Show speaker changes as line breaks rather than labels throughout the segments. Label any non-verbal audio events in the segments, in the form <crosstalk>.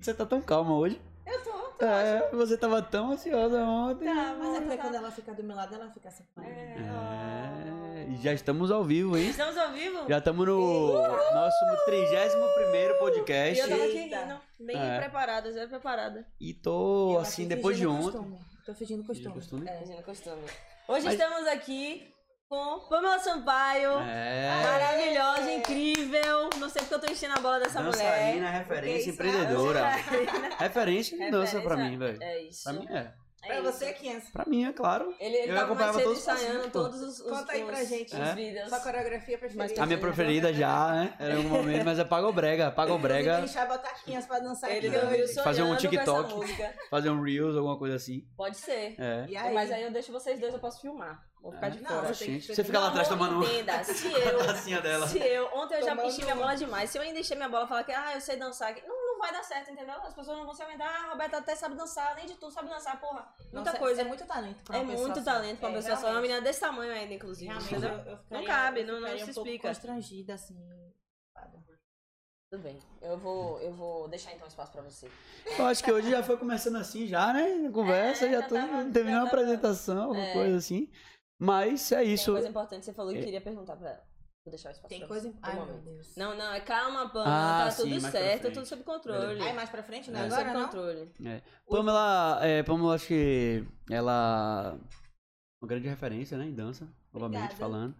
Você tá tão calma hoje.
Eu tô, tô ótima.
É, você tava tão ansiosa ontem.
Tá,
Mas é
mas
porque
eu
quando
tava...
ela fica do meu lado, ela fica assim.
É.
É, e já estamos ao vivo, hein?
Estamos ao vivo?
Já estamos no nosso 31º
E eu tava
podcast.
aqui
Eita.
rindo, bem
É.
preparada, zero preparada.
E
E
tô
ela
assim,
fica
depois de
fingindo
ontem. né?
costume. Tô fingindo
Fingindo
costume.
costume.
É, gente, costume. Hoje
Mas-
estamos aqui com Pamela Sampaio,
É.
maravilhosa, incrível. Não sei porque eu tô enchendo a bola dessa
Dançarina,
mulher.
referência,
Porque isso é
empreendedora.
Dançarina.
Referência de dança pra
Referência.
mim, velho.
É isso.
Pra mim é.
é
Pra
isso.
você, 500.
Pra mim, é claro.
Ele, ele
Eu
tava
acompanhava
mais cedo
todos os passinhos,
ensaiando
pô.
todos os, os,
Conta aí pra
os-
gente.
os
É?
vídeos.
Sua coreografia preferida.
Mas
A minha preferida já, né? Era um momento, mas é pagobrega,
<laughs> Brega.
pagobrega,
deixar botar 500 pra dançar
Ele
aqui
dormiu
hoje.
sonhando
Fazer um TikTok.
com essa música.
fazer um reels, alguma coisa assim.
Pode ser.
É.
E aí?
Mas aí eu deixo vocês dois, eu posso filmar. Vou ficar de
Não,
fora.
você tem
Gente, É,
que-
então. você fica lá atrás
Não,
tomando um uma
Entenda,
<laughs>
se eu...
tacinha dela.
Se eu, ontem eu já
Tomando
enchi minha
uma.
bola demais. Se eu ainda encher minha bola e falar que, ah, eu sei dançar aqui, não, não vai dar certo, entendeu? As pessoas não vão se aguentar. Ah, a Roberta até sabe dançar, além de tudo, sabe dançar, porra. Muita
Nossa,
coisa.
É muito talento pra
É
uma pessoa
muito
só.
talento pra uma
É,
pessoa só. É uma
realmente.
menina desse tamanho ainda, inclusive.
Realmente,
entendeu?
eu- eu ficaria-
cabe,
eu
não- não
ficaria
se
um pouco
explica.
constrangida, assim.
Tudo bem. Eu vou, eu vou deixar então espaço pra você.
Eu acho que hoje já foi começando assim, já, né? Conversa,
É,
já
já
tô,
tava-
não teve
já
nenhuma
tava-
apresentação, alguma
é.
coisa assim. Mas é
Isso. Tem
isso.
uma coisa importante que você falou que
É.
queria perguntar pra ela. Vou deixar o espaço
Tem
pra
coisa...
você.
Ai,
Um
meu
momento.
Deus.
Não, não, é calma, Pamela.
Ah,
tá
sim,
tudo
mais pra
certo,
frente.
tudo sob controle.
Ai, mais pra frente? Não
É.
é
Tudo
agora,
sob
não?
controle.
Pamela, é, Pamela, acho que ela é uma grande referência, né, em dança, novamente
Obrigada.
falando.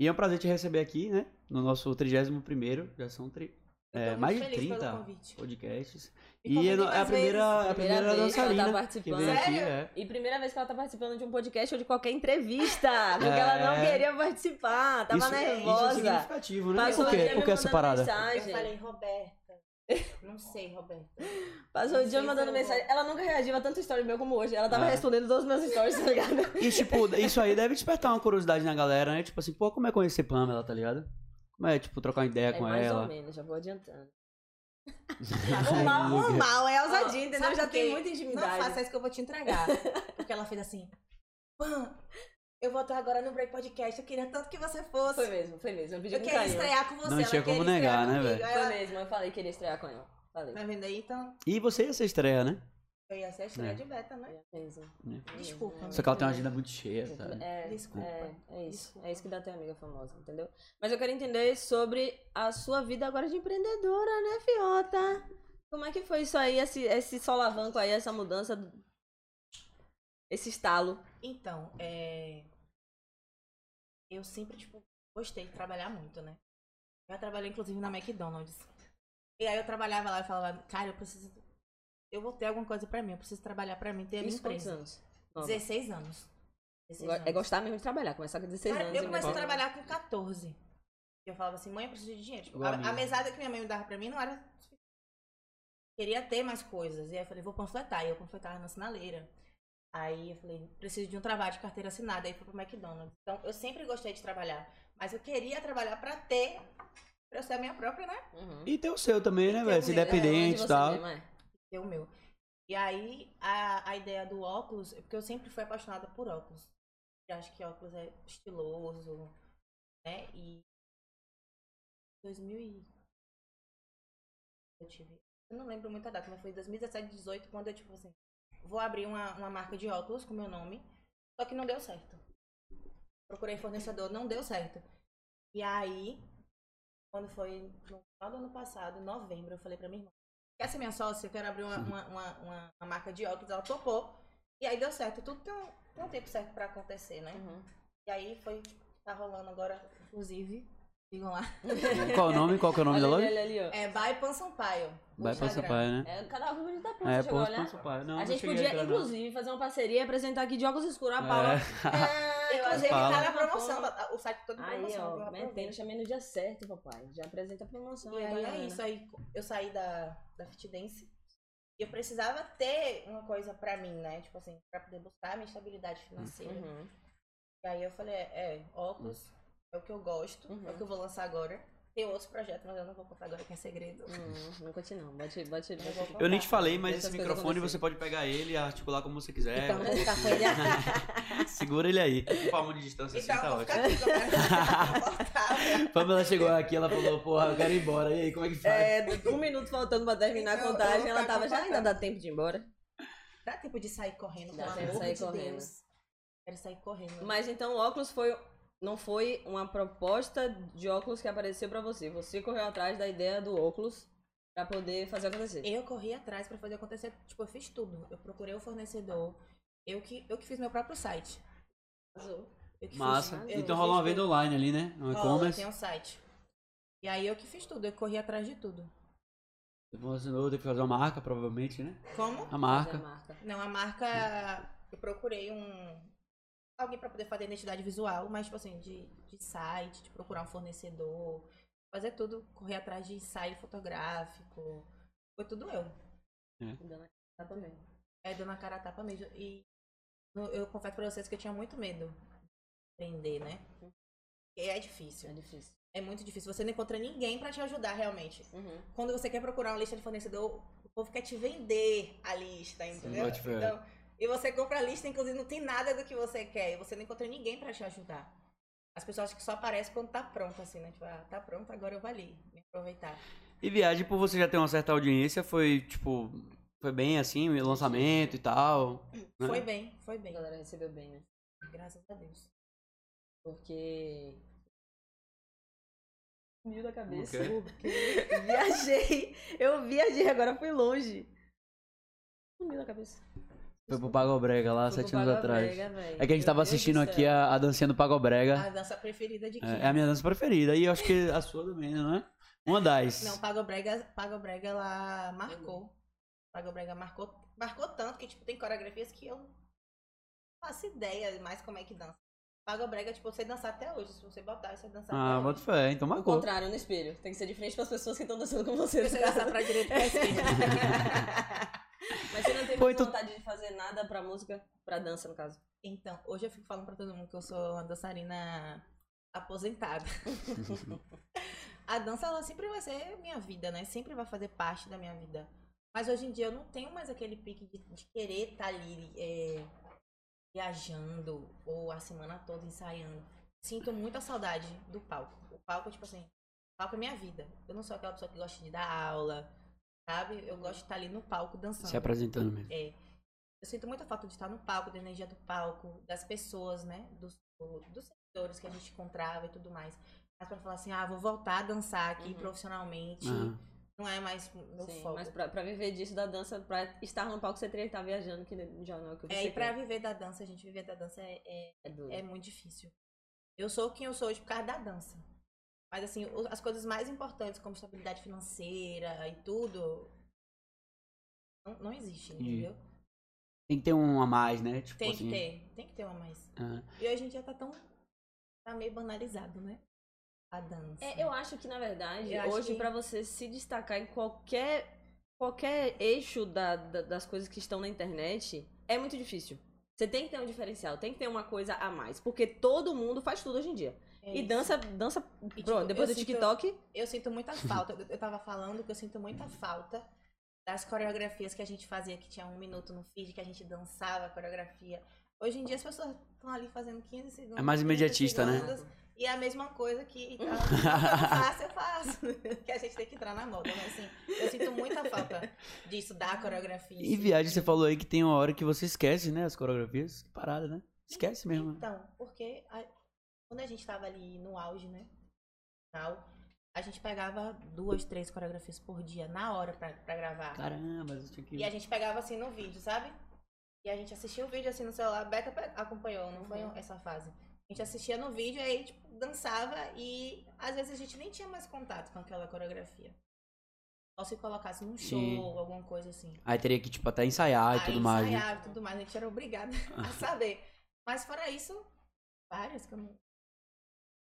E é um prazer te receber aqui, né, no nosso 31º, já são tri-
Eu tô
é,
muito
mais de
feliz pelo
30
convite.
podcasts.
Me
E é,
convidem
no- é a
mais vezes.
primeira, é a
Primeira
primeira
vez que ela tá
dançarina que
participando.
veio aqui,
Sério?
é.
E primeira vez que ela tá participando de um podcast ou de qualquer entrevista.
<laughs>
Porque
É.
ela não queria participar, tava
isso, Isso é
nervosa.
significativo, né?
Passou
Por
o dia
quê?
me
Por que essa
mandando
parada?
Eu
Mensagem.
falei, Roberta. Não sei, Roberta.
Passou o dia
Não sei
mandando
se eu vou.
mensagem. Ela nunca reagia a tanto story meu como hoje. Ela tava
É.
respondendo todos os meus stories, tá ligado?
E, tipo, isso aí deve despertar uma curiosidade na galera, né? Tipo assim, pô, como é conhecer Pamela, tá ligado? Como é, tipo, trocar uma ideia
É
com
mais ou
ela?
menos, já vou adiantando.
Tá
O
Tá
mal, o mal, é ousadia,
Ó,
entendeu?
sabe
Já
por
tem
quê?
muita intimidade.
Não
Não
faça
faça isso que eu vou te entregar. Porque ela fez assim, Pam, eu vou estar agora no Break Podcast, eu queria tanto que você fosse.
Foi mesmo, foi mesmo. Eu pedi
eu
com
queria
carinho.
estrear com você.
Não
ela
tinha como
queria estrear
negar, né,
comigo.
velho?
Aí
Foi
ela-
mesmo, eu falei que queria estrear com ela. Falei.
Tá vendo aí? Então,
E você ia ser estreia, né?
eu ia ser a estreia
É.
de beta, né?
Mesmo.
É.
Desculpa.
Só que ela tem uma agenda muito cheia, sabe?
É,
Desculpa.
É, é isso.
Desculpa.
É isso que dá ter amiga famosa, entendeu? Mas eu quero entender sobre a sua vida agora de empreendedora, né, Fiota? Como é que foi isso aí, esse, esse solavanco aí, essa mudança? do- Esse estalo.
Então, é... eu sempre, tipo, gostei de trabalhar muito, né? Eu trabalhei, inclusive, na McDonald's. E aí eu trabalhava lá e falava, cara, eu preciso... Eu vou ter alguma coisa pra mim, eu preciso trabalhar pra mim, ter a minha
Isso quantos
empresa.
anos? Nova.
16 anos. 16
É
anos.
gostar mesmo de trabalhar, começar com 16
Cara,
anos.
é
eu
em
comecei a
Maceió.
trabalhar com 14. Eu falava assim, mãe, eu preciso de dinheiro. Tipo,
Igual
a,
a minha.
a mesada que minha mãe me dava pra mim não era suficiente. Queria ter mais coisas. E aí eu falei, vou panfletar. E eu panfletava na sinaleira. Aí eu falei, preciso de um trabalho de carteira assinada. Aí fui pro McDonald's. Então eu sempre gostei de trabalhar. Mas eu queria trabalhar pra ter, pra eu ser a minha própria, né?
Uhum.
E tem o seu também, né,
E
velho?
tem o
Ser
meu,
independente
É,
e
onde
tal.
você mesmo é.
Ter o meu. E aí a, a ideia do óculos, é porque eu sempre fui apaixonada por óculos. Eu acho que óculos é estiloso, né? E 2000 e... eu tive. Eu não lembro muito a data, mas foi 2017, 2018, quando eu, tipo assim, vou abrir uma, uma marca de óculos com meu nome. Só que não deu certo. Procurei fornecedor, não deu certo. E aí, quando foi no final do ano passado, em novembro, eu falei pra minha irmã, quer ser minha sócia? Eu quero abrir uma, uma, uma, uma- uma marca de óculos. Ela topou. E aí deu certo. Tudo tem um, tem um tempo certo pra acontecer, né?
Uhum.
E aí foi, tá rolando agora, inclusive, digam lá.
Qual o nome? Qual que é o nome da
Olha <laughs>
loja?
ele ali, ó.
É Vai Pan Sampaio. no
Vai pra
Instagram.
Sampaia, né?
É, o canal que
tá
bonito da Ponte,
É,
chegou a
pô,
olhar?
pra Sampaia. Não,
a
não
gente
cheguei
podia,
entrar, não.
inclusive, fazer uma parceria e apresentar aqui de óculos escuros. A <laughs> Paula.
É.
<laughs>
acho que
Eu achei que
Fala.
tá na promoção. O site todo em
Aí, ó,
promoção. então eu
metendo,
aproveito.
chamei no dia certo, papai. Já apresenta a promoção.
E aí
bacana.
é isso. Aí eu saí da, da Fit Dance. E eu precisava ter uma coisa pra mim, né? Tipo assim, pra poder buscar a minha estabilidade financeira.
Uhum.
E aí eu falei, é, óculos é o que eu gosto, é
Uhum.
o que eu vou lançar agora. Tem outros projetos, mas eu não vou contar agora que é segredo.
Hum, não conte não. Bote, bote,
Não vou contar.
Eu nem te falei, mas esse
Deixa as coisas
microfone
acontecer.
você pode pegar ele e articular como você quiser.
Então, vamos ficar com ele.
<laughs> Segura ele aí. Um palmo de distância assim
Então,
tá
vou
ótimo.
ficar aqui, eu quero
<laughs>
ficar confortável.
Pamela chegou aqui, ela falou, porra, eu quero ir embora. E aí, como é que faz?
É, um minuto faltando pra terminar a
Então,
contagem,
eu
ela
vou
tava já
contar.
ainda dá tempo de ir embora.
Dá tempo de sair correndo,
Dá
pelo
tempo de
amor
sair
de
correndo.
Deus. Quero sair correndo.
Mas então o óculos foi não foi uma proposta de óculos que apareceu pra você. Você correu atrás da ideia do óculos pra poder fazer acontecer.
Eu corri atrás pra fazer acontecer. Tipo, eu fiz tudo. Eu procurei o fornecedor. Eu que, eu que fiz meu próprio site. Eu que fiz-
Massa.
eu
Então
fiz
rola uma
tudo.
venda online ali, né? Um
Rola,
e-commerce.
Tem um site. E aí eu que fiz tudo. Eu corri atrás de tudo.
Você não tem que fazer uma marca, provavelmente, né?
Como?
A
Fazer
marca.
marca.
Não, a marca. Eu procurei um. Alguém pra poder fazer identidade visual, mas tipo assim, de, de site, de procurar um fornecedor, fazer tudo, correr atrás de ensaio fotográfico. Foi tudo eu.
Dando a cara também.
É, dando a cara a tapa mesmo. E no- eu confesso pra vocês que eu tinha muito medo de empreender, né? E é
É
difícil.
difícil.
É muito difícil. Você não encontra ninguém pra te ajudar realmente.
Uhum.
Quando você quer procurar uma lista de fornecedor, o povo quer te vender a lista, entendeu?
bote fé.
Então, e você compra a lista, inclusive não tem nada do que você quer. E você não encontra ninguém pra te ajudar. As pessoas acham que só aparece quando tá pronto, assim, né? Tipo, ah, tá pronto, agora eu vou ali, me aproveitar.
E viagem, por você já ter uma certa audiência, foi, tipo, foi bem assim, o lançamento e tal. né?
Foi bem, foi
A
bem.
galera recebeu bem, né?
Graças a Deus.
Porque. Sumiu da cabeça.
quê?
viajei. Eu viajei, agora fui longe. Sumiu da cabeça.
Foi pro Pagobrega lá, sete anos atrás. É que a gente tava assistindo aqui a, a dancinha do
A
Pagobrega.
dança preferida de quem?
É, é a minha dança preferida. E eu acho que a sua também, né, não é? Uma das.
Não, Pago Brega, Pago Brega ela marcou. Pago Brega marcou, marcou tanto que tipo tem coreografias que eu não faço ideia mais como é que dança. Pago Brega, tipo, você dançar até hoje, se você botar, você dançar
ah,
até
bota
hoje.
fé, então
"É O
marcou.
contrário, no espelho. Tem que ser de frente pras pessoas que estão dançando com você.
Se você
no caso. <laughs>
dançar pra direita e pra esquerda.
Mas você não teve
Pô,
mais
então-
vontade de fazer nada pra música, pra dança, no caso.
Então, hoje eu fico falando pra todo mundo que eu sou uma dançarina aposentada. a dança, ela sempre vai ser minha vida, né? Sempre vai fazer parte da minha vida. Mas hoje em dia eu não tenho mais aquele pique de, de querer estar ali é, viajando ou a semana toda ensaiando. Sinto muita saudade do palco. O palco, tipo assim, o palco é minha vida. Eu não sou aquela pessoa que gosta de dar aula, sabe? Eu gosto de estar ali no palco dançando.
Se apresentando mesmo.
É. Eu sinto muita falta de estar no palco, da energia do palco, das pessoas, né? Dos, do- dos seguidores que a gente encontrava e tudo mais. Mas pra falar assim, ah, vou voltar a dançar aqui
Uhum.
profissionalmente,
Aham.
não é mais meu
Sim,
foco.
mas pra, pra viver disso da dança, pra estar no palco, você teria que estar viajando, que já não é o que você
É, e pra
quer.
viver da dança, a gente viver da dança é, é,
É duro.
é muito difícil. Eu sou quem eu sou hoje por causa da dança. Mas assim, o- as coisas mais importantes, como estabilidade financeira e tudo, não, não existe, entendeu?
Tem que ter um a mais, né? Tipo
Tem
assim.
que ter, tem que ter uma mais.
ah.
E hoje em dia tá tão. tá meio banalizado, né? A dança.
É, eu acho que, na verdade,
Eu acho
hoje,
que-
pra você se destacar em qualquer, qualquer eixo da- da- das coisas que estão na internet, é muito difícil. Você tem que ter um diferencial, tem que ter uma coisa a mais. Porque todo mundo faz tudo hoje em dia.
É
e
isso.
dança, dança.
tipo,
pronto, depois do
eu sinto-
TikTok,
Eu sinto muita falta. Eu- Eu tava falando que eu sinto muita falta das coreografias que a gente fazia, que tinha um minuto no feed, que a gente dançava a coreografia. Hoje em dia as pessoas estão ali fazendo 15 segundos.
É mais
30
imediatista, né?
segundos, E é a mesma coisa
<laughs>
que. Tá, eu faço, eu faço. <laughs> que a gente tem que entrar na moda. Mas assim, eu sinto muita falta disso, da coreografia.
E viagem, você falou aí que tem uma hora que você esquece, né? As coreografias. Que parada, né? Esquece mesmo. né?
Então, porque a- quando a gente tava ali no auge, né? Final, a gente pegava duas, três coreografias por dia na hora pra, pra gravar.
Caramba, eu tinha que.
E a gente pegava assim no vídeo, sabe? E a gente assistia o vídeo assim no celular. A Beca pe- acompanhou, não foi
Uhum.
essa fase. A gente assistia no vídeo, aí tipo, dançava e às vezes a gente nem tinha mais contato com aquela coreografia. Só se colocasse num show,
Sim.
alguma coisa assim.
Aí teria que, tipo, até ensaiar e
Aí
tudo mais. Né?
ensaiava e tudo mais, a gente era obrigada
<laughs>
a saber. Mas fora isso, várias que eu não.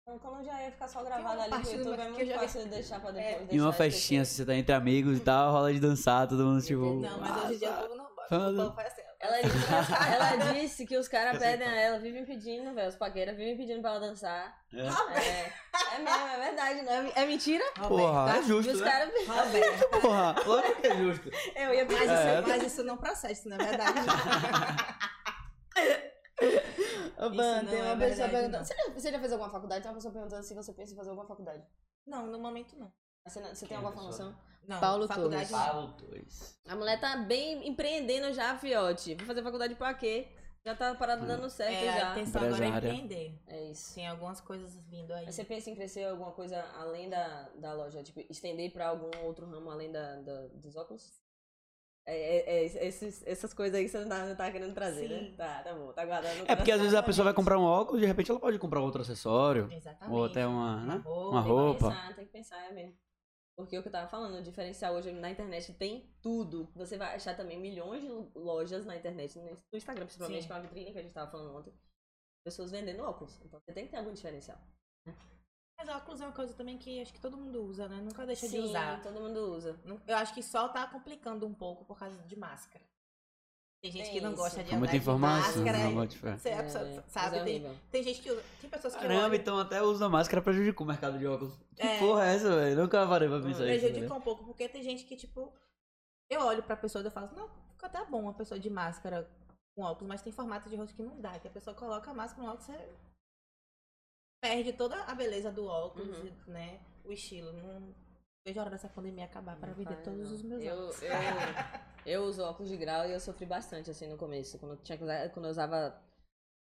Então, quando já ia ficar só
gravado
gravado
ali
ali
pro
no
parte do YouTube,
YouTube,
é
é
Mac
muito
que eu muito já fácil
<laughs> fácil deixar pra
depois, É.
depois.
E uma festinha, assim, você tá entre amigos e tal, rola de dançar, todo mundo, tipo.
Entendeu?
Não, mas hoje em dia o povo não bota. O
Fala.
povo faz assim, ó,
Ela disse que os, <laughs> ela disse que os caras pedem a ela, vivem pedindo, velho. Os paqueiras vivem pedindo pra ela dançar.
<laughs> É.
É, é mesmo, é verdade. Não é, é mentira?
<laughs>
tá?
Porra, é
E os
justo, né?
caras.
Roberto,
Porra, lógico que é justo.
Eu ia
mas,
pedir.
É.
isso, mas isso não processa, na
é
verdade.
Ô, Ban,
não
tem uma
é
pessoa
verdade,
perguntando.
não.
Você já, você já fez alguma faculdade? Tem uma pessoa perguntando se você pensa em fazer alguma faculdade.
<laughs> Não, no momento não.
Você, não- você
Quem
tem
é
alguma
a pessoa?
formação?
Não,
Paulo
faculdade
Torres.
não.
Paulo 2.
A mulher tá bem empreendendo já, fiote. Vou fazer faculdade pra quê? Já tá parado
Hum.
dando certo
É, a
já.
intenção agora é
Empresária.
empreender.
É isso.
Tem algumas coisas vindo aí.
Mas você pensa em crescer alguma coisa além da, da loja? Tipo, estender pra algum outro ramo além da, da- dos óculos? É, é- é esses- essas coisas aí que você não tá, não tá querendo trazer,
Sim.
né? Tá, tá bom, tá guardando.
É porque às vezes a pessoa vai comprar um óculos e de repente ela pode comprar outro acessório.
Exatamente.
Ou até uma, né?
Roupa,
uma
Tem que
roupa.
pensar, tem que pensar, é mesmo. Porque é o que eu tava falando, o diferencial hoje na internet tem tudo. Você vai achar também milhões de lojas na internet, no Instagram principalmente,
Sim.
que é uma vitrine que a gente tava falando ontem. Pessoas vendendo óculos. Então você tem que ter algum diferencial.
Mas óculos é uma coisa também que acho que todo mundo usa, né? Nunca deixa de usar.
todo mundo usa.
Não- Eu acho que só tá complicando um pouco por causa de máscara. Tem gente
Tem
que não
isso.
gosta de
É
andar
muita
de
informação. né,
máscara. é.
Não, bote fé.
Você- a pessoa sabe,
mas é
tem,
horrível.
tem gente que usa. Tem pessoas que
Caramba,
olham,
então até usa máscara pra prejudicar o mercado de óculos. Que
É.
porra é essa, velho? Nunca parei pra pensar isso.
prejudica
velho.
um pouco, porque tem gente que, tipo, eu olho pra pessoa e eu falo, não, fica até bom uma pessoa de máscara com óculos, mas tem formato de rosto que não dá, que a pessoa coloca a máscara no óculos, você perde toda a beleza do óculos,
Uhum.
e, né? O estilo. Não vejo a hora dessa pandemia acabar para
Não
vender
faz,
todos
não.
os meus
eu,
óculos.
eu, eu uso óculos de grau e eu sofri bastante, assim, no começo. Quando eu, tinha que usar- quando eu usava...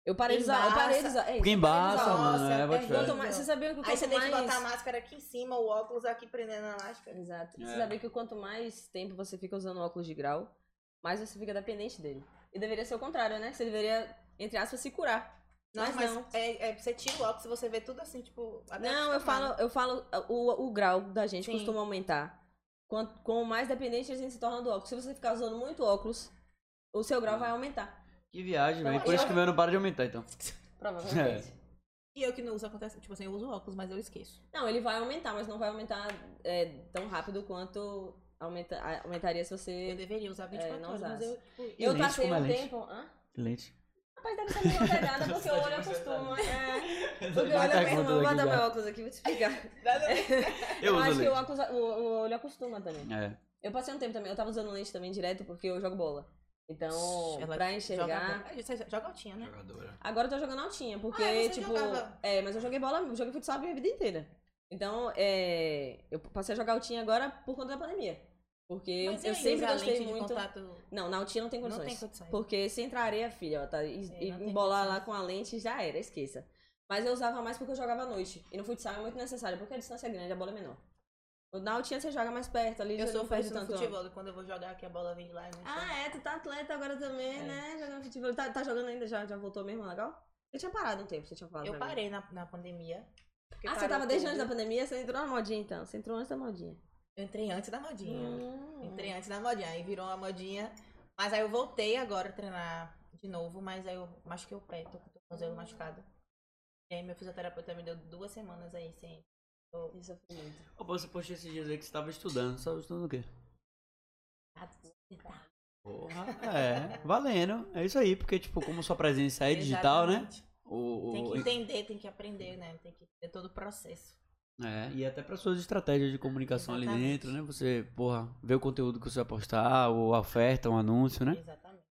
Eu parei de usar, eu parei de usar. é isso,
Porque
eu parei de
embaça,
usar óculos.
mano. É, bote
Nossa,
fé.
Quanto mais, você sabia que
Aí
quanto
você tem que
mais-
botar a máscara aqui em cima, o óculos aqui prendendo na máscara.
Exato. E
É.
Você sabia que quanto mais tempo você fica usando óculos de grau, mais você fica dependente dele. E deveria ser o contrário, né? Você deveria, entre aspas, se curar.
Não,
Mas
mas
não.
É, é, você tira o óculos e você vê tudo assim, tipo. até
Não, eu
acostumado.
falo, eu falo o, o grau da gente
Sim.
costuma aumentar. Quanto com mais dependente a gente se torna do óculos. Se você ficar usando muito óculos, o seu grau
Ah.
vai aumentar.
<laughs> Que viagem, velho.
Então,
Por
eu-
isso que o meu não para de aumentar, então.
Provavelmente.
E eu que não uso acontece. Tipo assim, eu uso óculos, mas eu esqueço.
Não, ele vai aumentar, mas não vai aumentar é, tão rápido quanto aumenta, a- aumentaria se
Eu
você.
deveria usar 24
não
horas, mas
usasse.
eu, tipo,
E
eu
lente,
passei
como é
um
lente?
tempo. Hã?
Lente.
Rapaz, deve ser uma
<laughs>
pegada porque o olho acostuma. É. Porque olha, meu irmão, vou botar meu óculos aqui, vou te explicar.
Eu uso
acho que o,
lente.
óculos, o, o olho acostuma também.
É.
Eu passei um tempo também, eu tava usando lente também direto porque eu jogo bola. Então,
Ela
pra
joga,
enxergar.
bola. você joga altinha, né?
Jogadora.
Agora eu tô jogando altinha, porque,
Ah, você
tipo.
jogava.
É, mas eu joguei bola, eu joguei futsal a minha vida inteira. Então, é, eu passei a jogar altinha agora por conta da pandemia. Porque
Mas e
eu
aí,
sempre
usar
gostei
lente de
muito.
contato
Não, na altinha não tem
não
condições.
tem condições.
Porque se entrar areia, filha, ó, tá, e,
É,
e
não tem
embolar
condições.
lá com a lente já era, esqueça. Mas eu usava mais porque eu jogava à noite. E no futsal é muito necessário, porque a distância é grande, a bola é menor. Na altinha você joga mais perto, ali
Eu
você não
sou
perde
fácil no
tanto.
futebol, quando eu vou jogar que a bola vem de lá. eu não enxergo.
Ah, é, tu tá atleta agora também,
É.
né? Jogando futebol. Tá, tá jogando ainda? Já, já voltou mesmo, legal? Eu tinha parado um tempo, você tinha falado.
eu
pra mim.
parei na, na pandemia. porque
Ah, você
parou
tava desde antes da
tudo.
pandemia, você entrou na modinha então. Você entrou antes da modinha.
Eu entrei antes da modinha.
Hum.
Entrei antes da modinha, aí virou uma modinha. Mas aí eu voltei agora a treinar de novo, mas aí eu machuquei o pé, tô com o tornozelo machucado. E aí meu fisioterapeuta me deu duas semanas aí sem. tô
Isso eu fui muito.
Ô, pô, você postou esses dias aí que você tava estudando. Você tava estudando o quê?
Tá
Porra. É, valendo. É isso aí, porque, tipo, como sua presença é digital, né?
Exatamente.
O, o-
Tem que entender, tem que aprender, né? Tem que ter todo o processo.
É, e até para suas estratégias de comunicação ali
Exatamente.
dentro, né? Você, porra, vê o conteúdo que você vai postar, ou a oferta, um anúncio, né?
Exatamente.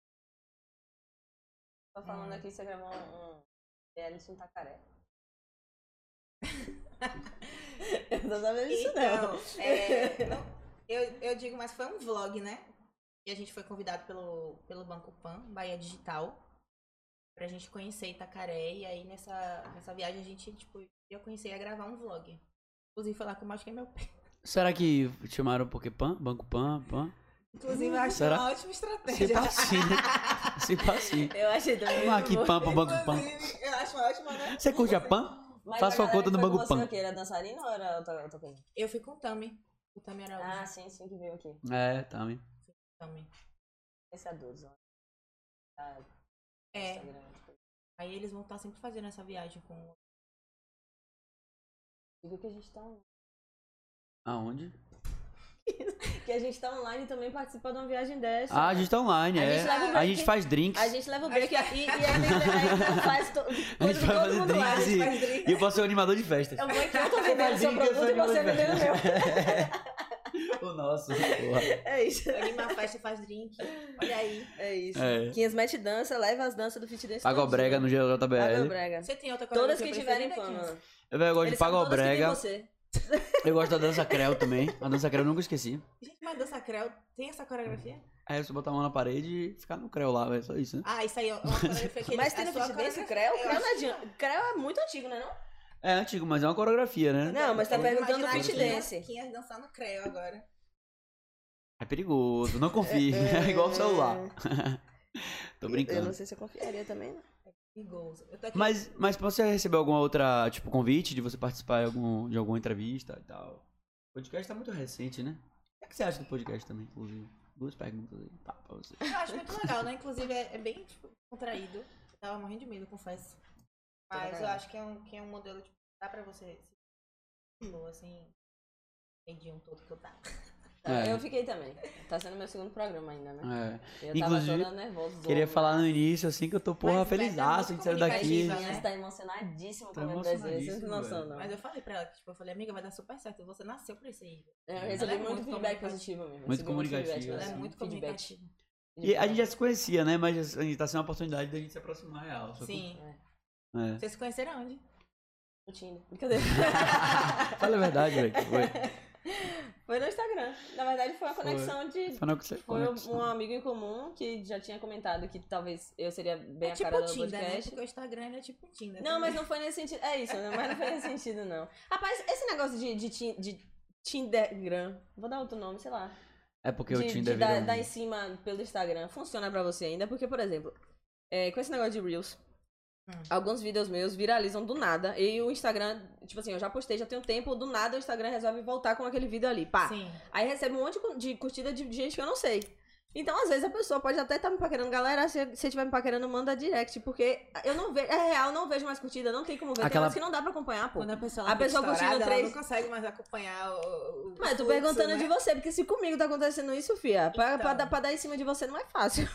Tô falando aqui que você gravou um. um Ellison Tacaré. <laughs> eu não tô sabendo disso, não.
Então, é, não, eu, eu digo, mas foi um vlog, né? E a gente foi convidado pelo, pelo Banco Pan, Bahia Digital, pra gente conhecer Itacaré. E aí nessa, nessa viagem a gente, tipo, eu conheci a gravar um vlog. Inclusive foi lá que eu machuquei meu pé.
Será que te chamaram porque Pan? Banco Pan, Pan? <laughs>
Inclusive eu acho
Será? tá assim,
uma ótima estratégia.
Se passinha. <laughs> Se passinha.
Então, Eu achei também.
Vamos aqui,
muito bom.
Pan pro Banco Pan.
Inclusive, eu acho uma ótima, né?
Você curte a Pan?
Mas
Faça
a
sua
galera
conta
que
no
foi com
Banco
você,
Pan.
o quê? Era dançarina ou era outra, outra coisa?
<laughs> Eu fui com o Tami. O Tami era
Ah,
o
sim, sim, que veio aqui.
É, também.
Tami.
Esse é adulto. Ah,
É,
Instagram. tipo,
aí eles vão estar sempre fazendo essa viagem com
Digo que a gente tá.
Aonde?
Que a gente tá online também participa de uma viagem dessa.
Ah, a gente tá online,
A
é.
gente leva o
a
break.
gente faz drinks.
A gente leva o break aqui e, é e ainda, ainda é, faz
<laughs>
to, coisa de
vai
todo
fazer
mundo lá. A gente
drinks
faz drink. É
E eu posso ser o animador de festas.
Eu vou aqui, eu tô vendendo seu
Dica,
produto e
seu
você
animador de
vendendo o meu.
festas. o nosso. porra.
É isso.
Anima a festa, faz drink. Olha aí.
É isso.
É.
Quinhas mete dança, leva as danças do fit dance.
Pagobrega no
Pago
GJBL.
brega.
Você tem outra
Todas
coreografia
que tiverem
preferida,
pano.
Eu gosto de
Eles são todas que
pagobrega.
tem você.
Eu gosto da dança creu também. A dança creu eu nunca esqueci.
Kim? Gente, mas dança creu tem essa coreografia?
Aí eu só botar a mão na parede e ficar no creu lá, é só isso, né?
Ah, isso aí é uma coreografia
<laughs>
que
Mas
eles-
tem
a
no
sua
fit dance
coreografia-
creu?
eu
Creu
acho
não
que
adianta. Creu é muito antigo, né não?
É antigo, mas é uma coreografia, né?
Não, mas tá
Eu
perguntando do
Imaginar
fit
que
dance.
Quinhas dançar no creio agora.
É perigoso, não confie. <laughs> É igual o celular. Tô
Eu
brincando.
não sei se eu confiaria também, né?
Perigoso. Eu tô aqui
Mas, mas você recebeu alguma outra, tipo, convite de você participar de, algum, de alguma entrevista e tal? O podcast tá muito recente, né? O que você acha do podcast também, inclusive? Duas perguntas aí, tá, pra você.
Eu acho muito legal, né? Inclusive, é, é bem, tipo, contraído. Eu tava morrendo de medo, confesso. Mas eu acho que é um, que é um modelo, tipo, dá pra você se boa, assim, entendi um todo que eu tava.
É.
Eu fiquei também. Tá sendo meu segundo programa ainda, né?
É,
Eu
Inclusive,
tava toda nervosa.
queria falar no início, assim, que eu tô, porra,
Mas, velho, é
felizaço, a
muito
gente saiu daqui.
comunicativo, né?
Você tá emocionadíssimo
Tá
com o Brasil, vocês
emocionadíssimo,
não noção,
velho.
não.
Mas eu falei pra ela, que, tipo, eu falei, amiga, vai dar super certo. Você nasceu pra isso aí.
Eu
Ela
recebi
é
muito,
muito
feedback
comunicativa.
positivo mesmo.
Muito
recebi
comunicativa,
feedback,
Ela é
Sim.
assim,
muito
feedback.
comunicativa.
E a gente já se conhecia, né? Mas assim, tá sendo uma oportunidade da gente se aproximar real. sacou?
Sim.
É. <laughs>
Vocês se conheceram onde?
No Tinder. Brincadeira.
Fala a verdade, velho. que Foi.
Foi no Instagram. Na verdade, foi uma
Foi.
conexão de.
Foi na que você
Foi
conexão.
um amigo em comum que já tinha comentado que talvez eu seria bem
é
a
tipo
cara
o
do
Tinder, né?
podcast.
Porque o Instagram ele é tipo o Tinder.
Não, mas não foi nesse sentido. É isso, né? mas não foi nesse sentido, não. Rapaz, esse negócio de, de, tin- de Tindergram, vou dar outro nome, sei lá.
É porque
de,
o Tinder
de
virou
dar,
um-
dar em cima pelo Instagram funciona pra você ainda, porque, por exemplo, é, com esse negócio de Reels,
Hum.
alguns vídeos meus viralizam do nada. E o Instagram, tipo assim, eu já postei, já tem um tempo, do nada o Instagram resolve voltar com aquele vídeo ali. Pá.
Sim.
Aí recebe um monte de cu- de curtida de gente que eu não sei. Então, às vezes, a pessoa pode até estar me paquerando. Galera, se você estiver me paquerando, manda direct. Porque eu não vejo. É real, não vejo mais curtida, não tem como ver. Tem
Aquela-
horas que não dá pra acompanhar, pô.
Quando a pessoa,
A
ela fica
pessoa curtindo
estourada,
três-
Ela não consegue mais acompanhar o. o-
Mas eu tô
o fluxo,
perguntando
né?
de você, porque se comigo tá acontecendo isso, Fia, pra,
Então.
pra dar, pra dar em cima de você não é fácil.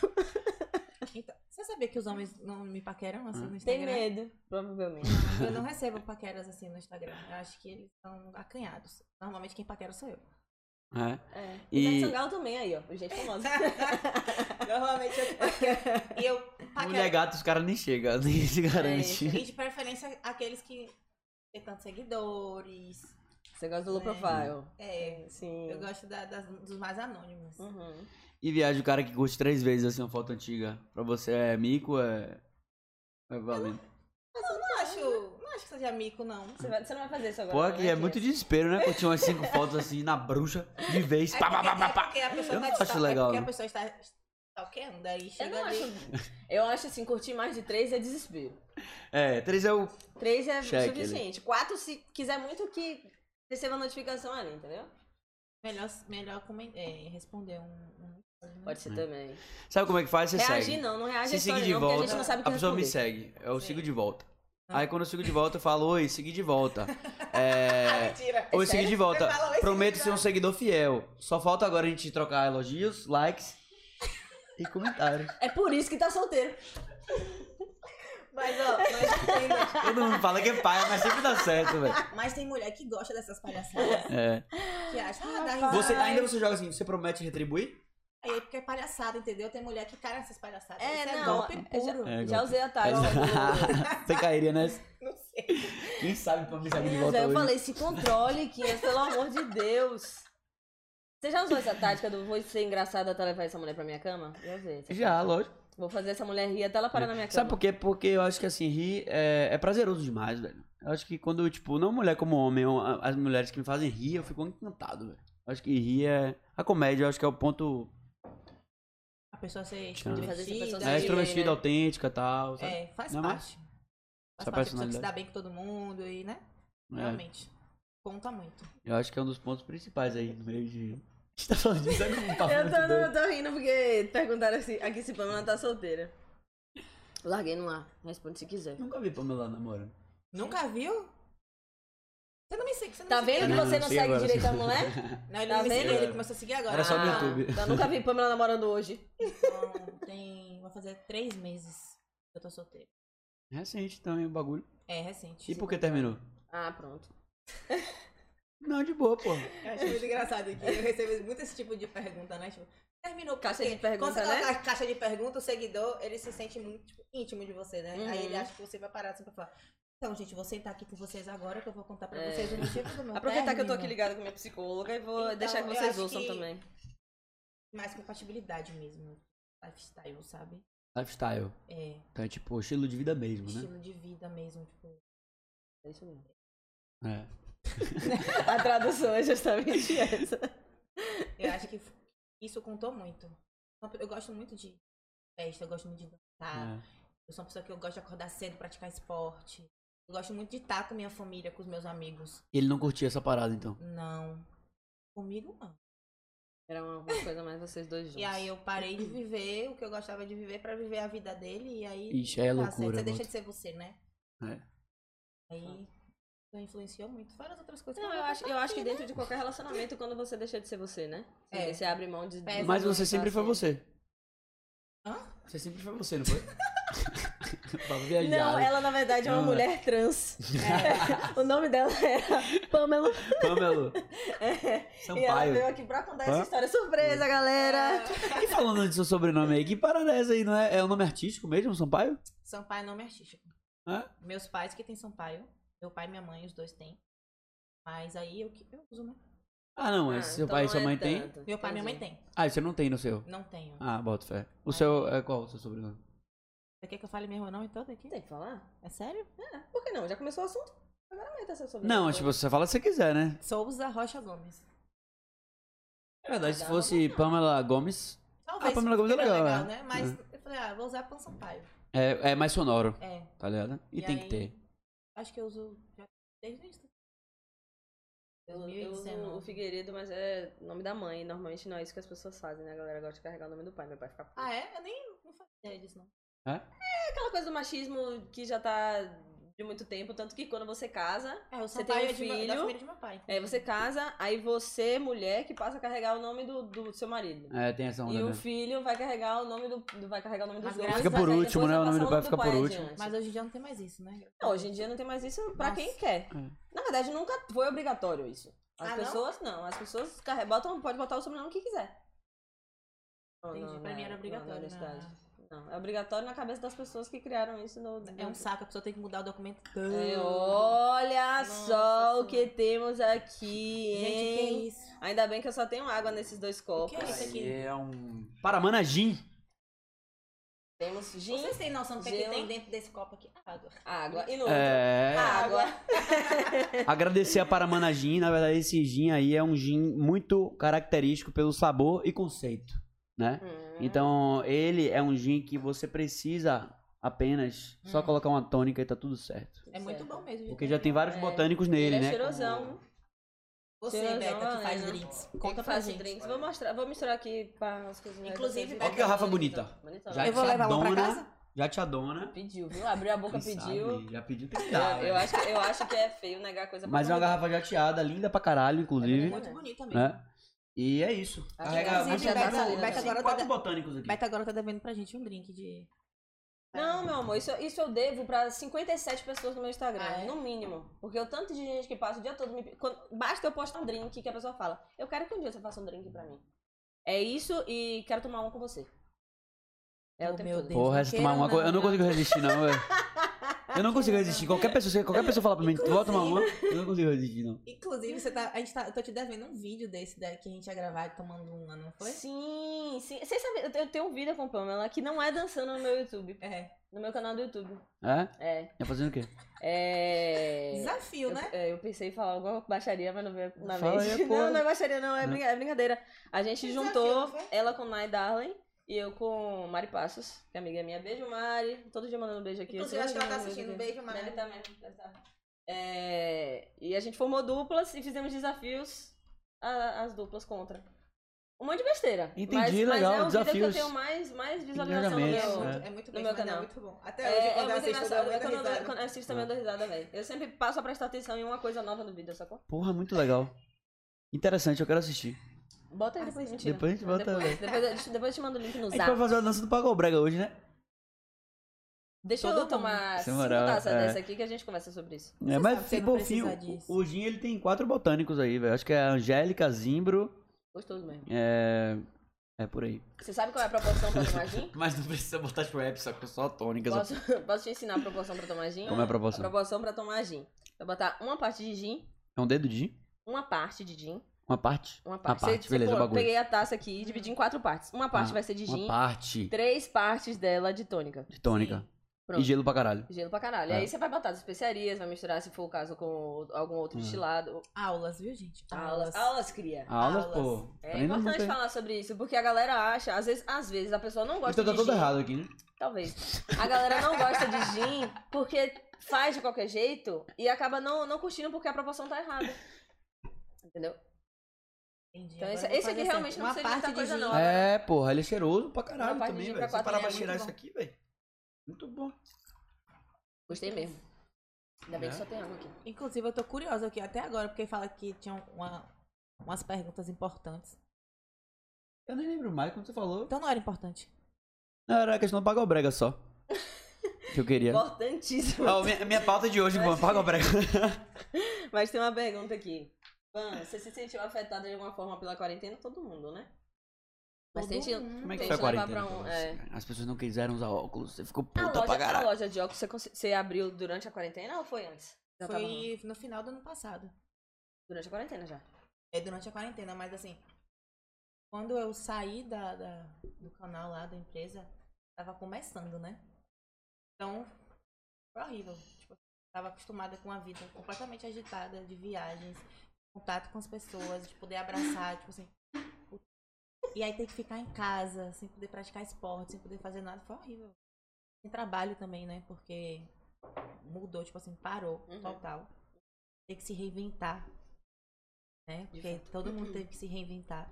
Então, você sabia que os homens não me paqueram assim no
Tem
Instagram?
medo, provavelmente.
Eu não recebo paqueras assim no Instagram. Eu acho que eles são acanhados. Normalmente quem
<laughs>
paquera sou eu.
É.
É.
E-
E... Sangalo também aí, ó. Gente
<laughs>
famosa.
Normalmente eu paquero. E eu
Mulher
paquero.
gato, Um os caras nem chegam, <laughs> nem se garante.
E <laughs> de preferência aqueles que têm tantos seguidores.
Você gosta do low
É.
profile.
É.
Sim.
Eu gosto da- das- dos mais anônimos.
Uhum.
E viaja o cara que curte três vezes assim uma foto antiga. Pra você é mico, é. É valendo.
Não acho, não acho que seja mico, não.
Você, vai- você não vai fazer isso agora.
Pô,
não,
que é muito desespero, né? Curtir umas cinco fotos assim na bruxa, de vez.
É
Pá, pá, pá,
porque-
pá,
é
pá.
porque a pessoa
Eu
tá
não acho
stalk-
legal,
É porque
não.
a pessoa está stalkeando, aí
Eu
chega
não
ali.
acho. <laughs> Eu acho assim, curtir mais de três é desespero.
É, três é o.
Três é
Check
suficiente. Quatro, se quiser muito que receba notificação ali, entendeu?
Melhor, melhor comen- é, responder um. um-
Pode ser
É.
também.
Sabe como é que faz? Você
reagir
segue.
não, não reage
Se
a
seguir
história
de
não, porque a gente
volta,
não sabe é o
a
que
pessoa me
responder.
segue. Eu
Sim.
sigo de volta.
Ah.
Aí quando eu sigo de volta, eu falo, oi, segui de
<laughs>
volta. É.
Ah, Mentira!
Oi, segui de volta.
Você fala, "Oi, segui
Prometo
de
ser um seguidor fiel. Só falta agora a gente trocar elogios, likes e comentários.
<laughs> É por isso que tá solteiro.
Mas, ó, mas
Todo mundo fala que é pai, mas sempre dá certo, velho.
tem, mas tem mulher que gosta dessas palhaçadas.
É.
Que acha, ah, dá risada.
Você, ainda você joga assim, você promete retribuir?
Aí, porque é palhaçada, entendeu? Tem mulher que cara nessas palhaçadas.
É,
Isso é
não,
golpe
eu
puro.
É,
Já
golpe.
usei
<laughs>
a tag.
você cairia, né?
Não sei.
Quem sabe pra me sair de
Deus,
volta
aí É, eu
hoje.
falei, se controle, Quinhas, pelo amor de Deus. Você já usou essa tática do vou ser engraçada até levar essa mulher pra minha cama? Já usei. essa
Já, lógico.
tática. Vou fazer essa mulher rir até ela parar na minha cama.
Sabe por quê? Porque eu acho que assim, rir é, é prazeroso demais, velho. Eu acho que quando, tipo, não mulher como homem, eu- a- as mulheres que me fazem rir, eu fico encantado, velho. Eu acho que rir é. A comédia, eu acho que é o ponto.
A pessoa ser
Tchau.
divertida.
Fazer essa pessoa
É,
Sim,
extrovertida,
né?
autêntica e tal. Sabe?
É, faz
Não é mais?
parte.
Essa
Faz parte. A pessoa que
personalidade.
se dá bem com todo mundo e, né?
É.
Realmente. Conta muito.
Eu acho que é um dos pontos principais aí no meio de. A gente tá falando disso, sabe como tá
<laughs> Eu
falando
tô,
doido?
eu tô rindo porque perguntaram assim, aqui se Pamela tá solteira. Larguei no ar, responde se quiser.
Nunca vi Pamela namorando.
Nunca viu?
Você também sei que você não
Tá
me seguia,
vendo que
né?
você não
sei
segue
agora. assim.
direito a mulher?
Não, ele
Tá
não me
vendo?
seguia, ele começou a seguir agora.
<laughs> É. Era só no
Ah,
YouTube.
Eu nunca vi Pamela namorando hoje.
Então, tem. Vai fazer três meses que eu tô solteira.
Recente também o bagulho.
É, recente.
E por que terminou?
Ah, pronto.
Não, de boa, pô.
Eu
Acho
achei
É muito engraçado que eu recebo muito esse tipo de pergunta, né? Tipo, terminou por
Caixa
quê?
de pergunta,
Quando você
né?
coloca a caixa de pergunta, o seguidor, ele se sente muito tipo, íntimo de você, né?
Uhum.
Aí ele acha que você vai parar assim pra falar. Então, gente, vou sentar aqui com vocês agora que eu vou contar pra
É.
vocês o motivo do meu
Aproveitar que eu tô aqui
término.
ligada com minha psicóloga e vou
Então,
deixar que
eu
vocês
acho
ouçam
que-
também.
Mais compatibilidade mesmo. Lifestyle, sabe?
Lifestyle.
É,
Então é tipo estilo de vida mesmo, né?
estilo de vida mesmo, tipo.
É isso mesmo.
É.
<laughs> A tradução é justamente essa.
Eu acho que
que isso contou muito. Eu gosto muito de festa, eu gosto muito de dançar.
é.
Eu sou uma pessoa que eu gosto de acordar cedo, praticar esporte. Eu gosto muito de estar com minha família, com os meus amigos.
E ele não curtia essa parada, então.
Não. Comigo, não.
Era uma, uma coisa mais vocês dois juntos.
E aí eu parei de viver o que eu gostava de viver pra viver a vida dele. E aí.
Ixi, aí é
tá
loucura,
certo, Você
Bota.
deixa de ser você, né?
É.
Aí. Então influenciou muito. Fora as outras coisas.
Não, eu acho, eu acho que dentro de qualquer relacionamento, quando você deixa de ser você, né? Você,
É.
você abre mão de.
Pesa.
Mas
de-
você sempre foi você.
Hã?
Você sempre foi você, não
<laughs>
foi? né? Tava viajando.
Não, ela na verdade é uma
Não, não.
mulher trans. É. <laughs> o nome dela era Pamela.
Pamelo
É. E ela
Sampaio.
veio aqui pra contar essa
Então, Hã? Hum.
história. Surpresa, galera!
E falando de seu sobrenome aí, que parada é essa aí, não é? É um nome artístico mesmo, Sampaio?
Sampaio é nome artístico.
Hã?
Meus pais que têm Sampaio. Meu pai e minha mãe, os dois têm. Mas aí eu que eu uso, né?
Ah, não, mas
Ah,
seu
então
pai e
não
sua
é
mãe tem.
tanto.
Meu pai e minha mãe
Entendi.
tem.
Ah, você não tem no seu.
Não tenho.
Ah, bota fé. O
Ai.
seu é qual o seu sobrenome?
Você quer que eu fale mesmo não então daqui?
Tem que falar?
É sério?
É, por que não? Já começou o assunto? Agora tá meta essa sobre.
Não, tipo, você fala se você quiser, né?
Souza Rocha Gomes.
É
Ah,
verdade, se fosse Pamela Gomes,
Talvez.
Ah, Pamela Gomes é
seria
legal, né?
né? Mas eu falei, ah, vou usar Pan Sampaio.
é, é mais sonoro,
É.
tá ligado? E, tem
aí,
que ter.
Acho que eu uso já desde o início.
Eu, eu uso o
2019.
Figueiredo, mas é nome da mãe. Normalmente não é isso que as pessoas fazem, né? A galera gosta de carregar o nome do pai. Meu pai fica. puto.
Ah, é? Eu nem não fazia ideia disso, não.
É aquela coisa do machismo que já tá de muito tempo. Tanto que quando você casa,
É, o
Você
Sampaio
tem um
é de ma-
filho,
da família de meu pai.
aí É, você casa, aí você, mulher, que passa a carregar o nome do, do seu marido.
É, tem essa onda
E o
mesmo.
filho vai carregar o nome do. do- Vai carregar o nome dos tá
Mas
dois.
Fica por
mas aí
último,
depois
né?
vai
O nome
passar
do pai fica por último.
adiante.
Mas hoje em dia não tem mais isso, né?
Não, hoje em dia não tem mais isso pra
Nossa.
quem
é.
quer. Na verdade, nunca foi obrigatório isso. As
Ah, não?
pessoas não? as pessoas carre- botam, pode botar o sobrenome que quiser. Não,
Entendi, pra
na-
mim era
na
obrigatório.
universidade.
né?
Não, é obrigatório na cabeça das pessoas que criaram isso no.
É um saco, a pessoa tem que mudar o documento. todo.
É, olha
Nossa
só o
Senhora.
que temos aqui,
Gente, o que é
hein?
isso?
Ainda bem que eu só tenho água nesses dois copos.
que é isso?
Aí é um. Paramana Gin.
Temos gin,
Vocês têm noção do que, é que
Gelo.
tem dentro desse copo aqui? Ah, Água.
água e no outro, Ah,
É.
água.
Agradecer a Paramana Gin. Na verdade, esse gin aí é um gin muito característico pelo sabor e conceito, né?
Hum.
Então, ele é um gin que você precisa apenas só
Hum.
colocar uma tônica e tá tudo certo.
É muito bom mesmo. gente.
Porque já tem vários
É.
botânicos
Ele
nele,
é
né?
cheirosão.
você,
Cheirosão,
Beca, que faz
Helena.
drinks.
Eu
Conta
que
pra
faço
gente.
drinks. Vou mostrar, vou misturar aqui para as coisinhas.
Inclusive,
de vocês.
Olha que garrafa bonita.
Bonitona.
Já
Eu vou
te
levar uma pra
adona,
casa?
Já te adona.
Pediu, viu? Abriu a boca,
Quem
pediu.
sabe, Já pediu tem que dar,
<laughs> Eu, eu
velho.
acho que, eu acho que é feio negar coisa pra
Mas é uma
mulher.
garrafa jateada, linda pra
É
caralho, inclusive.
Muito bonita mesmo.
né? E é isso. Carrega
Inclusive,
muito
Beca-
botânico.
Beca
Tem
agora tá
quatro
de-
botânicos aqui.
Beta agora tá devendo pra gente um drink de.
Não, meu amor, isso, isso eu devo pra 57 pessoas no meu Instagram,
Ah, é?
no mínimo. Porque o tanto de gente que passa o dia todo me. quando- basta eu postar um drink que a pessoa fala: Eu quero que um dia você faça um drink pra mim. É isso e quero tomar um com você. É o
Oh,
tempo
meu
todo.
Deus.
Porra,
não
essa
quero
tomar uma
né,
não,
coisa. Eu não
não.
consigo resistir, não, velho. Eu não consigo resistir. Qualquer pessoa, se qualquer pessoa falar pra mim, tu vai tomar uma, eu não consigo resistir, não.
Inclusive, você tá. A gente tá. Eu tô te devendo um vídeo desse daí que a gente ia gravar tomando uma, não foi?
Sim, sim. Vocês sabem, eu tenho- eu tenho um vídeo com Pamela que não é dançando no meu YouTube,
É.
no meu canal do YouTube.
É?
É.
É fazendo o quê?
É.
Desafio,
Eu,
né?
é, eu pensei em falar alguma baixaria, mas não veio na
Fala aí,
mente. <laughs>
porra.
não, não é baixaria, não, é,
Não.
brinca- é brincadeira. A gente
Desafio,
juntou
não foi?
ela com Nai Darling e eu com Mari Passos, que é amiga minha. Beijo, Mari. Todo dia mandando beijo aqui.
Inclusive,
Eu
acho que
sei
ela tá
mandando
assistindo.
aqui.
Beijo, Mari.
Deve tá mesmo, deve tá. É, E a gente formou duplas e fizemos desafios a- as duplas contra. um monte de besteira.
Entendi,
mas,
legal,
Mas é o vídeo que eu
desafios.
tenho mais, mais visualização no
Engajamentos,
meu.
né?
É muito
No
bem,
meu
mas é
canal.
muito bom. Até hoje,
É, é
quando eu
muito
assisto, eu
né?
engraçado.
dou
Eu,
muita
quando, eu,
risada.
quando eu assisto também eu dou risada, velho. Eu sempre passo a prestar atenção em uma coisa nova no vídeo, sacou?
Porra, muito legal. Interessante, eu quero assistir.
Bota aí depois, Ah, mentira.
Depois a gente bota,
Depois, depois, eu te- depois eu te mando o link no
A gente vai
zap.
fazer a dança do Pagobrega hoje, né?
Deixa
Todo
eu
mundo.
tomar
Sem
cinco
moral,
taças
é.
dessa aqui que a gente conversa sobre isso.
É, mas
sabe que eu
ficou
não preciso
fio.
disso.
O Gin ele tem quatro botânicos aí, velho. Acho que é a Angélica, Zimbro.
Gostoso mesmo.
É. É por aí.
Você sabe qual é a proporção pra
<laughs>
tomar gin?
Mas não precisa botar tipo rap, só só tônicas.
Posso, posso te ensinar a proporção pra tomar gin?
Como é a
A
proporção?
proporção pra tomar gin. Vai botar uma parte de gin,
É um dedo de gin?
uma parte de gin,
Uma parte?
uma parte.
parte, beleza,
pô,
bagulho.
peguei a taça aqui e dividi em quatro partes. Uma parte
Ah,
vai ser de
Uma
gin,
parte
três partes dela de tônica.
de tônica.
Pronto.
E gelo pra caralho.
Gelo pra caralho.
É.
Aí você vai botar as especiarias, vai misturar, se for o caso, com algum outro
Hum.
destilado.
Aulas, viu, gente?
Aulas. Aulas Ah, cria.
Aulas,
Aulas.
pô.
É
Aprenda
importante
muito aí.
falar sobre isso, porque a galera acha, às vezes, às vezes a pessoa não gosta
Então tá
de
todo
gin.
errado aqui, né?
Talvez. A galera não gosta de gin porque faz de qualquer jeito e acaba não, não curtindo porque a proporção tá errada. Entendeu?
Entendi.
Então
Agora
esse-
eu vou
esse aqui
fazer
realmente
sempre.
não precisa de muita coisa,
gin.
não. Agora-
É, porra, ele é cheiroso pra
Uma
caralho
parte de
também,
gin
velho.
pra
Se
quatro
parar
é
pra
muito
cheirar
bom.
isso aqui, velho. Muito bom.
Gostei mesmo. Ainda
É.
bem que só tem água aqui.
É. Inclusive, eu tô curiosa aqui até agora, porque fala que tinha uma- umas perguntas importantes.
Eu nem lembro mais quando você falou.
Então não era importante.
Não, era a questão do pagobrega só. Que eu queria.
Importantíssimo.
Ah, minha, minha pauta de hoje, pô, pagobrega.
Mas tem uma pergunta aqui. Van, você se sentiu afetada de alguma forma pela quarentena? Todo mundo, né? Mas
Todo
tente,
mundo.
Como é que foi
tente
a
levar
quarentena?
pra
pra
um.
você,
é.
cara? As pessoas não quiseram usar óculos. Você ficou
A
puta pra
loja, a
caralho.
loja de óculos você, cons- você abriu durante a quarentena ou foi antes? Já tá tava rolando?
Foi no final do ano passado.
durante a quarentena já.
É durante a quarentena, mas assim, quando eu saí da, da- do canal lá da empresa, tava começando, né? Então, foi horrível. Tipo, tava acostumada com uma vida completamente agitada de viagens, contato com as pessoas, de poder abraçar, tipo assim. putz. E aí ter que ficar em casa, sem poder praticar esporte, sem poder fazer nada, foi horrível. Sem trabalho também, né? Porque mudou, tipo assim, parou
Uhum.
total. Ter que se reinventar né?
De
Porque todo mundo teve que se reinventar.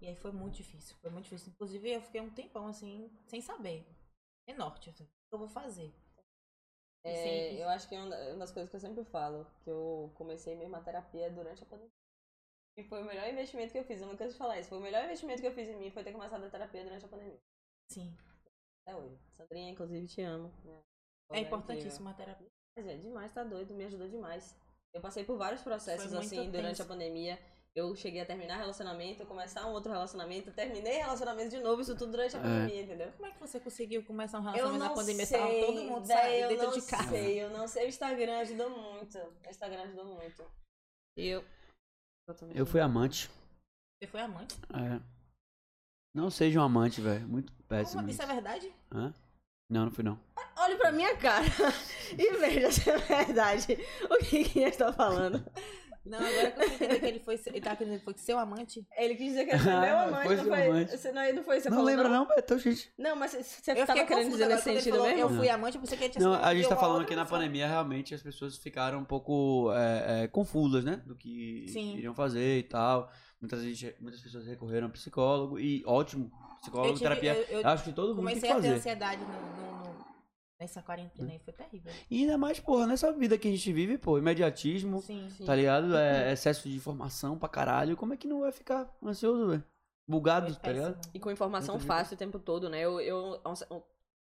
E aí foi muito difícil, foi muito difícil. Inclusive, eu fiquei um tempão assim, sem saber. Sem norte, assim, o que eu vou fazer? E
É,
sem-
eu acho que é uma da- uma das coisas que eu sempre falo, que eu comecei mesmo a terapia durante a pandemia. E foi o melhor investimento que eu fiz, eu não canso de falar isso. Foi o melhor investimento que eu fiz em mim, foi ter começado a terapia durante a pandemia. É
Sim.
Até hoje. Sandrinha, inclusive, te amo. né?
É
Ela
importantíssimo a terapia.
incrível. Mas é demais, tá doido, me ajudou demais. Eu passei por vários processos
Foi muito
assim durante
tenso.
a pandemia. Eu cheguei a terminar relacionamento, começar um outro relacionamento, terminei relacionamento de novo, isso tudo durante a
É.
pandemia, entendeu?
Como é que você conseguiu começar um
Eu
relacionamento
não
na pandemia?
sei,
Tava todo mundo
véi,
saindo
eu
dentro
não
de casa.
sei, eu não sei. O Instagram ajudou muito. O Instagram ajudou muito. E eu...
Eu fui amante.
Você foi amante?
É. Não seja um amante, velho. Muito péssimo.
Como? Isso
isso.
é verdade?
Hã? Não, não fui não.
Olhe pra minha cara <laughs> e veja se é verdade o que que eu estou falando.
Não, agora que eu entendi que ele foi. seu- Ele tá querendo que foi seu amante?
Ele quis dizer que
<laughs>
ele foi meu
Ah,
amante,
foi
não
seu
foi...
amante.
Você não, não foi isso que você
não
falou,
lembra
não?
não, velho. Então, gente.
Não, mas você
Eu
tava
fiquei
querendo
confusa
dizer nesse
agora quando ele
sentido
falou,
mesmo?
Eu fui amante, eu pensei que ele tinha
Não,
sido
a gente
assim, eu
tá falando
outra
que na
pessoa.
pandemia realmente as pessoas ficaram um pouco é, é, confusas, né? Do que
Sim.
iriam fazer e tal. Muitas, gente, muitas pessoas recorreram a psicólogo e ótimo. Psicólogo,
Eu tive-
terapia.
eu- eu
Acho que todo mundo tem que
Comecei a ter
fazer.
ansiedade no- no- no- nessa quarentena aí, foi terrível.
E ainda mais, porra, nessa vida que a gente vive, pô, imediatismo,
Sim, sim. Uhum.
tá ligado? É excesso de informação pra caralho. Como é que não vai ficar ansioso, velho?
É
Bugado, tá ligado?
E com informação
Muita gente.
fácil o tempo todo, né? Eu, eu-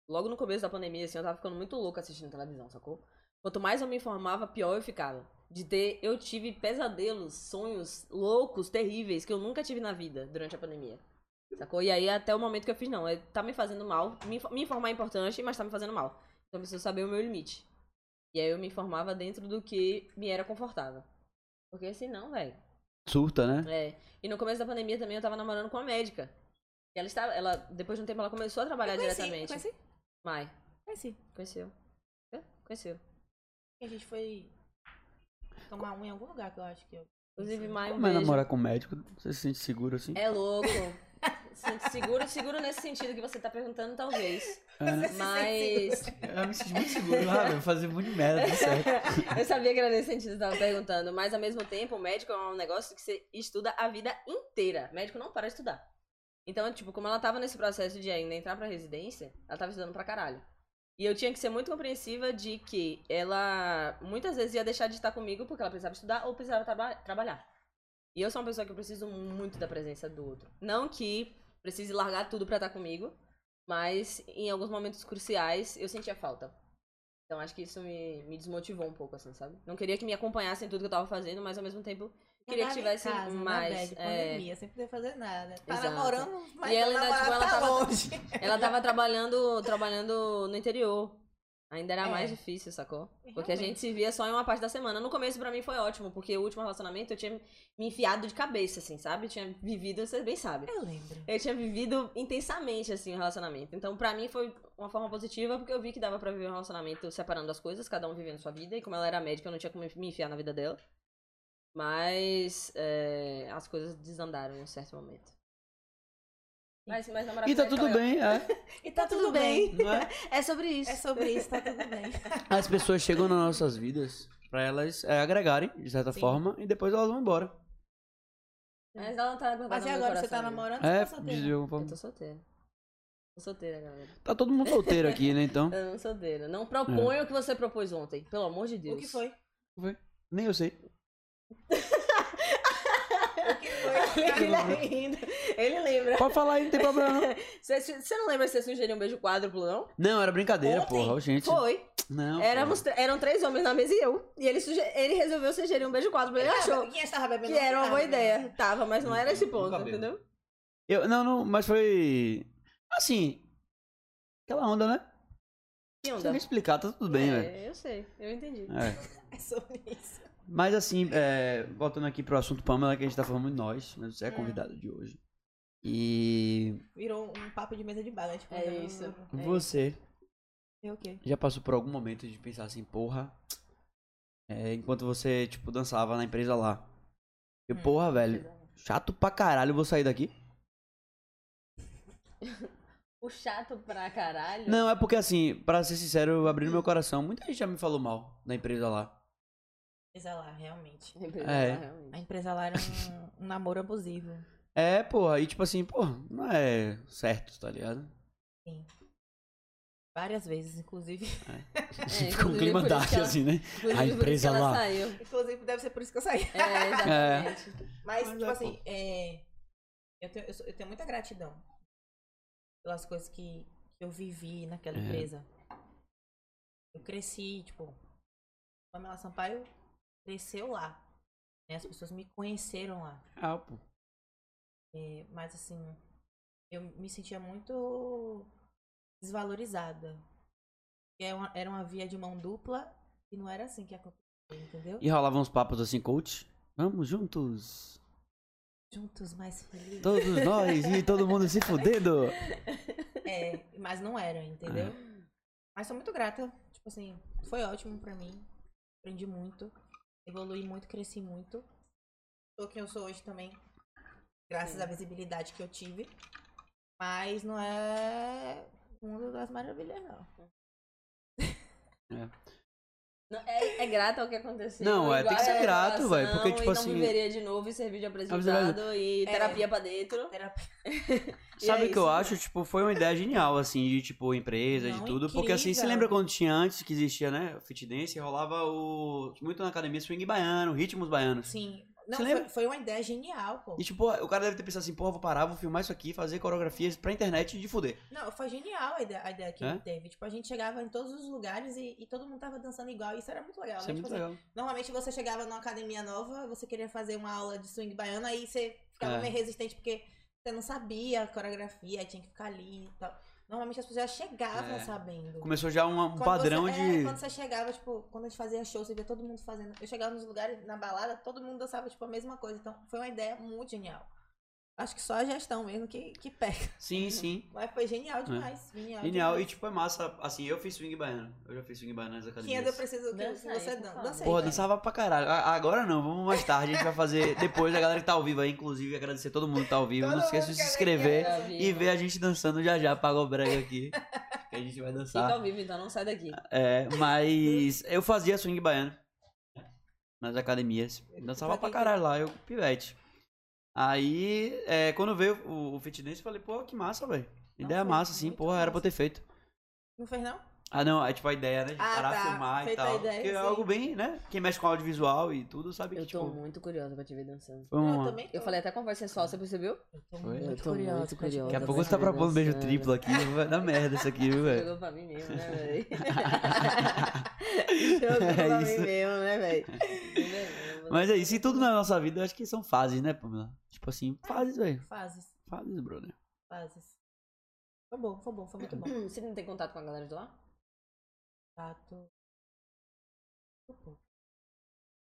logo no começo da pandemia, assim, eu tava ficando muito louca assistindo televisão, sacou? Quanto mais eu me informava, pior eu ficava. De ter, eu tive pesadelos, sonhos loucos, terríveis, que eu nunca tive na vida durante a pandemia. Sacou? E aí, até o momento que eu fiz, não, é- tá me fazendo mal. Me, inf- me informar é importante, mas tá me fazendo mal. Então eu preciso saber o meu limite. E aí eu me informava dentro do que me era confortável. Porque assim, não, velho.
Surta, né?
É. E no começo da pandemia também eu tava namorando com uma médica. E ela estava, ela depois de um tempo ela começou a trabalhar
Conheci,
diretamente.
Conheci,
Mai,
conheci.
conheceu. Hã? Conheceu.
A gente foi tomar um em algum lugar que eu acho que eu.
Inclusive, Mai, um
Como é
beijo.
namorar com médico? Você se sente seguro assim?
É louco. Sente seguro, seguro nesse sentido que você tá perguntando, talvez.
<laughs>
É,
Mas.
Eu me senti muito seguro <laughs> lá, velho. Fazer muito de merda, tudo
<laughs>
certo.
eu sabia que era nesse sentido que você tava perguntando. Mas ao mesmo tempo, o médico é um negócio que você estuda a vida inteira. O médico não para de estudar. Então, tipo, como ela tava nesse processo de ainda entrar pra residência, ela tava estudando pra caralho. E eu tinha que ser muito compreensiva de que ela muitas vezes ia deixar de estar comigo porque ela precisava estudar ou precisava traba- trabalhar. E eu sou uma pessoa que eu preciso muito da presença do outro. Não que precise largar tudo pra estar comigo, mas em alguns momentos cruciais eu sentia falta. Então acho que isso me, me desmotivou um pouco, assim, sabe? Não queria que me acompanhassem em tudo que eu tava fazendo, mas ao mesmo tempo queria que
Tava em
tivesse
casa, na
mais.
bad,
é,
pandemia, sem poder fazer nada. Tá
Exato.
namorando, mas
E ela
o
ainda, tipo,
namorado
ela
tá
tava-
longe.
Ela tava trabalhando, trabalhando no interior. Ainda era
É.
mais difícil, sacou? <laughs>
É,
Porque a gente
Realmente.
se via só em uma parte da semana. No começo, pra mim, foi ótimo, porque o último relacionamento eu tinha me enfiado de cabeça, assim, sabe? Eu tinha vivido, você bem sabe.
Eu lembro.
Eu tinha vivido intensamente, assim, o relacionamento. Então, pra mim, foi uma forma positiva, porque eu vi que dava pra viver um relacionamento separando as coisas, cada um vivendo sua vida. E como ela era médica, eu não tinha como me enfiar na vida dela. Mas é, as coisas desandaram em um certo momento. Mas, mas namorar
E
com
tá
ele
tudo
também é
bem, é.
E tá, tudo, bem.
Não é?
é sobre isso.
É sobre isso, tá tudo bem.
<laughs>
As pessoas chegam nas nossas vidas pra elas é, agregarem, de certa
Sim.
forma, e depois elas vão embora.
Mas ela não tá guardando
Mas e
no meu
agora, você
coração
tá
ainda.
namorando? você
É,
tá solteira?
de alguma
Eu
forma.
tô solteira. Tô solteira, galera.
Tá todo mundo solteiro aqui, né? Então,
Eu não sou solteira. Não proponho
É.
o que você propôs ontem, pelo amor de Deus.
O que foi?
nem eu sei.
O que foi?
<laughs> <laughs> Ele ainda. Ele lembra.
Pode falar aí, não tem
<laughs>
problema não.
Você- Você não lembra se você sugeriu um beijo quádruplo, não?
Não, era brincadeira,
Ontem
porra. Gente,
Foi.
não.
Éramos, tre- eram três homens na mesa e eu. E ele, suge- ele resolveu sugerir um beijo quádruplo. Ele achou
Quem estava bebendo?
que era uma boa
Tava né? bebendo.
ideia. Tava, mas não era esse ponto,
Nunca bebo.
entendeu?
Eu, não, não, mas foi. Assim. Aquela onda, né?
Que
Não sei
onda?
nem explicar, tá tudo bem, velho.
É, eu sei. Eu entendi.
É.
É sobre isso.
Mas assim, é, voltando aqui pro assunto Pamela, que a gente tá falando de nós, mas você é
Hum.
convidado de hoje. E
Virou um papo de mesa de bala. Tipo,
É
eu-
isso.
você
Eu o quê?
já passou por algum momento de pensar assim, porra. é, enquanto você, tipo, dançava na empresa lá. Eu,
Hum,
porra, velho, chato pra caralho, vou sair daqui.
O chato pra caralho.
Não, é porque assim, pra ser sincero, abrindo
Hum.
meu coração, muita gente já me falou mal na empresa lá.
Empresa lá, realmente.
É.
A empresa lá era um, um namoro abusivo.
É, porra, e tipo assim, porra, não é certo, tá ligado?
Várias
<laughs>
vezes, inclusive.
É,
<laughs> Fica um
inclusive
clima
por isso
dark,
que ela-
assim, né?
Inclusive,
A
por isso
empresa
que ela
lá.
saiu.
Inclusive, deve ser por isso que eu saí.
É, exatamente.
Mas,
Mas
tipo
é,
assim, é, eu, tenho, eu, sou- eu tenho muita gratidão pelas coisas que eu vivi naquela
É.
empresa. Eu cresci, tipo, Pamela Sampaio cresceu lá. né? As pessoas me conheceram lá.
Ah, pô.
É, mas assim, eu me sentia muito desvalorizada. Porque Era uma, era uma via de mão dupla e não era assim que acontecia, entendeu?
E rolavam uns papos assim, coach. Vamos juntos,
Juntos mais felizes.
todos nós e todo mundo se fudendo.
É, mas não era, entendeu?
É.
Mas sou muito grata. Tipo assim, foi ótimo pra mim. Aprendi muito. Evolui muito, cresci muito. Sou quem eu sou hoje também. Graças à visibilidade que eu tive. Mas não é o mundo das maravilhas, não.
Não, É, é grato ao que aconteceu.
Não, é,
igual
tem que ser
a
grato,
relação,
velho, porque, tipo
e
assim-
Não viveria de novo e servir de apresentado e
É.
terapia pra dentro.
Terapia
E
Sabe
é
o que eu
isso.
acho? Tipo, foi uma ideia genial, assim, de tipo, empresa, de
Não,
tudo. Porque assim, você
incrível.
lembra quando tinha antes que existia, né? Fit dance, rolava o. Muito na academia swing baiano, ritmos baianos.
Sim. Não,
Você
foi,
lembra?
foi uma ideia genial, pô.
E tipo, o cara deve ter pensado assim, porra, vou parar, vou filmar isso aqui, fazer coreografias pra internet e de fuder.
Não, foi genial a ideia, a ideia que
É?
ele teve. Tipo, a gente chegava em todos os lugares e, e todo mundo tava dançando igual. Isso era muito legal,
Isso
né?
é
Tipo
muito
assim,
legal.
Normalmente você chegava numa academia nova, você queria fazer uma aula de swing baiano, aí você ficava
É.
meio resistente porque você não sabia a coreografia, tinha que ficar ali e tal. Normalmente as pessoas já chegavam
É.
sabendo.
Começou já um, um
Quando
padrão
você, é,
de.
quando você chegava, tipo, quando a gente fazia show, você via todo mundo fazendo. Eu chegava nos lugares, na balada, todo mundo dançava, tipo, a mesma coisa. Então, foi uma ideia muito genial. Acho que só a gestão mesmo que, que pega. <laughs>
Sim, sim.
Mas foi genial demais. Genial.
É. Genial. E
demais.
tipo, é massa. Assim, eu fiz swing baiano. Eu já fiz swing baiano nas
Quem ainda
academias.
precisa né? que
Dança aí,
você
por
dan-
favor.
dança aí,
Porra,
velho.
dançava pra caralho. A- Agora não, vamos mais tarde. A gente vai fazer depois. A galera que tá ao vivo aí, inclusive, agradecer todo mundo que tá ao vivo.
Todo
não esqueça
mundo
de se
que é.
inscrever
Tá vivo.
É. e ver a gente dançando já já. Pagou brega
<laughs>
aqui. que a Ah. gente vai dançar.
Fica ao vivo, então não sai daqui.
É, mas eu fazia swing baiano nas academias. Dançava pra caralho
é?
lá, eu pivete. Aí, é, quando veio o, o fitness, eu falei, pô, que massa, velho. Ideia
Nossa,
massa, assim,
muito
porra, era pra eu
massa.
ter feito.
Não fez não?
Ah, não, é tipo a ideia, né? De
Ah,
parar,
tá.
filmar e
Feita a
tal.
ideia,
porque é
sim.
algo bem, né? Quem mexe com audiovisual e tudo sabe
Eu
que, tipo...
tô muito curiosa pra te ver dançando.
Foi uma...
Eu também tô.
Eu falei até com voz sensual, você percebeu?
Eu tô
Foi?
muito
Eu tô muito
curiosa pra te ver.
curiosa.
Daqui a
Eu
pouco você tá
também
propondo beijo
dançando.
triplo aqui, vai dar merda isso aqui, viu, velho?
Jogou pra mim
<laughs>
mesmo, né, velho? Jogou
É
pra
isso.
mim mesmo, né, velho?
<laughs> Mas é isso, e tudo na nossa vida, eu acho que são fases, né, Pamela? Tipo assim, fases, velho.
Fases,
Fases, brother.
fases. Foi bom, foi bom, foi muito
<clears throat>
bom.
Hum, Você não tem contato com a galera de lá?
Fato. Muito pouco.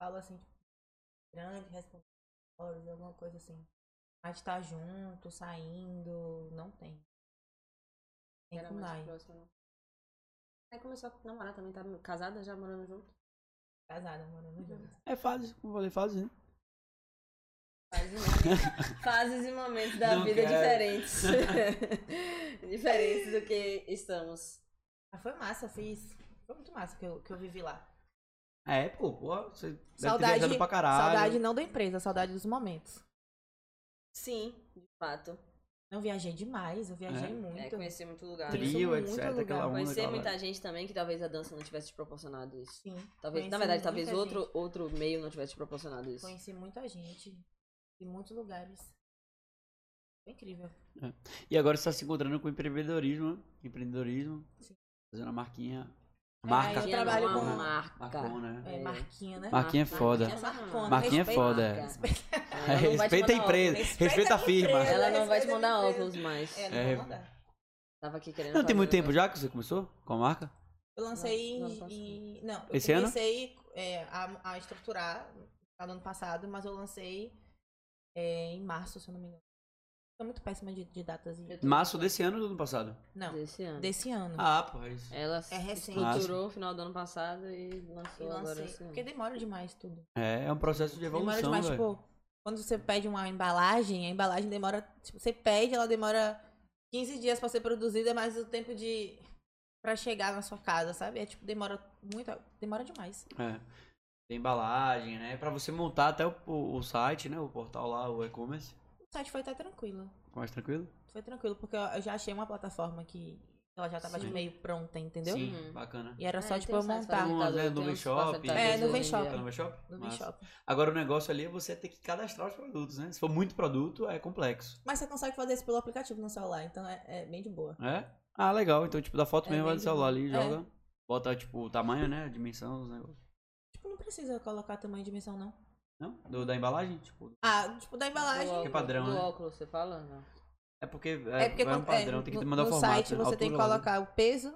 Falo assim, tipo, grande, responsável, alguma coisa assim. Mas tá junto, saindo, não tem. Tem
Era
com
mais
Nai,
próximo, não. Aí começou a namorar também, tá casada, já morando junto.
casada,
Uhum.
morando junto.
É fases, como eu falei, fases, né?
Fases e momentos- um Fases e momentos da
Não
vida
quero.
diferentes. diferentes do que estamos.
Mas foi massa, fiz. Foi muito massa que eu, que eu vivi lá.
É, pô, pô, você deve ter
Saudade-
viajado pra caralho.
Saudade não da empresa, saudade dos momentos.
Sim, de fato.
Não viajei demais, eu viajei
É?
É,
muito.
conhecer muito lugar.
Tri-
trio,
muito
etc,
lugar.
aquela onda.
Conhecer
aquela
muita
vibe.
gente também que talvez a dança não tivesse te proporcionado isso.
Sim.
Talvez, na
conheci
verdade,
muita
talvez
gente.
outro, outro meio não tivesse te proporcionado isso.
Conheci muita gente. De muitos lugares. Foi incrível.
E agora você tá se encontrando com o empreendedorismo, né? empreendedorismo,
Sim.
fazendo a marquinha,
É,
marca,
aí
Imagina
eu trabalho
uma
com-
marca.
marcon, né?
É,
É. <laughs>
Marquinha, né?
Marquinha é foda.
Marcona.
Marquinha é
Respeita-
foda, é.
Ela não vai te
respeita a
mandar
empresa,
óculos.
respeita, a firma.
empresa.
Ela não vai te
<laughs> Respeita a
mandar
empresa.
óculos mais.
É, não
É.
vou mandar.
Tava aqui querendo.
Não tem
fazer
muito
um
tempo
negócio.
já que você começou com a marca?
Eu lancei
Não, não
em-
posso.
em. Não, eu
Esse ano?
comecei é, a, a estruturar tá no final do ano passado, mas eu lancei é, em março, se eu não me engano. Tô muito péssima de, de datas. e-
Eu tô-
Março desse ano ou do ano passado?
Não,
Desse ano.
desse ano.
Ah, pô, é isso.
Ela
É recente.
estruturou no final do ano passado e
Eu
lançou agora
lancei.
esse ano.
Porque demora demais tudo.
É, é um processo de
demora
evolução,
demais,
velho.
tipo, quando você pede uma embalagem, a embalagem demora, tipo, você pede, ela demora 15 dias pra ser produzida, mas o tempo de para chegar na sua casa, sabe? É tipo, demora muito, demora demais.
É. Tem embalagem, né? Pra você montar até o, o- o site, né? O portal lá, o e-commerce.
O site foi até tranquilo.
Ficou Mais tranquilo?
Foi tranquilo porque eu já achei uma plataforma que ela já tava
Sim.
de meio pronta, entendeu?
Sim,
Uhum.
bacana.
E era só
É,
tipo
tem
eu
uns sites
montar
Um,
facilitadores,
né,
tem
Nuvem
uns
Shop.
facilitadores
É, Nuvem
hoje em dia.
Tá
Shop.
no Shop?
no
Massa.
Bishop.
Agora o negócio ali é você ter que cadastrar os produtos, né? Se for muito produto, é complexo.
Mas você consegue fazer isso pelo aplicativo no celular, então é, é bem de boa.
É? Ah, legal. Então, tipo, da foto
É
mesmo, vai do
bem É.
celular ali,
legal.
joga. Bota, tipo, o tamanho, né? A dimensão dos negócios.
Tipo, não precisa colocar tamanho e dimensão não.
Não? Do, da embalagem? Tipo.
Ah, tipo da
Do
embalagem
óculos-
padrão,
do
né?
óculos, você fala? Não.
É porque
É
é,
porque
vai um
quando-
padrão,
é,
tem que
no-
mandar o
no
formato.
site
né?
você
Altura,
tem que
largura.
colocar o peso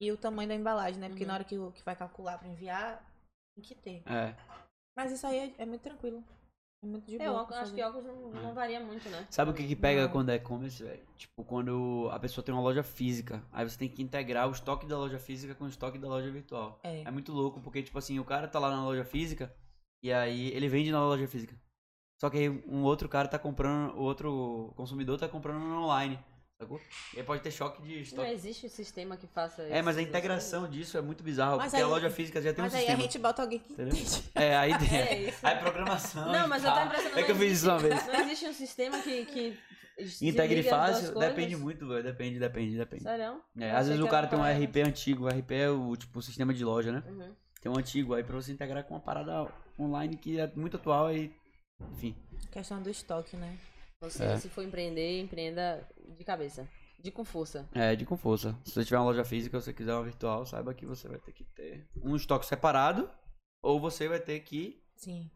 e o tamanho da embalagem, né? Porque
Uhum.
na hora que, o- que vai calcular pra enviar, tem que ter.
É.
Mas isso aí é, é muito tranquilo. É muito de
É,
boa.
óculos, acho que óculos não, não varia muito, né?
Hum. Sabe o que, que pega
Não.
quando é e-commerce, velho? Tipo, quando a pessoa tem uma loja física. Aí você tem que integrar o estoque da loja física com o estoque da loja virtual.
É.
É muito louco, porque, tipo assim, o cara tá lá na loja física e aí ele vende na loja física. Só que aí um outro cara tá comprando, o outro consumidor tá comprando online. Sacou? E aí pode ter choque de
Não
estoque.
existe um sistema que faça isso.
tá- É, mas a
isso.
integração disso é muito bizarro,
Mas
porque a
aí-
loja física já tem
Mas
um
aí
sistema.
a gente bota alguém que
Entendeu? <laughs>
entende. <laughs>
É, aí tem.
É
<laughs>
isso.
Aí programação. e
Não, mas eu tô
pá.
impressionada.
É que eu fiz isso uma vez.
<laughs> Não existe um sistema que. que
Integre
desliga as duas
fácil,
coisas?
depende muito, velho. Depende, depende, depende.
Sério?
É, às
Eu achei
vezes o
que
cara
era
tem um
parada.
RP antigo, o RP é o tipo o sistema de loja, né?
Uhum.
Tem um antigo aí pra você integrar com uma parada online que é muito atual e. Enfim.
Questão do estoque, né?
Ou
É.
seja, se for empreender, empreenda de cabeça. De com força.
É, de com força. Se você tiver uma loja física ou você quiser uma virtual, saiba que você vai ter que ter um estoque separado ou você vai ter que
Sim.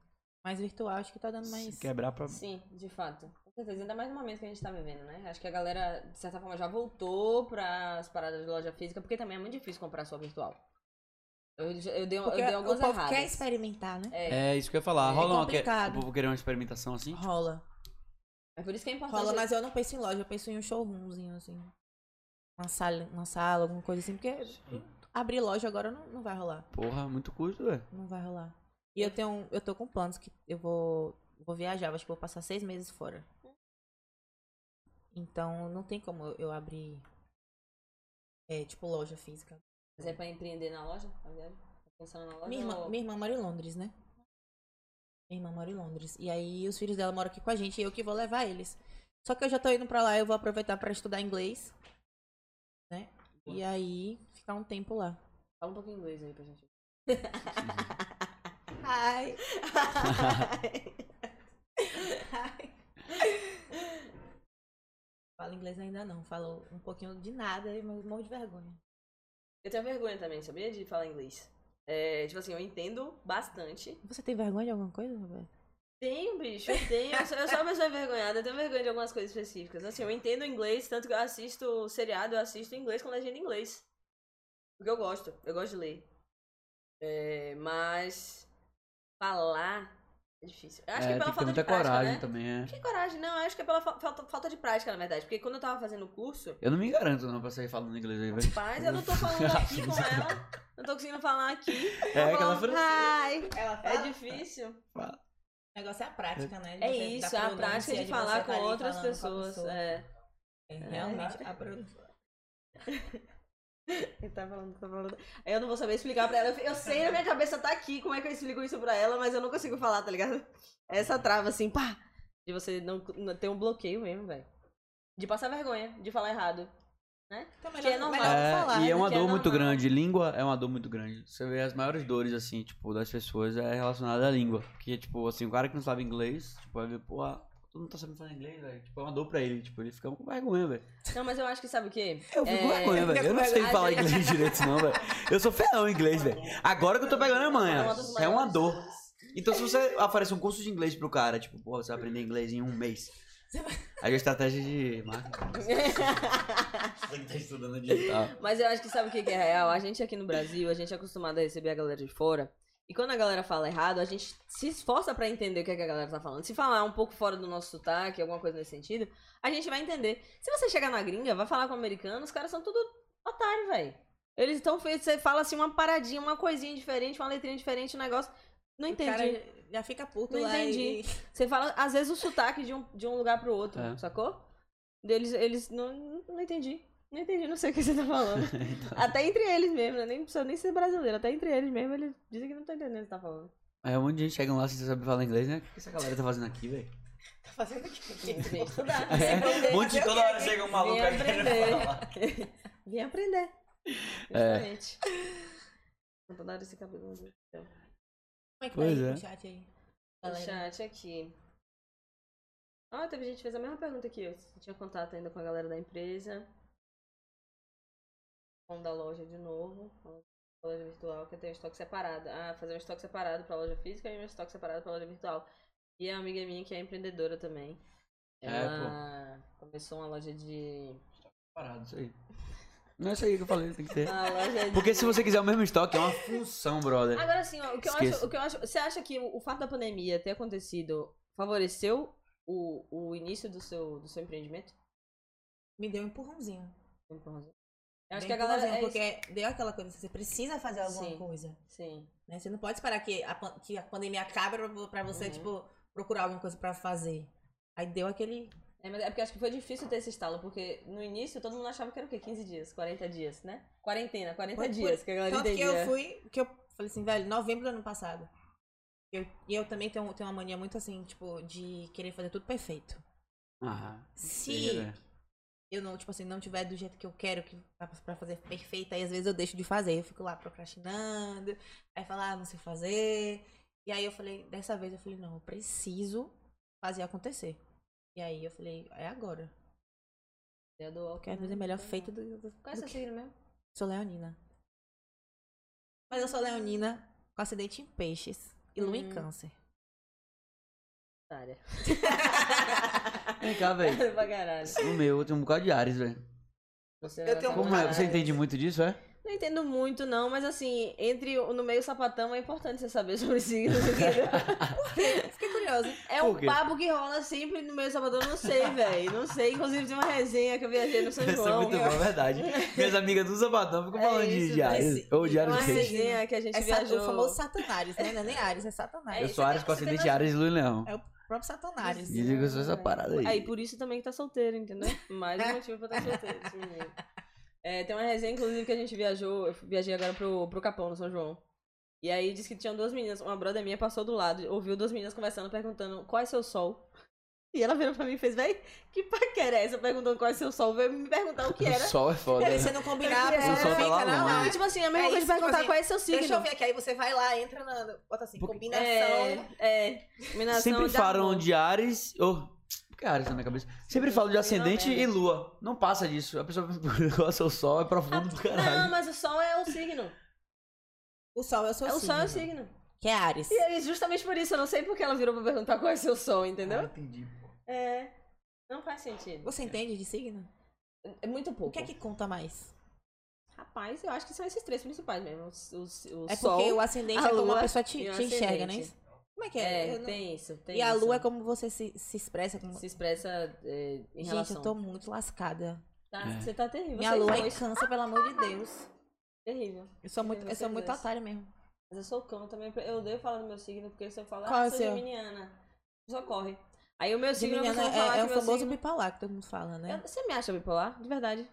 Mas virtual acho que tá dando mais.
se quebrar pra.
Sim, de fato. Com certeza, ainda mais no momento que a gente tá vivendo, né? Acho que a galera, de certa forma, já voltou pras paradas de loja física, porque também é muito difícil comprar só virtual. Eu, eu, dei, eu
Porque
dei
o
algumas
povo
erradas.
quer experimentar, né?
É isso que eu ia falar.
É
Rola uma. que-
complicado.
O povo querer uma experimentação assim?
Rola.
É por isso que é importante.
Rola, mas eu não penso em loja, eu penso em um showroomzinho, assim. Uma sala, uma sala, alguma coisa assim, porque abrir loja agora não, não vai rolar.
Porra, muito custo, velho.
Não vai rolar. E
É.
eu tenho. um, Eu tô com planos que eu vou. Vou viajar, acho que vou passar seis meses fora. Então não tem como eu- eu abrir. É, tipo, loja física.
Mas é pra empreender na loja? Tá ligado? Tá pensando na loja?
Minha irmã,
ou-
minha irmã mora em Londres, né? Minha irmã mora em Londres. E aí os filhos dela moram aqui com a gente e eu que vou levar eles. Só que eu já tô indo pra lá, eu vou aproveitar pra estudar inglês. Né? E aí ficar um tempo lá.
Fala um pouquinho inglês aí pra gente.
Ai. Falo inglês ainda não, falo um pouquinho de nada, mas morro de vergonha.
Eu tenho vergonha também, sabia? De falar inglês. É, tipo assim, eu entendo bastante.
Você tem vergonha de alguma coisa, Roberto?
Tenho, bicho, eu tenho. Eu sou, eu sou uma pessoa envergonhada, eu tenho vergonha de algumas coisas específicas. Assim, eu entendo inglês, tanto que eu assisto seriado, eu assisto em inglês com legenda em inglês. Porque eu gosto, eu gosto de ler. É, mas falar é difícil. Eu <laughs> acho que
é,
é
tem
pela
que ter
falta de
muita
prática,
coragem
né?
também, é.
Que coragem, não, eu acho que é pela fa- falta, falta de prática, na verdade. Porque quando eu tava fazendo o curso,
Eu não me garanto não pra sair falando inglês
<laughs>
aí, velho.
Rapaz, eu não tô
<laughs>
falando aqui com ela. Não tô conseguindo falar aqui.
É
Vou
aquela
falar,
frase.
Ai,
Ela
é difícil.
O negócio é a prática, né?
É isso, é a prática de falar
tá
com outras pessoas. É.
Realmente, a produção.
Ele tá falando, tá falando. Aí Eu não vou saber explicar pra ela. Eu- Eu sei, na minha cabeça tá aqui como é que eu explico isso pra ela, mas eu não consigo falar, tá ligado? Essa trava assim, pá! De você não, não ter um bloqueio mesmo, velho. De passar vergonha, de falar errado.
Então,
Que é normal.
melhor não
É,
falar,
e
né?
é uma
que é
dor muito
normal.
grande. Língua é uma dor muito grande. Você vê as maiores dores, assim, tipo, das pessoas é relacionada à língua. Porque, tipo, assim, o cara que não sabe inglês, tipo, vai ver, pô, ah, tu não tá sabendo falar inglês, velho. Tipo, é uma dor pra ele. Tipo, ele fica com vergonha, velho.
Não, mas eu acho que sabe o quê?
Eu fico com
É,
vergonha, velho. Eu não sei
vergonha.
falar
<laughs>
inglês direito, não, velho. Eu sou ferrão em inglês, velho. Agora que eu tô pegando a manha.
uma das
É uma
maiores
dor. Então, se você oferece um curso de inglês pro cara, tipo, pô, você vai aprender inglês em um mês. Aí a estratégia de marketing.
<laughs>
Você que tá estudando digital.
Mas eu acho que sabe o que que é real? A gente aqui no Brasil, a gente é acostumado a receber a galera de fora. E quando a galera fala errado, a gente se esforça pra entender o que, é que a galera tá falando. Se falar um pouco fora do nosso sotaque, alguma coisa nesse sentido, a gente vai entender. Se você chegar na gringa, vai falar com o americano, os caras são tudo otário, velho. Eles estão feitos, você fala assim uma paradinha, uma coisinha diferente, uma letrinha diferente, um negócio. Não
O
entendi.
cara já fica puto
Não
lá
entendi.
e...
Você fala, às vezes, o sotaque de um, de um lugar pro outro,
É.
sacou? Eles, eles não, não entendi. Não entendi, não sei o que você
<laughs>
tá falando.
Então.
Até entre eles mesmo, né? Nem precisa nem ser brasileiro. Até entre eles mesmo, eles dizem que não estão entendendo o que você tá falando. <laughs>
É, um monte de gente chega lá sem saber falar inglês, né? O que essa galera tá fazendo aqui, velho?
<laughs> Tá fazendo o quê?
Vem
É, um monte de toda hora chega um maluco
Vem
aí querendo falar.
aprender. Vem aprender.
É.
Justamente. Não vou dar esse cabelo.
Como é que
Pois
tá aí
é.
o chat aí?
O
Galera?
chat aqui. Ah, teve gente que fez a mesma pergunta que eu. Se tinha contato ainda com a galera da empresa. Falando da loja de novo. falando da Loja virtual, que tem um estoque separado. Ah, fazer um estoque separado pra loja física e um estoque separado pra loja virtual. E a amiga minha que é empreendedora também.
É,
Ela começou uma
<laughs>
loja de.
Parado, isso aí. Não é isso aí que eu falei, tem que ter.
Uma loja de.
Porque se você quiser o mesmo estoque, é uma função, brother.
Agora sim, ó, o que, eu
Esqueça.
acho, o que eu acho. Você acha que o, o fato da pandemia ter acontecido favoreceu o, o início do seu, do seu empreendimento?
Me deu um empurrãozinho.
Eu acho
Bem
que a galera.
empurrãozinho,
É isso.
Porque deu aquela coisa, você precisa fazer alguma
Sim.
coisa.
Sim.
né? Você não pode esperar que a, pan- que a pandemia acabe pra- pra você,
Uhum.
tipo, procurar alguma coisa pra fazer. Aí deu aquele...
É, mas é porque acho que foi difícil ter esse estalo, porque no início todo mundo achava que era o quê? 15 dias, 40 dias, né? Quarentena, 40
Foi por-
dias, que a galera
Tanto que
entendia.
eu fui, que eu falei assim, velho, novembro do ano passado. Eu- E eu, também tenho, tenho uma mania muito assim, tipo, de querer fazer tudo perfeito.
Ah,
Se
né?
eu não, tipo assim, não tiver do jeito que eu quero que pra- pra fazer perfeito, aí às vezes eu deixo de fazer, eu fico lá procrastinando, aí falar, ah, não sei fazer. E aí eu falei, dessa vez eu falei, não, eu preciso fazer acontecer. E aí eu falei, é agora.
Eu dou álcool,
Porque às vezes é
né?
melhor
Então,
feito do, do,
Qual é
do
seu
que...
signo mesmo?
Sou leonina. Mas eu sou leonina com acidente em peixes e lua em
Hum. <laughs>
câncer.
Otária.
Vem cá, velho.
<laughs> pra caralho.
O meu, eu tenho um bocado de Ares, velho.
Você
Eu tenho
vai
um
Como é?
caralho.
Você entende muito disso, é?
Não entendo muito, não, mas assim, entre o- no meio sapatão é importante você saber <laughs> sobre signos.
<laughs>
entendeu?
Fiquei curiosa.
É
Por
um
quê?
papo que rola sempre no meio sapatão,
<laughs>
não sei, velho. Não sei. Inclusive, tem uma resenha que eu viajei no São
Isso é
João.
muito bom, é verdade. Minhas amigas do Sabadão ficam
É
falando de
isso,
diários.
esse-
Ou diários
uma
de peixe.
resenha que a gente
É sat...
viajou.
o famoso Satanás, né? Não é nem Ares, é
É
Satanás.
Eu
isso,
sou Ares
você
com
tem
acidente de
noção.
Ares e Lua em Leão.
É o próprio Satanás.
Dizem que eu sou essa parada aí.
né? Aí, por isso também que tá solteiro, entendeu? Mais um motivo pra estar solteiro, esse menino. né? É, tem uma resenha, inclusive, que a gente viajou. Eu viajei agora pro, pro Capão, no São João. E aí disse que tinham duas meninas. Uma brother minha passou do lado, ouviu duas meninas conversando, perguntando qual é seu sol. E ela virou pra mim e fez, véi, que paquera é essa? Perguntando qual é seu sol. Veio me perguntar o que
O
era.
sol é foda,
Aí
né?
você não combinar,
É,
a pessoa
o sol
tá
fica
lá
na
longe.
lá.
É tipo assim, a mesma
É
coisa de
isso, tipo
perguntar
assim,
qual é seu signo.
Deixa eu ver aqui. Aí você vai lá, entra na. Bota assim,
Porque-
combinação.
É, é. Combinação
Sempre um
de
falam
amor.
de Ares. Oh, que Ares na minha cabeça? Sempre falam de ascendente
merda.
e lua. Não passa disso. A pessoa <laughs> gosta do sol, é profundo do
Ah, Não,
caralho.
mas o sol é o signo.
O sol é o seu
É o sol é o
signo.
signo.
Que é Ares.
E aí, justamente por isso, eu não sei porque ela virou pra perguntar qual é seu sol,
Ah,
entendeu?
entendi. pô.
É. Não faz sentido.
Você entende de signo?
É muito pouco.
O que é que conta mais?
Rapaz, eu acho que são esses três principais mesmo. O, o, o
É
sol.
porque o ascendente
a
é como
lua
a pessoa te,
e o
te enxerga, não é
ascendente.
isso? Como é que é?
É,
Eu não-
tem isso. Tem
E a
isso.
lua é como você se, se expressa. Como...
Se expressa é, em
Gente,
relação.
eu tô muito lascada.
Tá,
É.
Você tá terrível.
Minha
Vocês
lua é
dois,
câncer, pelo amor de Deus.
terrível.
Eu sou muito, eu
vocês
sou muito
dois.
otária mesmo.
Mas eu sou cão também. Eu odeio falar do meu signo, porque se eu falar,
Qual
ah,
é o
sou
seu?
geminiana. Só corre. Aí o meu signo eu
Geminiano
costumo falar
é, é
que
o
meu
famoso
signo-
bipolar que todo mundo fala, né?
Eu- Você me acha bipolar? De verdade.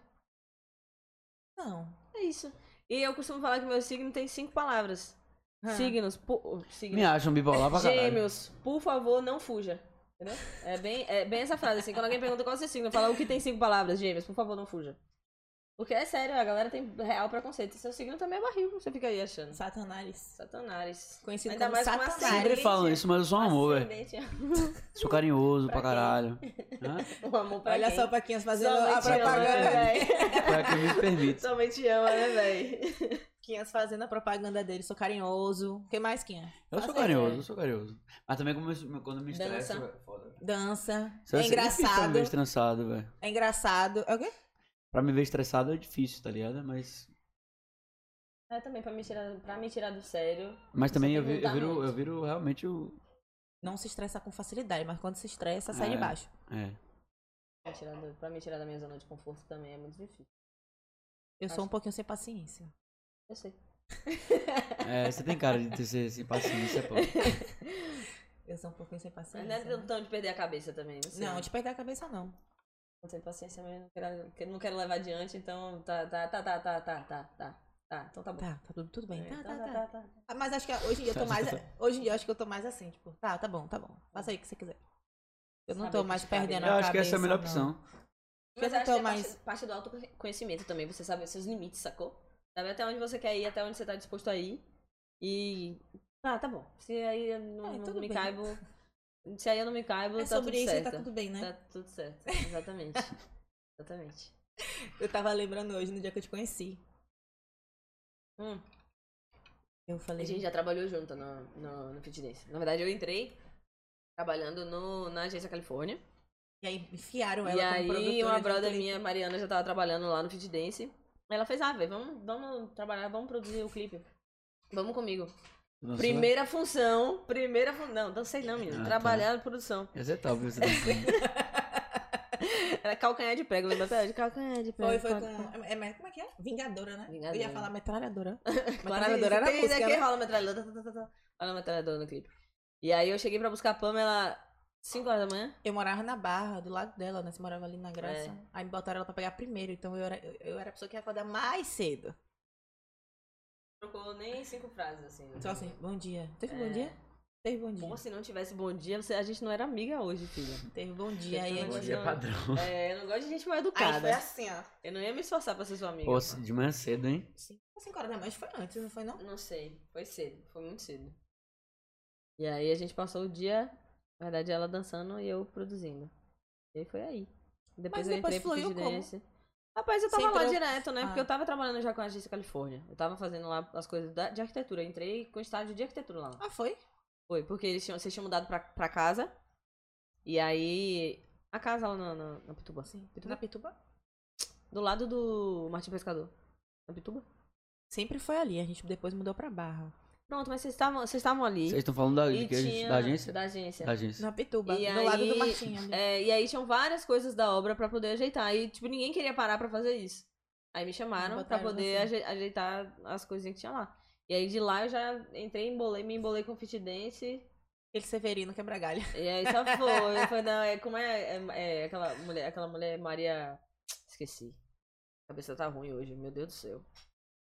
Não.
É isso. E eu costumo falar que meu signo tem cinco palavras.
Ah.
Signos, pu-
Me
signos.
acham bipolar pra caralho.
Gêmeos, por favor, não fuja. Entendeu? É bem, é bem essa frase, assim. Quando alguém pergunta qual é o seu signo, fala o que tem cinco palavras, gêmeos, por favor, não fuja. Porque é sério, a galera tem real preconceito. Seu signo também é barril, você fica aí achando.
Satanás.
Satanares.
Conhecido
Ainda
como
mais com
Satanás.
ascendente.
Sempre falam isso, mas eu sou um amor, velho.
Ascendente,
Sou carinhoso pra,
Pra quem? <laughs>
caralho. Hã?
Um amor pra
Olha
quem?
só o Paquinhas fazendo a
Somente ama,
propaganda.
né, véi?
Pra quem me permite.
Somente ama, né, véi?
Quinhas é fazendo a propaganda dele. Sou carinhoso. O que mais, Quinhas?
Eu sou
Faça aí,
carinhoso,
né?
eu sou carinhoso. Mas também como eu- quando eu me estresso,
Dança.
é foda.
Dança.
Isso difícil né? Pra
é
me
engraçado.
ver estressado, velho.
É engraçado. É o quê?
Pra me ver estressado é difícil, tá ligado? Mas
É também pra me tirar, pra me tirar do sério.
Mas
Você
também
tem
eu,
que
vi- eu
mudar
viro,
muito.
eu viro realmente o.
Não se estressar com facilidade, mas quando se estressa, sai
É.
de baixo.
É.
Pra, me tirar do- pra me tirar da minha zona de conforto também é muito difícil.
Eu
Acho-
sou um pouquinho sem paciência.
Eu sei.
É, você tem cara de ter esse, esse paciência, pô.
É,
Eu sou um pouquinho sem
Mas
paciência.
não é
né?
tão de perder a cabeça também. Não, sei.
Não, de perder a cabeça não.
Não tenho paciência mesmo, não quero, não quero levar adiante, então tá, tá, tá, tá, tá, tá, tá, tá. Tá, então tá bom.
Tá, tá tudo, tudo bem.
É,
Tá,
tá,
tá, tá.
tá, tá, tá.
Ah, Mas acho que hoje em dia eu tô mais. Hoje em dia eu acho que eu tô mais assim, tipo, tá, tá bom, tá bom. Faça aí o que você quiser. Eu não
Saber
tô
que
mais
te cabe,
perdendo
né?
a
eu
cabeça.
acho que essa é a melhor
não.
opção.
Mas
eu
acho que é
tô mais-
parte, parte do autoconhecimento também, você sabe seus limites, sacou? Sabe até onde você quer ir, até onde você tá disposto a ir. E.
Ah,
Tá, tá bom. Se aí eu não,
É,
não
tudo
me
bem.
caibo. Se aí eu não me caibo,
É
tá
sobre
tudo
isso e
certo.
tá tudo bem, né?
Tá tudo certo.
<laughs>
Exatamente. Exatamente.
Eu tava lembrando hoje, no dia que eu te conheci.
Hum.
Eu
A
falei.
gente já trabalhou junto no, no, no Fitness. Na verdade, eu entrei trabalhando no, na agência Califórnia.
E aí enfiaram ela
E
como
aí,
produtora
uma
de
brother
conteúdo.
minha, Mariana, já tava trabalhando lá no Fit Dance. Ela fez, ah, velho, vamos, vamos trabalhar, vamos produzir o clipe. Vamos comigo.
Dançou?
Primeira função, primeira função. Não, dancei não, menino.
Ah, tá.
Trabalhar na produção.
Essa é top, viu? Você dançando.
Era calcanhar de prego, lembra até hoje? Calcanhar de prego.
Foi, foi com. É, mas como é que é? Vingadora, né? Eu ia
Vingadora.
falar metralhadora.
<laughs> Metralhadora era a música, que
música, né?
rola metralhadora. tá, tá, tá, tá. Olha a metralhadora no clipe. E aí eu cheguei pra buscar a Pamela 5 horas da manhã.
Eu morava na Barra, do lado dela, né? Você morava ali na Graça.
É.
Aí me botaram ela pra pegar primeiro, então eu era, eu, eu era a pessoa que ia acordar mais cedo.
Trocou nem cinco frases, assim. né?
Então assim, bom dia. Teve bom
É.
dia? Teve bom dia.
Pô, se não tivesse bom dia, você- a gente não era amiga hoje,
<laughs>
filha.
Teve bom dia. Aí,
Teve
a
bom
Bom
gente-
dia, padrão.
É, eu não gosto de gente mal
aí foi
educada.
assim, ó.
Eu não ia me esforçar pra ser sua amiga.
Pô, se- de manhã cedo, hein?
5 horas da manhã, acho que foi antes, não foi não?
Não sei. Foi cedo. Foi muito cedo. E aí a gente passou o dia, na verdade, ela dançando e eu produzindo. E aí foi aí. Depois
Mas
eu
depois
entrei pro
fluiu como?
Fitness. Rapaz, eu
Você
tava lá
entrou-
direto, né? Porque
Ah.
eu tava trabalhando já com a agência Califórnia. Eu tava fazendo lá as coisas da- de arquitetura. Eu entrei com estágio de arquitetura lá.
Ah, foi?
Foi, porque eles tinham, vocês tinham mudado pra, pra casa. E aí. A casa lá na, na,
Assim,
na Pituba.
Sim.
Pituba?
Na Pituba?
Do lado do Martin Pescador. Na Pituba?
Sempre foi ali, a gente depois mudou pra Barra.
Pronto, mas vocês estavam vocês estavam ali.
Vocês estão falando da,
e
de que a gente-
tinha-
da agência?
Da agência.
Da agência.
Na Pituba,
E
do lado do
aí,
Martinho. ali.
É, e aí tinham várias coisas da obra pra poder ajeitar. E, tipo, ninguém queria parar pra fazer isso. Aí me chamaram pra
Botaram
poder
você.
aje- ajeitar as coisinhas que tinha lá. E aí de lá eu já entrei, embolei, me embolei com fit dance.
Aquele Severino quebra galho.
E aí só foi. foi não, é, como é, é- é aquela mulher, aquela mulher Maria. Esqueci. A cabeça tá ruim hoje, meu Deus do céu.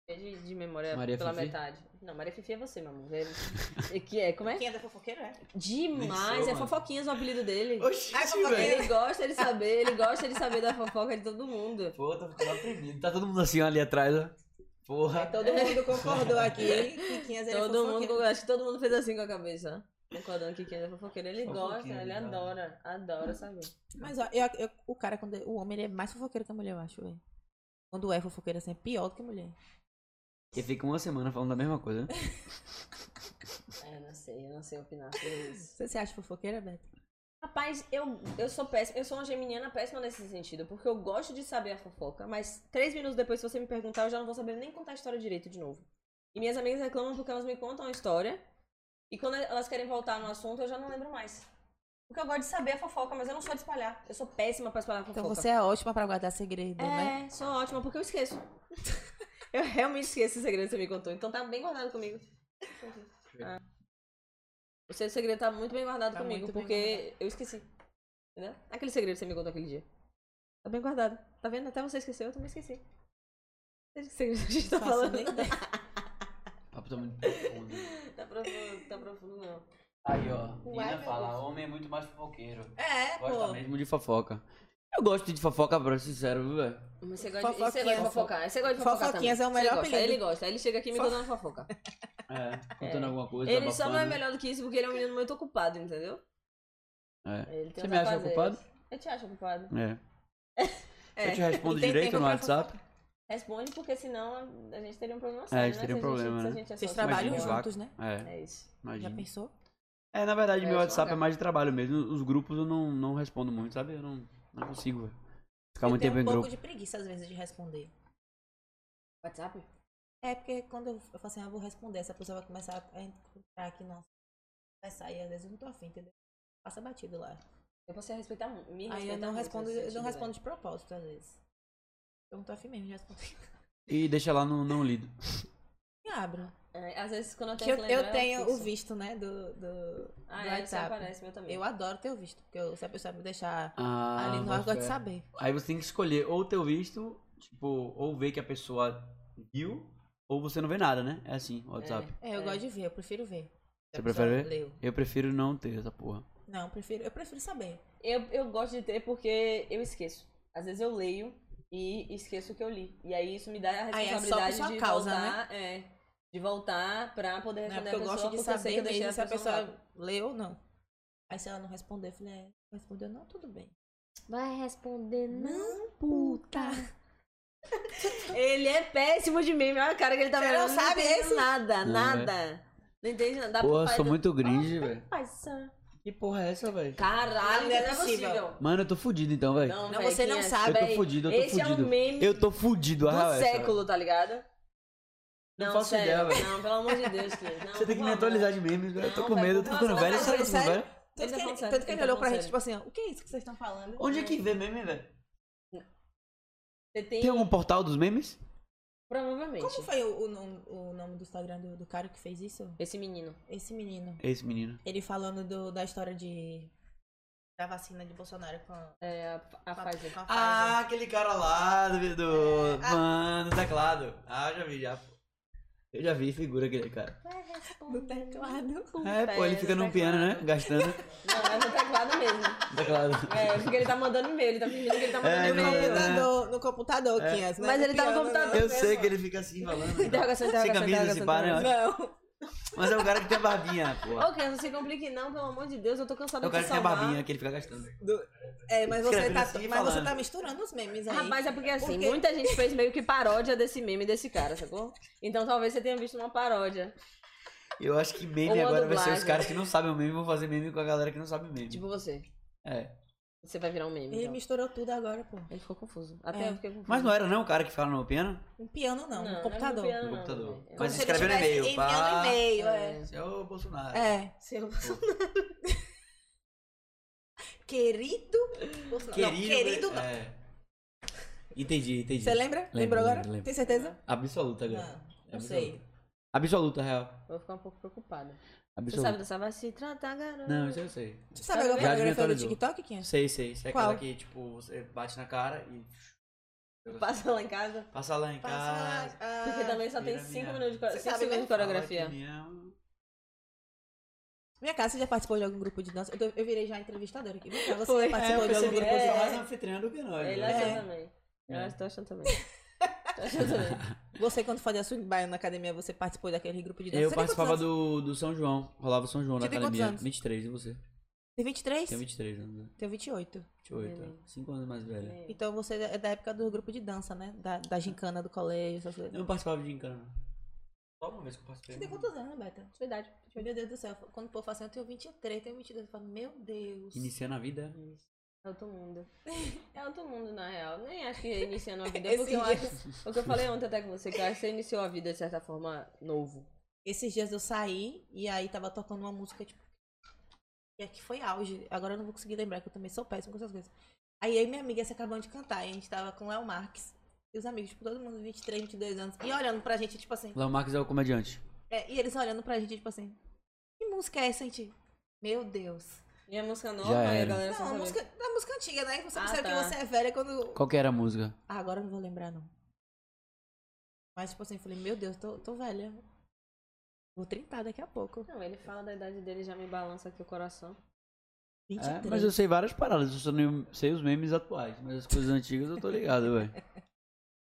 É De, de memória
Maria
pela
Fifi?
metade. Não, Maria Fifi é você, meu amor. É- é que é, como é?
Quem é da fofoqueira, é?
Demais,
sou,
é
mano.
fofoquinhas o apelido dele.
Oxi,
Ai, fofoqueira.
velho.
<laughs>
Ele gosta de saber, ele gosta de saber da fofoca de todo mundo.
Pô, tô ficando oprimido. Tá todo mundo assim ali atrás, ó. Porra.
Todo mundo concordou aqui, hein? Quiquinhas ele é
Todo mundo,
fofoqueiro.
acho que todo mundo fez assim com a cabeça. Concordando que quem é fofoqueiro, ele gosta,
Fofoquinha,
ele
legal.
adora, adora saber.
Mas ó, eu- eu- o cara, quando o homem, ele é mais fofoqueiro que a mulher, eu acho, velho. Quando é fofoqueiro, assim, é pior do que a mulher.
E fica uma semana falando da mesma coisa, né?
É, não sei, eu não sei opinar sobre isso.
Você se acha fofoqueira, Beto?
Rapaz, eu, eu sou péssima, eu sou uma geminiana péssima nesse sentido, porque eu gosto de saber a fofoca, mas três minutos depois, se você me perguntar, eu já não vou saber nem contar a história direito de novo. E minhas amigas reclamam porque elas me contam a história, e quando elas querem voltar no assunto, eu já não lembro mais. Porque eu gosto de saber a fofoca, mas eu não sou de espalhar. Eu sou péssima pra espalhar a fofoca.
Então você é ótima pra guardar segredo, <laughs> né?
É, sou ótima, porque eu esqueço. <laughs> eu realmente esqueço o segredo que você me contou, então tá bem guardado comigo. Ah. O seu segredo tá muito bem guardado
Tá
comigo,
muito bem
porque eu esqueci. Entendeu? Aquele segredo que você me contou aquele dia. Tá bem guardado. Tá vendo? Até você esqueceu, eu também esqueci. Não sei Que segredo a gente tá
Faço
falando. <laughs>
nem ideia.
O papo tá muito profundo.
tá profundo, tá profundo não.
Aí, ó.
Uai,
Nina
meu
fala, homem é muito mais fofoqueiro.
<laughs> É,
Gosta mesmo de fofoca. Eu gosto de fofoca, pra ser sincero, viu, velho?
Mas você gosta, de, e você gosta
Fofoquinhas.
de fofocar. Você gosta de fofocar
Fofoquinhas
também.
é o
Você
melhor
gosta,
apelido.
Ele gosta. Aí ele chega aqui me
Fofo-
contando fofoca.
É, contando alguma coisa.
Ele só não é
abafando.
melhor do que isso porque ele é um menino muito ocupado, entendeu?
É.
Ele tem
Você
uns
me acha
afazeres.
ocupado?
Eu te acho ocupado.
É.
É.
Eu te respondo
E tem
direito
tempo
no
pra
WhatsApp.
Responde, porque senão a gente teria um problema sério,
gente teria
né?
um problema,
se a
né?
gente, se a gente é
Vocês
sócio
trabalham
Imagina
maior.
o
juntos, né?
É,
É isso.
Já
imagina.
pensou?
É, na verdade,
É,
meu
só
WhatsApp é
H.
mais de trabalho mesmo. Os grupos eu não, não respondo muito, sabe? Eu não, não consigo, velho. Ficar muito
eu
tempo
tenho um
em
pouco
grupo.
de preguiça, às vezes, de responder.
WhatsApp?
É, porque quando eu, eu falo assim, ah, vou responder, essa pessoa vai começar a entrar aqui, nossa, vai sair, às vezes eu não tô afim, entendeu? Passa batido lá.
Eu posso respeitar mu- me
Aí eu
respeitar
não
muito tipo
respondo,
nesse
eu não
sentido,
respondo tipo de propósito, às vezes. Eu não tô afim mesmo de responder.
E deixa lá no não lido.
E abro.
né? É, às vezes quando eu
Que
tenho
eu,
que
eu
lembrar,
tenho o
fixo.
visto, né, do, do,
Ah,
do
é, isso
WhatsApp.
aparece, meu também.
eu adoro ter o visto, porque eu- se a pessoa me deixar
Ah,
ali no ar, eu gosto de saber.
Aí você tem que escolher ou o teu visto, tipo, ou ver que a pessoa viu, ou você não vê nada, né? É assim, o WhatsApp.
É, eu
É.
gosto de ver, eu prefiro ver. Se a
Você prefere
pessoa
ver?
Leu.
Eu prefiro não ter essa porra.
Não, eu prefiro, eu prefiro saber.
Eu, eu gosto de ter porque eu esqueço. Às vezes eu leio e esqueço o que eu li. E aí isso me dá a
Aí é só por
responsabilidade
sua
de
causa, né?
voltar. É, de voltar pra poder
Não, é
responder
porque
a
eu
pessoa.
gosto
porque
de
eu sei que
saber
eu deixei
mesmo se a
no
pessoa
vácuo.
leu ou não. Aí se ela não responder, eu falei, é, não respondeu não, tudo bem.
Vai responder
Não, puta. <laughs>
Ele é péssimo de meme, olha a cara que ele tá
Você
vendo.
não
Eu
sabe
entendo
esse?
Nada,
Não,
nada. Não entende nada. Dá pro
Porra,
pai
sou
do-
muito cringe,
Ah,
velho.
pai, sã.
Que porra é essa, velho?
Caralho,
Não,
não é possível.
Mano, eu tô fudido então, velho.
Não,
véi,
você
quem
não
é?
sabe.
Eu tô
Véi,
fudido, eu tô
Esse é
fudido.
o meme
Eu tô fudido, ah,
do
velho, sério.
século, tá ligado?
Não faço
sério,
ideia, véi.
Não, pelo amor de Deus, Cris. não,
Você tem que
por
me
favor.
atualizar de meme, velho. eu tô
Não,
com
velho,
medo, eu
por
tô ficando
favor,
velho,
tá
será que eu tô
sério?
velho?
Ele tá
Tanto que, ele,
falando sério,
tanto
ele
que ele
tá
olhou pra
falando
gente, tipo assim, ó, o que é isso que vocês estão falando?
Onde é que vê meme, velho?
Você tem,
Tem um- algum portal dos memes?
provavelmente,
Como foi o, o nom- o nome do Instagram do, do cara que fez isso?
esse menino.
Esse menino.
É Esse menino.
Ele falando do- da história de. Da vacina de Bolsonaro com a,
É, a, a Pfizer.
com a Pfizer.
Ah,
Ah,
aquele cara lá do. do mano, do teclado. Ah, já vi, já. pô. Eu já vi figura aquele cara.
do teclado. <laughs>
É, pô, ele
é,
fica
no
no piano, né?
teclado.
<laughs> Gastando
Não, é no teclado mesmo.
o teclado.
É, porque ele tá mandando e-mail, ele tá fingindo que ele tá mandando
É,
No
e-mail.
não, é.
computador, no computador,
É.
Quinhas, né?
Mas ele tá no
piano,
computador.
Eu sei que ele fica assim falando.
Interrogação, interrogação,
Sem camisa,
interrogação,
se para, né?
Não. Não.
Mas é o cara que tem a barbinha, pô.
Ô, Cris, não se complique não, pelo amor de Deus, eu tô cansada
É o
de
cara
te
que tem a
salvar.
barbinha que ele fica gastando.
Do- É, mas você,
Escrevendo
tá,
assim e
mas você
falando.
tá misturando os memes aí.
Rapaz, é porque assim,
Porque-
muita gente fez meio que paródia desse meme desse cara, sacou? Então talvez você tenha visto uma paródia.
Eu acho que meme
Ou uma
agora vai ser os
dublagem.
Tipo, caras que não sabem o meme vão fazer meme com a galera que não sabe meme.
Tipo você.
É.
Você vai virar um meme.
Ele
então.
misturou tudo agora, pô.
Ele ficou confuso. Até
É.
eu fiquei confuso.
Mas não era não o cara que fala no piano?
Um piano não,
é
um computador.
No computador.
Mas
Mas
se ele
escreveu no
tivesse
e-mail.
enviando
pá.
e-mail, é.
Esse é o Bolsonaro.
É.
Seu
Querido. Bolsonaro. Não, querido não.
é. Entendi, entendi.
Você lembra? Lembrou agora?
lembro, lembro.
Tem certeza?
Absoluta agora.
Não,
É
não sei.
absoluta. Absoluta, real.
Vou ficar um pouco preocupada. Você sabe
Absoluta.
dançar? Vai se tratar, garoto.
Não, isso eu sei.
Você sabe
Já
agora a coreografia do
desmentalizou.
TikTok, Kim?
Sei, sei. Isso é
Qual?
aquela que, tipo, você bate na cara e.
Passa lá em casa.
Passa lá em casa.
Porque também só tem
Vira
5
minha-
minutos de, core...
Ah, Você
cinco
sabe
segundos de
dançar,
coreografia.
Minha casa, você já participou de algum grupo de dança? Eu, tô- eu virei já entrevistadora aqui. Vem cá, você
Foi.
É,
participou
eu
de algum
percebi que
grupo
você é
de
É.
mais anfitriã do que nós.
Ele
né?
achou
É.
também.
É.
Eu tô achando também. Tô achando também.
<laughs>
Você, quando fazia swing baiano na academia, você participou daquele grupo de dança?
Eu
Você tem quantos
participava do,
anos?
do São João. Rolava o São João
Você
na
tem quantos
academia.
anos?
23, e você?
Tem 23?
Tem 23 anos, né?
Tenho 28.
28. 5 anos mais velha.
Então você é da época do grupo de dança, né? Da, da gincana do colégio, essas coisas.
Eu não participava de gincana. Só uma vez que eu participei.
Você tem quantos anos, né, Beta?
Sua idade.
Meu Deus do céu. Quando o povo fala assim, eu tenho 23, tenho 22. Eu falo, meu Deus.
Iniciando a vida.
É outro mundo. É outro mundo, na real. Nem acho que iniciando a vida.
Esses
Porque eu
dias-
acho. O que eu falei ontem até com você, que eu acho que você iniciou a vida de certa forma novo.
Esses dias eu saí e aí tava tocando uma música, tipo. E aqui foi auge. Agora eu não vou conseguir lembrar, que eu também sou péssima com essas coisas. Aí eu e minha amiga se acabam de cantar. E a gente tava com o Léo Marques. E os amigos, tipo, todo mundo, 23, 22 anos. E olhando pra gente, tipo assim.
Léo Marques é o comediante.
é, e eles olhando pra gente, tipo assim. Que música é essa, gente? Meu Deus.
E a música nova,
Já
aí a
era.
galera
Não,
só
a
sabe.
música, a música antiga, né? Você
Ah,
percebe
tá.
que você é velha quando.
Qual que era a música?
Ah, agora eu não vou lembrar, não. Mas, tipo assim, eu falei, meu Deus, tô, tô velha. Vou 30 daqui a pouco.
Não, ele fala da idade dele já me balança aqui o coração.
23.
É, mas eu sei várias paradas, eu só não sei os memes atuais, mas as coisas antigas eu tô ligado, velho.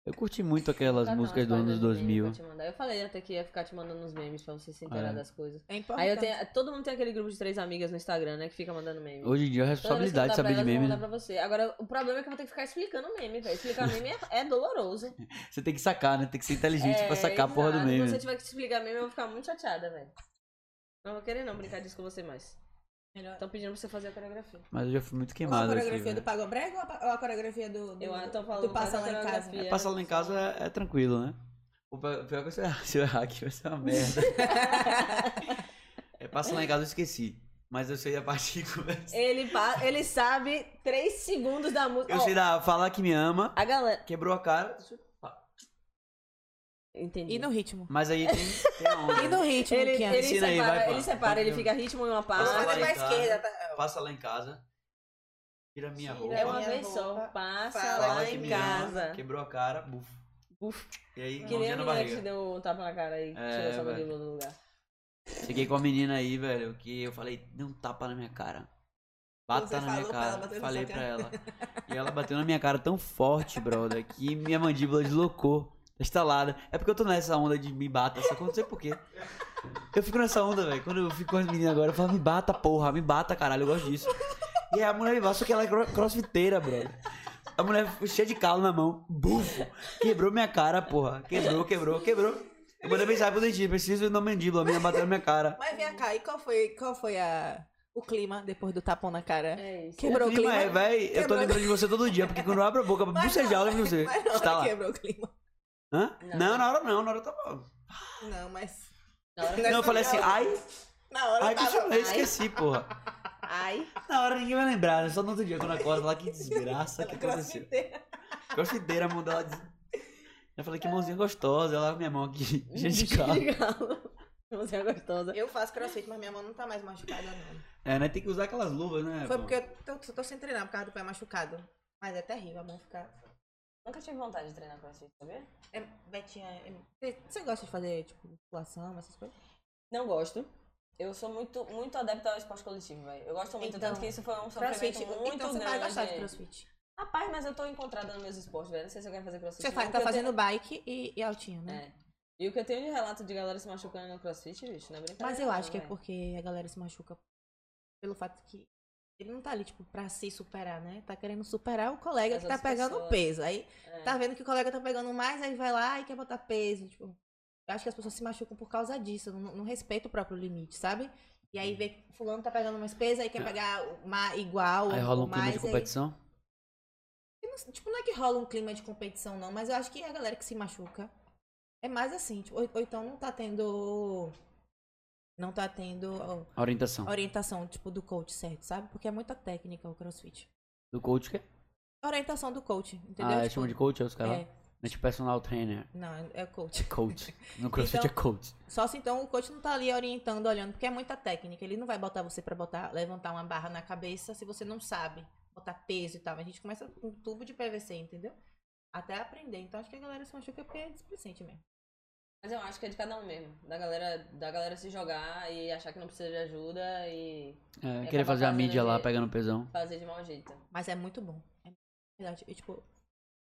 Eu curti muito aquelas
Tá, não,
músicas
as
do anos
páginas de meme
2000.
pra te mandar. Eu falei até que ia ficar te mandando uns memes pra você se inteirar
Ah, é.
das coisas.
É
Aí
importante.
então.
eu tenho. Todo mundo tem aquele grupo de três amigas no Instagram, né? Que fica mandando meme.
Hoje em dia é
Toda vez que
responsabilidade
eu mandar
saber de
pra elas, eu
meme,
vou
né?
mandar pra você. Agora, o problema é que eu vou ter que ficar explicando o meme, velho. Explicar meme é, é
<laughs>
doloroso.
Você tem que sacar, né? Tem que ser inteligente
é,
pra sacar a porra do
exato.
meme.
Se você tiver que explicar meme, eu vou ficar muito chateada, velho. Não vou querer não brincar disso com você mais.
Melhor.
Estão pedindo pra você fazer
<laughs>
a coreografia.
Mas eu já fui muito
a
queimado aqui,
coreografia
velho.
do Pago Brega ou a, ou a coreografia do, do,
Eu ah, tô falando
do Passa
faz a
Lá em Casa?
coreografia.
Passar lá em casa é, é tranquilo, né? O pe- o pior é que se eu errar, se eu errar <laughs> aqui vai ser uma merda. é, passar lá em casa eu esqueci. Mas eu sei a parte que começa.
Ele, pa- ele sabe três segundos da música.
Eu
Ó,
sei da Fala Que Me Ama,
A galera.
quebrou a cara.
Entendi.
E no ritmo.
Mas aí tem,
<laughs>
tem a né? onda.
E no ritmo,
Ele,
Kian.
ele
Ensina
separa,
aí, vai,
ele
pá.
separa, ele
Pode-
fica ritmo em uma
Passa lá
parte.
em casa,
tá?
Passa lá em casa. Tira minha roupa.
É uma
Minha
vez só.
roupa,
Passa
fala
fala
lá
que
em
me ama,
casa.
Quebrou a cara, bufo.
Bufo.
E aí,
Que nem
mãozinha
a
na
menina que te
barriga.
deu um tapa na cara
É,
e tirou
velho.
sua mandíbula do lugar.
Cheguei com a menina aí, velho, que eu falei, dê um tapa na minha cara. Bata
Você
na minha
falou pra ela
cara.
bater na
Falei
sua
pra
<laughs>
ela. E ela bateu na minha cara tão forte, brother, que minha mandíbula deslocou. Tá Estalada. É porque eu tô nessa onda de me bata, só que eu não sei porquê. Eu fico nessa onda, velho. Quando eu fico com as meninas agora, eu falo, me bata, porra, me bata, caralho, eu gosto disso. E aí a mulher me bate, só que ela é cro- crossfiteira, brother. A mulher ficou cheia de calo na mão, bufo, quebrou minha cara, porra. Quebrou, quebrou, quebrou. Eu mandei mensagem pro dentista, preciso ir na mandíbula, a minha bateu na minha cara.
Mas vem cá, e qual foi, qual foi a, o clima depois do tapão na cara?
É isso.
Quebrou o clima?
é, véi, eu tô
Quebrou.
lembrando de você todo dia, porque quando eu abro a boca pra
Mas não,
bocejar, eu lembro de você.
<laughs> Mas não,
Está lá.
quebrou o clima.
Hã?
Não.
Não, na hora não, na hora tá bom.
Não, é mas...
Na hora
Não, eu falei assim, ai,
Na hora
ai,
tava...
bicho, eu esqueci, porra. <laughs>
Ai.
Na hora ninguém vai lembrar, né? Só no outro dia, quando acorda lá, que desgraça que assim. aconteceu.
crossfiteira.
Crossfiteira, mandou ela. des- Eu falei que mãozinha gostosa, ela minha mão aqui, <laughs> cheia de calo.
Galo. <laughs> Você é gostosa.
Eu faço crossfit, mas minha mão não tá mais machucada, não.
É, né? Tem que usar aquelas luvas, né?
Foi
pô?
porque eu tô, tô- tô sem treinar por causa do pé machucado. Mas é terrível a mão ficar.
Nunca tive vontade de treinar com você, sabia?
É, Betinha, é- você- você gosta de fazer, tipo, musculação, essas coisas?
Não gosto. Eu sou muito, muito adepta ao esporte coletivo, velho. Eu gosto muito,
Então,
tanto que isso foi um sofrimento
Crossfit,
muito
então você vai
grande.
gostar de crossfit.
Rapaz, mas eu tô encontrada nos meus esportes, velho. Não sei se eu quero fazer crossfit.
Você faz,
não,
tá
porque um eu
fazendo bike e, e altinho,
tenho-
né?
É. E o que eu tenho de relato de galera se machucando no crossfit, bicho, não é brincadeira.
Mas eu acho que é
não,
porque a galera se machuca pelo fato que ele não tá ali, tipo, pra se superar, né? Tá querendo superar o colega
As
que tá
outras
pegando
pessoas.
peso. Aí
velho. É.
tá vendo que o colega tá pegando mais, aí vai lá e quer botar peso, tipo. Eu acho que as pessoas se machucam por causa disso, não, não respeita o próprio limite, sabe? E aí vê que fulano tá pegando mais peso, aí quer pegar uma, igual
É. Aí
ou-
rola
ou
um clima de
mais, aí-
competição.
Eu não sei, Tipo, não é que rola um clima de competição, não, mas eu acho que é a galera que se machuca é mais assim, tipo, ou, ou então não tá tendo. Não tá tendo ó,
A orientação.
orientação, tipo, do coach certo, sabe? Porque é muita técnica o crossfit.
Do coach que é?
Orientação do coach, entendeu?
Ah, é
Tipo,
chama de coach, é os caras.
é,
É tipo personal trainer.
não, é coach. <laughs>
Coach. No crossfit
Então-
é coach.
Só se então o coach não tá ali orientando, olhando, porque é muita técnica. Ele não vai botar você pra botar, levantar uma barra na cabeça se você não sabe botar peso e tal. A gente começa com um tubo de PVC, entendeu? Até aprender. Então acho que a galera se machuca porque é displicente mesmo.
Mas eu acho que é de cada um mesmo. Da galera, da galera se jogar e achar que não precisa de ajuda e
É,
É,
querer
acaba
fazer a
fazendo
né,
mídia lá,
jeito.
pegando pesão.
fazer de mau jeito.
Mas é muito bom. É verdade. Eu, tipo,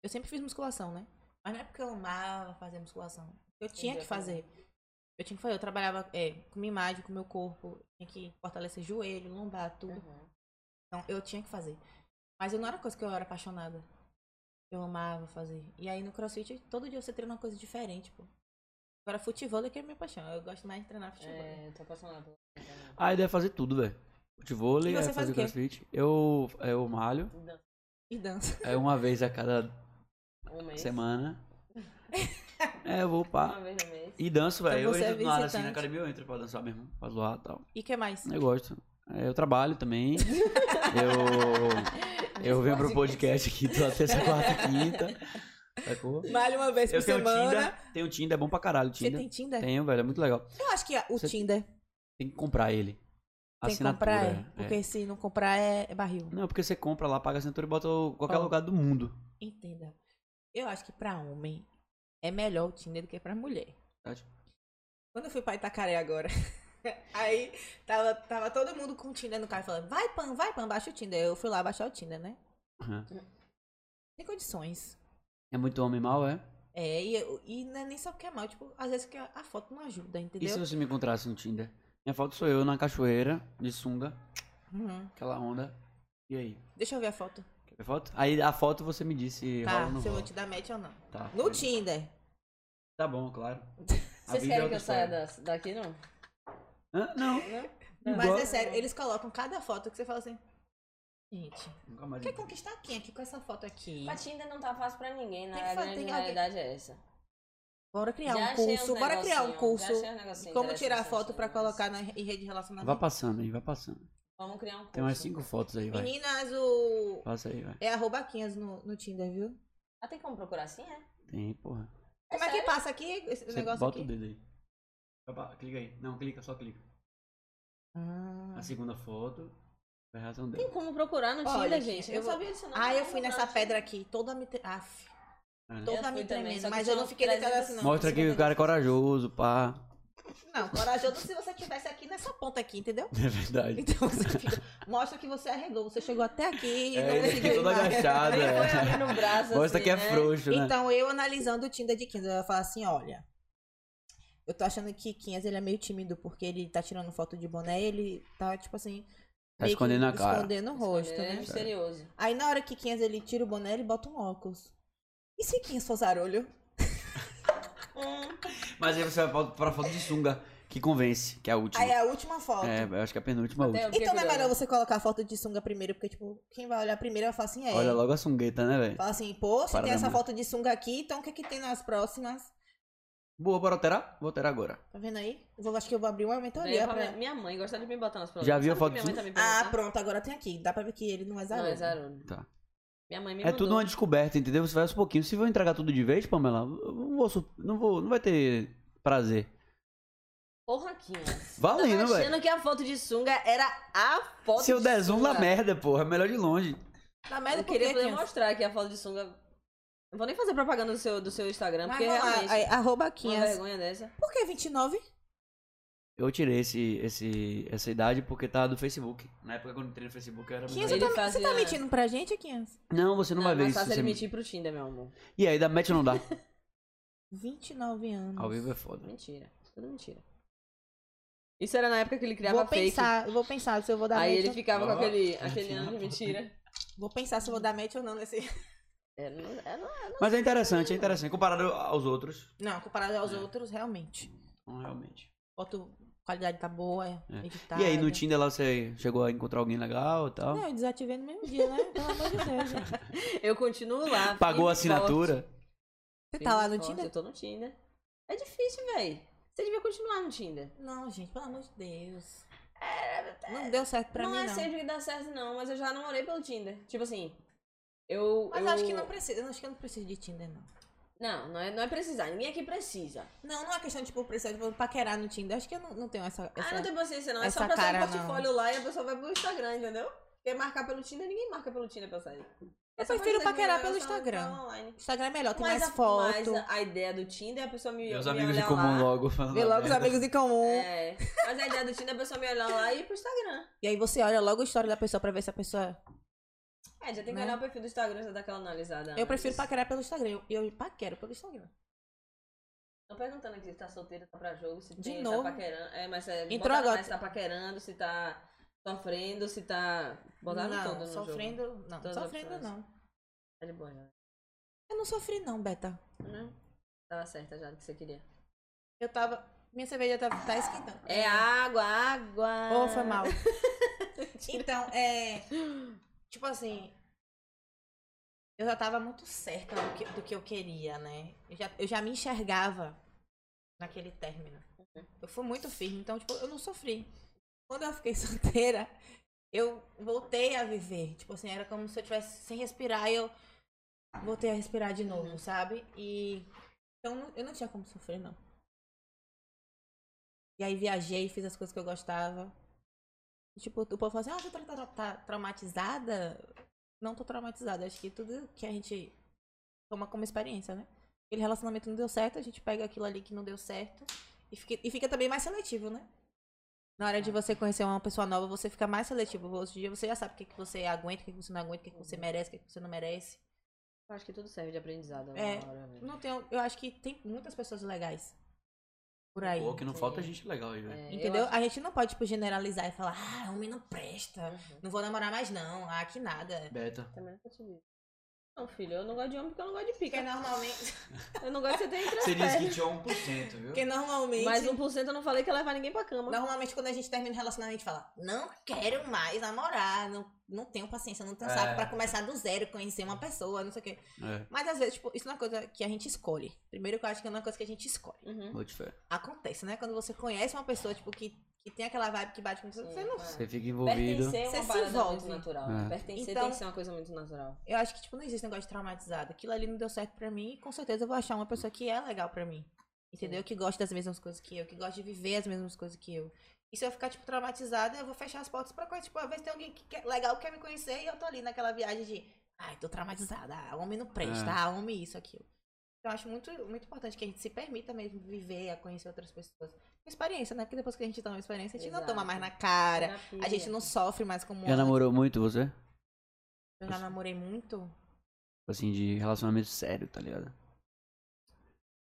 eu sempre fiz musculação, né? Mas não é porque eu amava fazer musculação. Eu tinha que fazer. Eu tinha que fazer. Eu trabalhava é, com minha imagem, com meu corpo. Tinha que fortalecer joelho, lombar, tudo.
Uhum.
Então eu tinha que fazer. Mas eu não era coisa que eu era apaixonada. Eu amava fazer. E aí no crossfit, todo dia você treina uma coisa diferente, pô. Agora, futebol é que é a minha paixão. Eu gosto mais de treinar futebol.
É, eu tô apaixonada. por isso também.
A ideia é fazer tudo, velho. Futebol,
E
é
você faz
fazer
o quê?
crossfit. Eu, eu malho.
Dança
E dança. <laughs>
É uma vez a cada
Um mês.
semana. É, eu vou pá.
Uma vez no mês.
E danço, velho.
Então
eu
você é
entro do nada assim na
visitante.
academia, eu entro pra dançar mesmo. Pra zoar e tal.
E o que mais?
Eu gosto. É, Eu trabalho
<laughs>
também. Eu, eu venho pro podcast aqui toda terça, quarta e quinta. Sacou?
Malha uma vez por
Eu tenho
semana.
Tinder. Tenho Tinder, é bom pra caralho o
Você
Tinder.
tem Tinder?
Tenho, velho, é muito legal.
Eu acho que o
Você-
Tinder
Tem que comprar ele.
tem que
Assinatura.
comprar, é.
é.
Porque se não comprar é, é barril.
Não, porque você compra lá, paga a assinatura e bota o- qualquer
Ó.
lugar do mundo.
Entenda. Eu acho que pra homem é melhor o Tinder do que pra mulher.
Verdade.
Quando eu fui pra Itacaré agora, <laughs> aí tava, tava todo mundo com o Tinder no carro falando, vai Pan, vai Pan, baixa o Tinder. Eu fui lá baixar o Tinder, né?
Aham.
Tem condições.
É muito homem mal, é?
É, e, eu- e não é nem só porque é mal, tipo, às vezes que a, a foto não ajuda,
E se
entendeu?
você me encontrasse no Tinder? Minha foto sou eu na cachoeira, de sunga,
Uhum.
aquela onda. E aí?
Deixa eu ver a foto.
Quer ver foto? Aí a foto você me disse rola
Tá,
ou não
se eu vou
rola.
te dar match ou não.
Tá.
No Tinder.
Tá bom, claro. A
Vocês
vida é
querem que
outra
eu saia
história.
da- daqui, não?
Hã? Não. Não.
Mas
Igual-
é sério, eles colocam cada foto que você fala assim. Gente,
Nunca mais.
quer conquistar quem aqui com essa foto aqui?
A Tinder não tá fácil pra ninguém, né?
Tem que
A
fa-
grande
tem que alguém-
realidade é essa.
Bora criar
Já
um
achei
curso,
uns
bora criar um
negocinho,
curso
já achei uns negocinho
de como tirar
interessante,
foto pra
mas-
colocar na, em rede
Vai
de relacionamento.
passando aí, vai passando.
Vamos criar um curso.
Tem umas cinco fotos aí, vai.
Meninas, o.
Passa aí, vai.
É arrobaquinhas no, no Tinder, viu?
Ah, tem como procurar assim, é?
Tem, porra.
Como é que
sério?
passa aqui esse
Você
negócio
bota
aqui?
o dedo aí. Vai pra- Clica aí. Não, clica, só clica.
Ah.
A segunda foto. Vai razão dela.
Tem como procurar no
Olha,
Tinder,
gente,
gente.
eu
Eu não
vou-
sabia disso, não.
Ah, eu
Não,
fui
não,
nessa
não.
pedra aqui, toda me. tre- Aff,
Ah, né?
toda
Eu
me
fui também,
tremendo,
só que um
mas eu
são
não fiquei deitada assim, não.
Mostra
Consegui
que o cara é corajoso, pá. <laughs>
deitar. Não, corajoso se você estivesse aqui nessa ponta aqui, entendeu? <laughs>
É verdade.
Então você fica- mostra que você arregou, você chegou até aqui e
É,
não
ele aqui
conseguiu
todo
ir mais.
agachado.
Nem foi abrir
é.
no braço,
Mostra
assim,
que é
né?
frouxo, né?
Então eu analisando o Tinder de 15, eu ia falar assim, olha, eu tô achando que 15 ele é meio tímido porque ele tá tirando foto de boné, ele tá tipo assim,
Tá
meio que
escondendo a cara.
escondendo o rosto,
Ele é
né?
misterioso.
Então,
Aí na hora que 15 ele tira o boné, ele bota um óculos. E se 15 fosse arolho?
Mas aí você vai pra- pra foto de sunga, que convence, que é a última.
Aí é a última foto.
É, eu acho que é a penúltima a
Até
última.
o-
Então não é
Porque-
melhor você colocar a foto de sunga primeiro, porque, tipo, quem vai olhar primeiro vai falar assim, é.
Olha logo a sungueta, né, velho?
Fala assim, pô, se
Para
tem essa
lembrar.
foto de sunga aqui, então o que é que tem nas próximas?
Boa, bora alterar? Vou alterar agora.
Tá vendo aí? Eu vou, acho que eu vou abrir uma
Daí
mentoria pra...
pra minha- Minha mãe gosta de me botar nas provas.
Já viu a
Sabe que
foto
Minha
de
mãe tá me
Ah,
perguntando?
pronto, agora tem aqui. Dá pra ver que ele não é
Não,
zarolho.
é zarulho.
Tá.
Minha mãe me
É
mandou.
tudo uma descoberta, entendeu? Você vai aos pouquinhos. Se eu entregar tudo de vez, Pamela, eu não vou, su- não vou, não vai ter prazer.
Porra, Quinhas.
Valendo,
Tava
velho.
tá achando que a foto de sunga era a foto
Tá Se eu
de
der zoom
sunga.
na merda, porra, é melhor de longe.
Na
Eu queria poder
porque
mostrar aqui a foto de sunga. Não vou nem fazer propaganda do seu, do seu Instagram,
Mas
porque
vamos lá,
realmente.
aí, arroba
uma
15.
vergonha dessa.
Por que 29?
Eu tirei esse, esse, essa idade porque tava do Facebook. Na época quando eu entrei no Facebook eu era
15
menor.
Ele
tá, você tá
fazia-
mentindo pra gente, 15?
Não, você não, vai ver
mas
isso.
fácil
você-
ele mentir pro Tinder, meu amor.
E aí, da match não
<laughs>
dá.
29 anos.
Ao vivo é foda.
Mentira. Tudo mentira. Isso era na época que ele criava
Vou
fake.
pensar, eu vou pensar se eu vou dar
Aí
match
ele
ou-
ficava com
Ó.
aquele, aquele ano de mentira.
Vou pensar se eu vou dar match ou não nesse... <laughs>
É, não, é, não é.
Mas é interessante, é interessante. Comparado aos outros,
Não, comparado aos outros, realmente.
não realmente.
Boto qualidade tá boa,
É.
editada.
E aí,
né?
no Tinder lá você chegou a encontrar alguém legal e tal?
É,
Não, eu desativei no mesmo dia, né? Pelo amor de Deus, gente.
Eu continuo lá.
Pagou a
firme e
assinatura?
forte.
<laughs> Você tá lá
Firme e
no
forte,
Tinder?
Eu tô no Tinder. É difícil, véi. Você devia continuar no Tinder.
Não, gente, pelo amor de Deus. Não deu certo pra
não
mim,
é
não.
sempre que dá certo, não, mas eu já namorei pelo Tinder. Tipo assim, eu.
Mas
eu-
acho que não precisa. Eu acho que eu não preciso de Tinder, não.
Não, não é, não é precisar. Ninguém aqui precisa.
Não, não é questão de tipo, precisar de paquerar no Tinder. Acho que eu não, não tenho essa.
Ah,
essa-
não tem paciência, não. É só
essa
pra sair
cara,
o portfólio lá e a pessoa vai pro Instagram, entendeu? Quer marcar pelo Tinder, ninguém marca pelo Tinder pra sair. Eu
prefiro paquerar pelo Instagram. Instagram é melhor, tem mais foto.
Mas a ideia do Tinder é a pessoa me,
Meus
me
amigos em
olhar
comum
lá.
logo falando.
Vê logo os
merda.
amigos em comum.
É. Mas a ideia do Tinder é a pessoa me olhar lá e ir pro Instagram.
E aí você olha logo a história da pessoa pra ver se a pessoa.
É, já tem que
Né?
olhar o perfil do Instagram, já dá aquela analisada.
Eu prefiro paquerar pelo Instagram. Eu, eu paquero pelo Instagram.
Tô perguntando aqui se tá solteiro, tá pra jogo, se
De
tem,
novo?
tá paquerando. É, mas é,
Entrou
botaram
agora.
mais, se tá paquerando, se tá sofrendo, se tá... Botaram
não,
tudo no jogo.
sofrendo. Não,
Todas as
sofrendo
opções.
não.
Tá de boa, já.
Eu não sofri, não, Beta. Uhum.
Né? Tava certa já do que você queria.
Eu tava. Minha cerveja tá, tá esquentando.
É água,
Ah.
água.
Ou foi
<laughs>
mal. então, é.
Tipo assim. Eu já tava muito certa do que, do que eu queria, né?
Eu já, eu já me enxergava naquele término. Eu fui muito firme, então, tipo, eu não sofri. Quando eu fiquei <laughs> solteira, eu voltei a viver. Tipo assim, era como se eu tivesse sem respirar e eu voltei a respirar de novo, sabe? E. Então, não- eu não tinha como sofrer, não. E aí viajei, fiz as coisas que eu gostava. E, tipo, o povo fala assim: ah, você tá, tá- tá traumatizada? Não tô traumatizada. Acho que tudo que a gente toma como experiência, né? aquele relacionamento não deu certo, a gente pega aquilo ali que não deu certo e fica, e fica também mais seletivo, né? Na hora
É.
de você conhecer uma pessoa nova, você fica mais seletivo. Hoje em dia você já sabe o que, que você aguenta, o que, que você não aguenta, o que, que
Uhum.
você merece, o que, que você não merece.
Eu Acho que tudo serve de aprendizado. né?
É.
na hora, velho.
Não tenho, eu acho que tem muitas pessoas legais por aí.
Pô, que não
Sim.
falta gente legal aí, velho.
É, Um né? eu
Entendeu?
acho-
A gente não pode, tipo, generalizar e falar, ah, homem não presta,
Uhum.
não vou namorar mais não, ah, que nada. <laughs>
Beta.
Também nunca tive isso. Não, filho, eu não gosto de homem porque eu não gosto de
Porque
<laughs> pica.
normalmente.
Eu não gosto de você ter entre as
Você diz
pernas.
que tinha 1%, viu?
Porque normalmente.
Mas 1% eu não falei que ia levar ninguém pra cama.
Normalmente, quando a gente termina o relacionamento, a gente fala: Não quero mais namorar, não, não tenho paciência, não tenho
É.
saco pra começar do zero, conhecer uma pessoa, não sei o quê.
É,
Mas às vezes, tipo, isso não é uma coisa que a gente escolhe. Primeiro, que eu acho que não é uma coisa que a gente escolhe.
Uhum.
bote fé.
Acontece, né? Quando você conhece uma pessoa, tipo, que, que tem aquela vibe que bate com você,
Sim,
você não.
é.
Você fica envolvido.
Pertencer é
Você
uma
se
parada muito
envolve.
natural.
É.
Pertencer
Então-
tem que ser uma coisa muito natural.
Eu acho que, tipo, não existe negócio de traumatizado. Aquilo ali não deu certo pra mim, e com certeza eu vou achar uma pessoa que é legal pra mim. Entendeu? Que gosta das mesmas coisas que eu, que gosta de viver as mesmas coisas que eu. E se eu ficar, tipo, traumatizada, eu vou fechar as portas pra coisa. Tipo, às vezes tem alguém que quer, legal que quer me conhecer e eu tô ali naquela viagem de. Ai, tô traumatizada. Ah, homem não presta.
É.
Ah, homem isso, aquilo. Então, eu acho muito, muito importante que a gente se permita mesmo viver, a conhecer outras pessoas. Com experiência, né? Porque depois que a gente toma experiência, a gente não
Exato.
toma mais na cara.
Terapia.
A gente não sofre mais como
Já
antes.
namorou muito você?
Eu já namorei muito.
Tipo Assim, de relacionamento sério, tá ligado?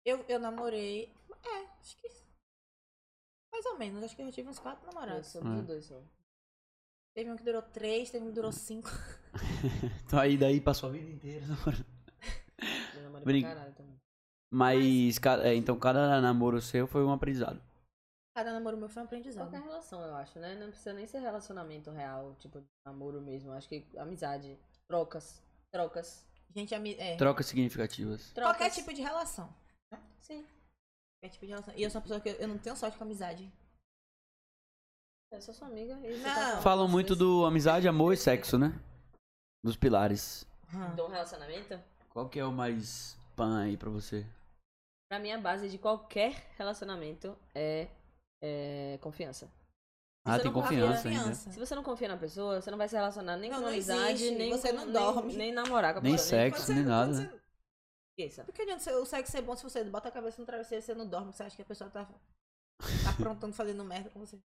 Eu, eu namorei. É, acho que. Mais ou menos, acho que eu já tive uns quatro
Eu
namorados.
sou dos
É.
dois, né? só.
Teve um que durou três, teve um que durou cinco. <laughs>
Então aí daí passou a vida inteira namorando.
Eu namorei
Brin-
é pra caralho também.
Mas, ca- é, então cada namoro seu foi um aprendizado.
Cada namoro meu foi um aprendizado.
Qualquer relação, eu acho, né? Não precisa nem ser relacionamento real, tipo, de namoro mesmo. Eu Acho que amizade, trocas, trocas,
Gente, ami- é,
Trocas significativas.
trocas.
qualquer tipo de relação.
Sim.
Qualquer tipo de relação. E eu sou uma pessoa que eu, eu não tenho sorte com amizade.
Eu sou sua amiga e você
Não.
tá falando
Falam
dos
muito
dois.
do amizade,
é
amor e sexo, né? Dos pilares.
Hum.
Do um relacionamento?
Qual que é o mais pan aí pra você?
Pra mim, a base de qualquer relacionamento é, é confiança.
Ah,
Você
tem
não confia.
confiança ainda.
Se você não confia na pessoa, você não vai se relacionar nem
Não,
com
não
amizade,
existe.
nem
Você
com-
não
nem-
dorme.
Nem, namorar com a
Nem
pessoa,
sexo,
Quando você-
nem nada,
quando
né?
você-
esqueça.
Porque adianta ser- o sexo ser bom se você bota a cabeça no travesseiro e você não dorme, porque você acha que a pessoa tá, tá aprontando, fazendo merda com você.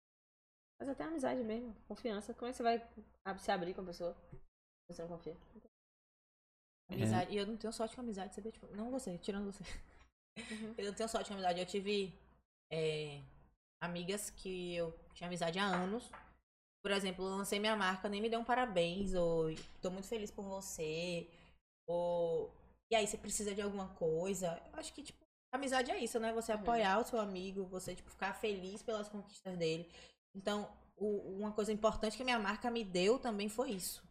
Mas até amizade mesmo, confiança. Como é que você vai ab- se abrir com a pessoa? se Você não confia.
Amizade. E eu não tenho sorte com amizade, sabia? Tipo, não você, tirando você. <laughs> Eu não tenho sorte com amizade. Eu tive é, amigas que eu tinha amizade há anos. Por exemplo, eu lancei minha marca, nem me deu um parabéns, ou tô muito feliz por você, ou e aí você precisa de alguma coisa. Eu acho que, tipo, Amizade é isso, né? Você apoiar o seu amigo, você, tipo, ficar feliz pelas conquistas dele. Então, o- uma coisa importante que minha marca me deu também foi isso.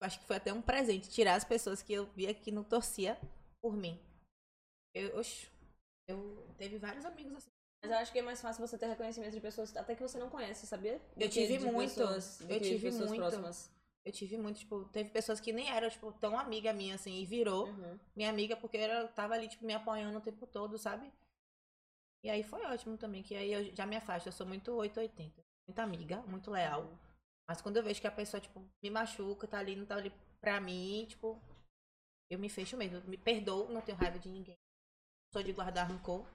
Eu acho que foi até um presente, tirar as pessoas que eu via que não torcia por mim. Eu, oxe, eu teve vários amigos assim.
Mas eu acho que é mais fácil você ter reconhecimento de pessoas até que você não conhece, sabia? Do que
Eu tive
de
muito,
pessoas- do
eu
que de
tive
pessoas
muito.
próximas.
Eu tive muito, tipo, teve pessoas que nem eram, tipo, tão amiga minha, assim, e virou
Uhum.
minha amiga porque ela tava ali, tipo, me apoiando o tempo todo, sabe? E aí foi ótimo também, que aí eu já me afasto, eu sou muito 880. Muito amiga, muito leal. Mas quando eu vejo que a pessoa, tipo, me machuca, tá ali, não tá ali pra mim, tipo, eu me fecho mesmo. Eu Me perdoo, não tenho raiva de ninguém. Sou de guardar rancor.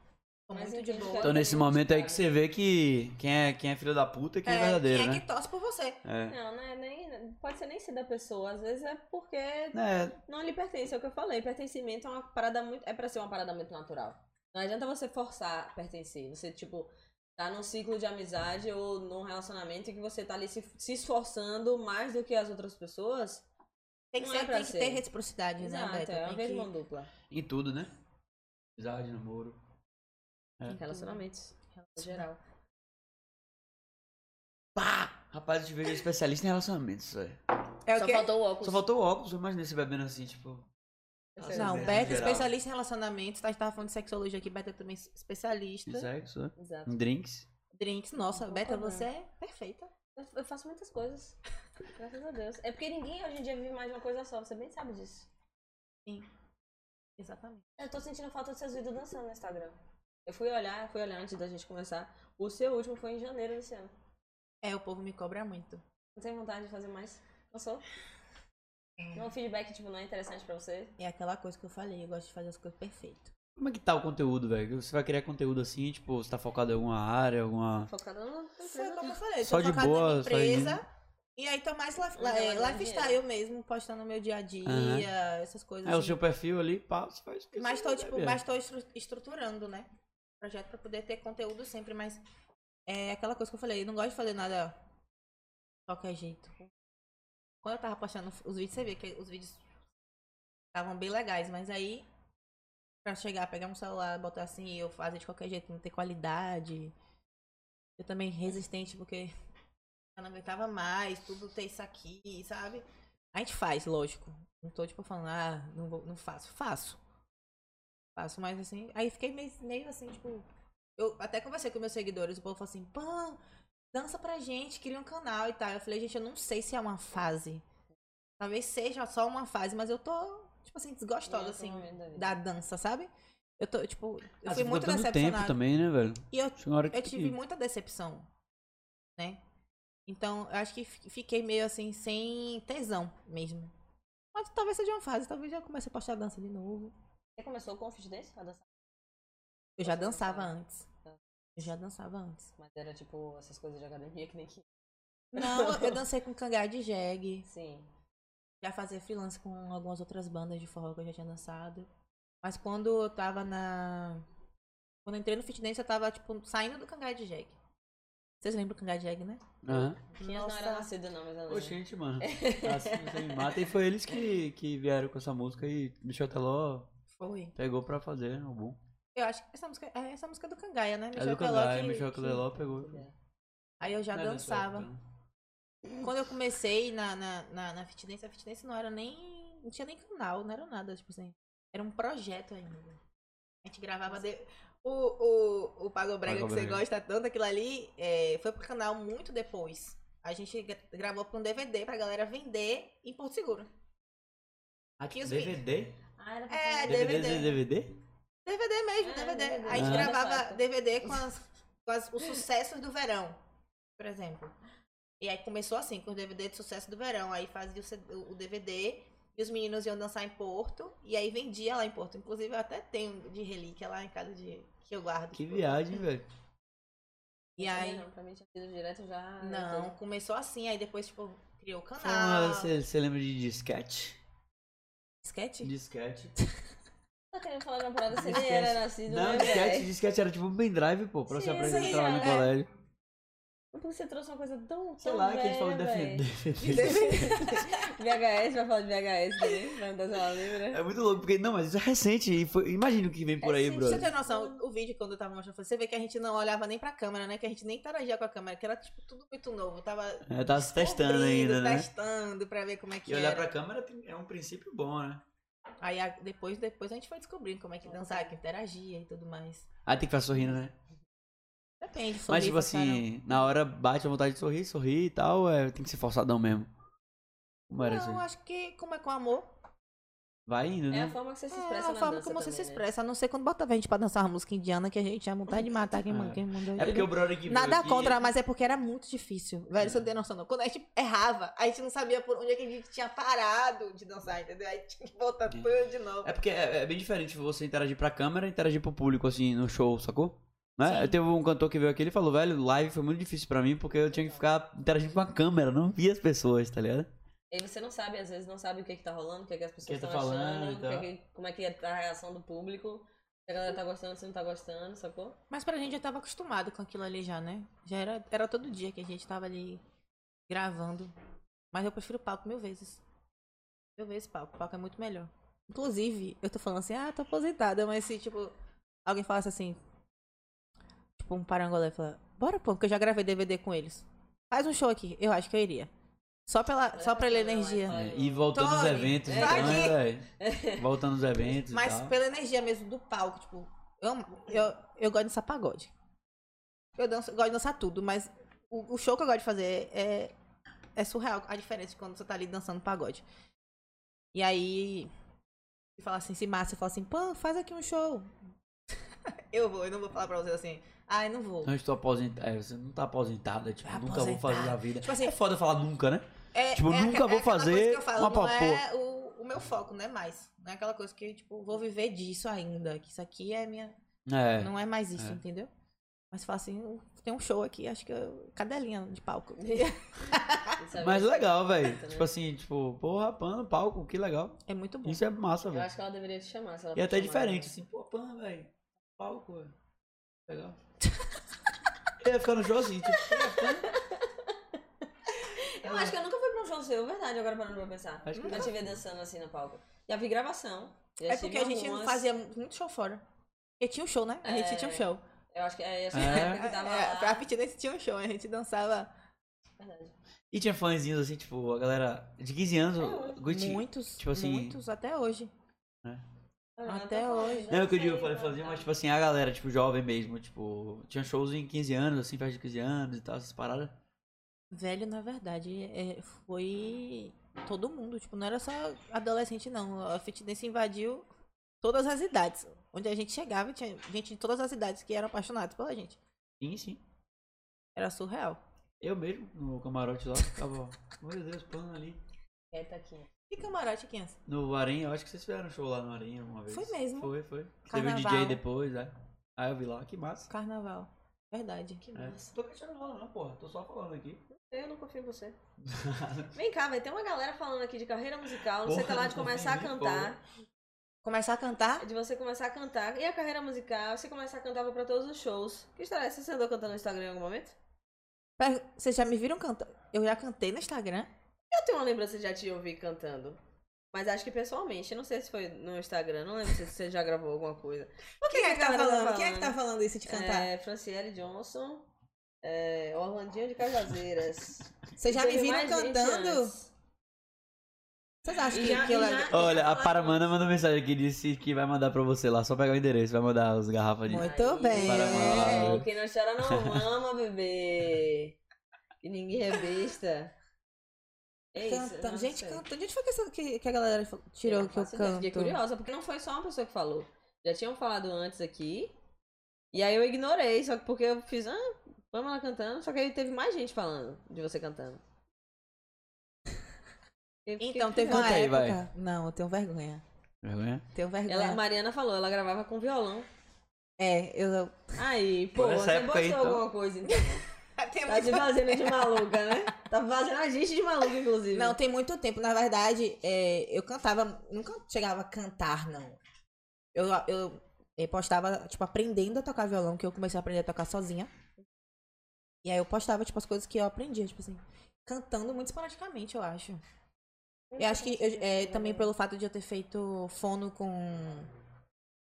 Sou
Mas
muito de
entende
boa.
Então nesse momento aí que você vê que quem é, quem é filho da puta e quem é, verdadeiro,
quem é
né?
que torce por você?
É.
Não, não é nem. Pode ser nem ser da pessoa. Às vezes é porque
É,
não lhe pertence, é o que eu falei. Pertencimento é uma parada muito. É pra ser uma parada muito natural. Não adianta você forçar a pertencer. Você, tipo, tá num ciclo de amizade ou num relacionamento em que você tá ali se, se esforçando mais do que as outras pessoas.
Tem que,
Não é
ser-
pra
tem que
ser.
ter reciprocidade, né,
Exato,
Beto?
é uma
Tem
vez
que-
mão dupla.
em tudo, né? Amizade, namoro. É.
Relacionamentos. No geral.
Pá! Rapaz, eu te vejo especialista em relacionamentos, velho.
É o
Só
quê?
faltou o óculos.
Só faltou o óculos, eu imaginei você bebendo assim, tipo.
Esse é
Não,
o-
Beto.
Beta é
geral.
especialista em relacionamentos. Tá, A gente tava falando de sexologia aqui, Beta é também especialista.
de Sexo, né?
Exato.
Em drinks.
Drinks, nossa,
Não
Beta,
concordo,
você é perfeita.
Eu- Eu faço muitas coisas. <laughs> Graças a Deus. É porque ninguém hoje em dia vive mais de uma coisa só, você bem sabe disso.
Exatamente.
Eu tô sentindo falta dos seus vídeos dançando no Instagram. Eu fui olhar, fui olhar antes da gente começar. O seu último foi em janeiro desse ano.
É, o povo me cobra muito.
Não tem vontade de fazer mais? Gostou? Não, o feedback, tipo, não é interessante pra você?
É aquela coisa que eu falei, eu gosto de fazer as coisas perfeitas.
Como é que tá o conteúdo, velho? Você vai criar conteúdo assim, tipo, você tá focado em alguma área, alguma.
Focada no...
Foi como eu falei,
Só
tô
de
focada
boa,
na minha
só em-
empresa. E aí tô mais life,
Não,
é,
não, não,
lifestyle mesmo, postando meu dia a dia,
Aham.
essas coisas
É o
assim.
seu perfil ali, pá, você faz o que
Mas
você
tô,
quiser,
tipo,
velho.
mas tô estru- estruturando, né? Projeto pra poder ter conteúdo sempre, mas é aquela coisa que eu falei, eu não gosto de fazer nada de qualquer jeito. Quando eu tava postando os vídeos, você vê que os vídeos estavam bem legais, mas aí pra chegar, pegar um celular, botar assim e eu fazer de qualquer jeito, não ter qualidade. Eu também resistente, porque eu não aguentava mais, tudo ter isso aqui, sabe? A gente faz, lógico. Não tô, tipo, falando, ah, não, vou, não faço. Faço. Faço, mas assim. Aí fiquei meio, meio assim, tipo. Eu até conversei com meus seguidores, o povo falou assim, pã, dança pra gente, cria um canal e tal. Eu falei, gente, eu não sei se é uma fase. Talvez seja só uma fase, mas eu tô, tipo assim,
É,
desgostosa, assim, da dança, sabe? Eu tô, tipo, eu
Ah, você
fui
ficou
muito
tanto tempo
decepcionada.
também, né, velho?
E eu
Chega uma hora que
eu
tem
tive
que-
muita decepção, né? Então, eu acho que fi- fiquei meio assim, sem tesão mesmo. Mas talvez seja uma fase, talvez já comece a postar dança de novo.
Você começou com o fit dance? A dançar?
Eu já
Você
dançava
dançava?
antes. Eu já
<laughs>
dançava antes.
Mas era, tipo, essas coisas de academia que nem que...
Não, eu dancei com cangá de jegue.
Sim.
Já fazia freelance com algumas outras bandas de forró que eu já tinha dançado. Mas quando eu tava na. Quando eu entrei no fitness, eu tava, tipo, saindo do cangá de jegue. Vocês lembram do cangá de jegue, né?
Aham.
Minha não era nascida, não, mas eu
Ô,
lembro.
gente,
<laughs>
mano. Assim você me mata. E foi eles que, que vieram com essa música e Michel Teló
Foi.
pegou pra fazer, né? O boom.
Eu acho que essa música, é essa música do Cangaia, né?
É do
Teló
Cangaia,
que-
Michel
que-
Teló pegou.
Aí eu já
Não é dessa
dançava.
época, né?
Quando eu comecei na, na, na, na fitness, a fitness não era nem. Não tinha nem canal, não era nada, tipo assim. Era um projeto ainda. A gente gravava. de- O, o, o Pago Brega,
Pago
que você
Brega.
gosta tanto, aquilo ali, é, foi pro canal muito depois. A gente gra- gravou pra um DVD pra galera vender em Porto Seguro. Aqui os vídeos.
DVD?
Ah, era pra
É,
falar.
DVD?
DVD.
DVD?
DVD mesmo,
Ah,
DVD.
DVD.
A gente
Ah.
gravava
Exato.
DVD com, as- com as- os sucessos do verão, por exemplo. E aí começou assim, com os DVD de sucesso do verão. Aí fazia o, C- o DVD e os meninos iam dançar em Porto. E aí vendia lá em Porto. Inclusive, eu até tenho de relíquia lá em casa de, que eu guardo.
Que viagem, velho.
E aí,
né? Não, pra mim tinha sido direto já... né?
não, começou assim. Aí depois, tipo, criou o
Foi uma-
Ah.
canal.
Você você lembra de disquete?
Sketch?
Disquete.
Tá querendo falar de uma parada assim, nem
Esquece.
era nascido,
Não,
né, véi?
disquete, disquete era tipo um pendrive, pô, pra você
Sim, sim,
apresentar lá no
é.
colégio.
Mas por que você trouxe uma coisa tão. tão
Sei lá, que a gente falou de
velha, véi?
defender.
VHS, vai falar de VHS também, pra não dar essa lembra.
<laughs> É muito louco, porque não, mas isso é recente. E foi, imagina o que vem por aí,
Pra É você
brother.
ter noção, o vídeo quando eu tava mostrando, você vê que a gente não olhava nem pra câmera, né? Que a gente nem interagia com a câmera, que era tipo tudo muito novo. Tava
É, tá se testando
descobrindo, tá
ainda, né?
Testando pra ver como é que
E olhar
era.
pra câmera tem- é um princípio bom, né?
Aí a- depois, depois a gente foi descobrindo como é que dançava, que interagia e tudo mais.
Aí tem que ficar sorrindo, né?
Depende,
Mas,
sorrir
tipo
pra caramba.
assim, na hora bate a vontade de sorrir, sorrir e tal, é, tem que ser forçadão mesmo. Como era isso?
Não,
aí?
acho que como é com amor,
Vai indo,
É
né?
a forma que você se
é
expressa
a
na
forma
dança
como você se
também, né?
expressa. A não ser quando botava a gente pra dançar uma música indiana, que a gente ia vontade <laughs> de matar quem,
É.
mandou- quem mandou.
É porque o brother que
Nada
veio aqui-
contra, mas é porque era muito difícil. Velho, você não tem noção, não. Quando a gente errava, a gente não sabia por onde é que a gente tinha parado de dançar, entendeu? Aí tinha que voltar tudo de novo.
É porque é, é bem diferente você interagir pra câmera e interagir pro público, assim, no show, sacou? Né? Eu teve um cantor que veio aqui, ele falou, velho, live foi muito difícil pra mim, porque eu tinha que ficar interagindo com a câmera, não via as pessoas, tá ligado?
E você não sabe, às vezes não sabe o que, que tá rolando, o que, que as pessoas
Quem tá
estão
falando
achando,
e tal.
o que que- como é que tá a reação do público, se a galera tá gostando, se não tá gostando, sacou?
<laughs>
Mas pra gente já tava acostumado com aquilo ali já, né? Já era, era todo dia que a gente tava ali gravando. Mas eu prefiro palco mil vezes. Mil vezes palco. Palco é muito melhor. Inclusive, eu tô falando assim, ah, tô aposentada, mas se, tipo, alguém falasse assim, tipo, um parangolé fala, bora, pô, porque eu já gravei DVD com eles. Faz um show aqui. Eu acho que eu iria. Só pela, só pela energia.
É, e voltando aos
Tony,
eventos,
tá
então, né,
aqui. <laughs>
velho? Voltando aos eventos
Mas
e tal.
pela energia mesmo do palco, tipo, eu, eu, eu gosto de dançar pagode. Eu danço, gosto de dançar tudo, mas o, o show que eu gosto de fazer é, é surreal a diferença de quando você tá ali dançando pagode. E aí, se falar assim, se massa, fala assim, pô, faz aqui um show. <laughs> eu vou, eu não vou falar pra vocês assim, ai, não vou.
Não estou aposentado. É, você não tá aposentada, tipo,
Tá
nunca vou fazer
aposentada.
na vida.
Tipo assim,
é foda falar nunca, né?
É,
Tipo,
é
nunca
aque-
vou
é aquela
fazer
coisa que eu falo,
uma
não
papo.
é o, o meu foco, não é mais. Não é aquela coisa que, tipo, vou viver disso ainda, que isso aqui é minha
É.
Não é mais isso,
É.
entendeu? Mas fala assim, eu- tem um show aqui, acho que eu, cadelinha de
<laughs>
palco.
Não
Mas
sabe
né?
isso.
legal, velho.
Também.
Tipo assim, tipo, porra, pan no palco, que legal.
É muito bom.
Isso é massa,
Eu
velho.
acho que ela deveria te chamar. né? Se ela
E
for
até
chamada,
diferente, assim, pô, pan, velho. Palco, velho. Legal. <laughs> Eu ia ficar no show assim, tipo, pô, pan.
né? Eu acho que eu nunca fui pra um show seu, verdade, agora parando pra pensar.
Acho que
Nunca te vi dançando assim no palco. Já vi gravação. já
É porque a
tive
gente não
algumas.
fazia muito show fora. Porque tinha um show, né? A gente
É.
tinha um show.
Eu acho que é, acho
É.
que na época que tava
É,
lá.
pra fitness tinha um show, a gente dançava
Verdade.
E tinha fãzinhos, assim, tipo, a galera de 15 anos,
É,
Gucci.
né,
muitos,
tipo assim-
muitos até hoje.
Ah,
Até
eu
tá
tô
hoje.
falando,
Não, é o que eu
dança
digo, eu
aí,
falei
tá,
fãzinho,
tá.
mas tipo assim, a galera, tipo, jovem mesmo, tipo, tinha shows em 15 anos, assim, festa de 15 anos e tal, essas paradas.
Velho, na verdade, é, foi todo mundo. Tipo, não era só adolescente, não. A fitness invadiu todas as idades. Onde a gente chegava, tinha gente de todas as idades que eram apaixonados pela gente.
Sim, sim.
Era surreal.
Eu mesmo, no camarote lá, ficava, ó, meu Deus, pano ali.
É, tá aqui.
E camarote, Kenza?
No Bahrein, eu acho que vocês fizeram um show lá no Bahrein uma vez.
Foi mesmo?
Foi, foi. Teve o
Carnaval.
DJ depois, é. Aí eu vi lá, que massa.
Carnaval. Verdade.
Que
É.
massa.
Tô cachando rola, não, porra. Tô só falando aqui.
Eu não confio
<laughs>
em você. Vem cá, velho. Tem uma galera falando aqui de carreira musical, não sei o que
Porra,
lá,
não
de começar a
confio em mim,
cantar.
Começar a cantar?
De você começar a cantar. E a carreira musical, você começar a cantar pra todos os shows. Que história é essa? Você andou cantando no Instagram em algum momento?
Per- Vocês já me viram cantar? Eu já cantei no Instagram.
Eu tenho uma lembrança de já te ouvir cantando. Mas acho que pessoalmente, não sei se foi no Instagram, não lembro se você já gravou alguma coisa. Por
Quem é que tá
a galera
falando? Quem é que tá falando isso de cantar?
É, Franciele Johnson, é, Orlandinho de Cajazeiras.
Vocês já me
Teve
viram
mais gente
cantando?
antes.
Vocês acham
E
que, é
já-
que eu...
e já-
Olha, a Paramana mandou mensagem aqui, disse que vai mandar pra você lá. Só pegar o endereço, vai mandar as garrafas de.
Muito bem.
Paramana.
Não, Quem É, não chora não ama, bebê. E ninguém é besta. É isso.
Cantando.
não
gente,
sei.
cantando. Gente, foi que, essa- que, que a galera falou- tirou que eu
faço ideia, Fiquei
canto.
curiosa, porque não foi só uma pessoa que falou. Já tinham falado antes aqui. E aí eu ignorei, só que porque eu fiz, ah, vamos lá cantando. Só que aí teve mais gente falando de você cantando. Eu fiquei
Então, teve
curiosa.
uma
Canta aí,
época...
vai.
Não, eu tenho vergonha.
Vergonha?
Tenho vergonha.
Ela, Mariana falou, ela gravava com violão.
É, eu...
Aí, pô,
Por essa
você
época
botou
aí, então.
alguma coisa então.
Tem
Tá te fazendo de maluca, né? Tá fazendo a gente de maluca, inclusive.
Não, tem muito tempo. Na verdade, é, eu cantava, nunca chegava a cantar, não. Eu, eu, eh, postava, tipo, aprendendo a tocar violão, que eu comecei a aprender a tocar sozinha. E aí eu postava, tipo, as coisas que eu aprendia, tipo assim, cantando muito esporadicamente, eu acho. Eu acho que eu- é, também pelo fato de eu ter feito fono com.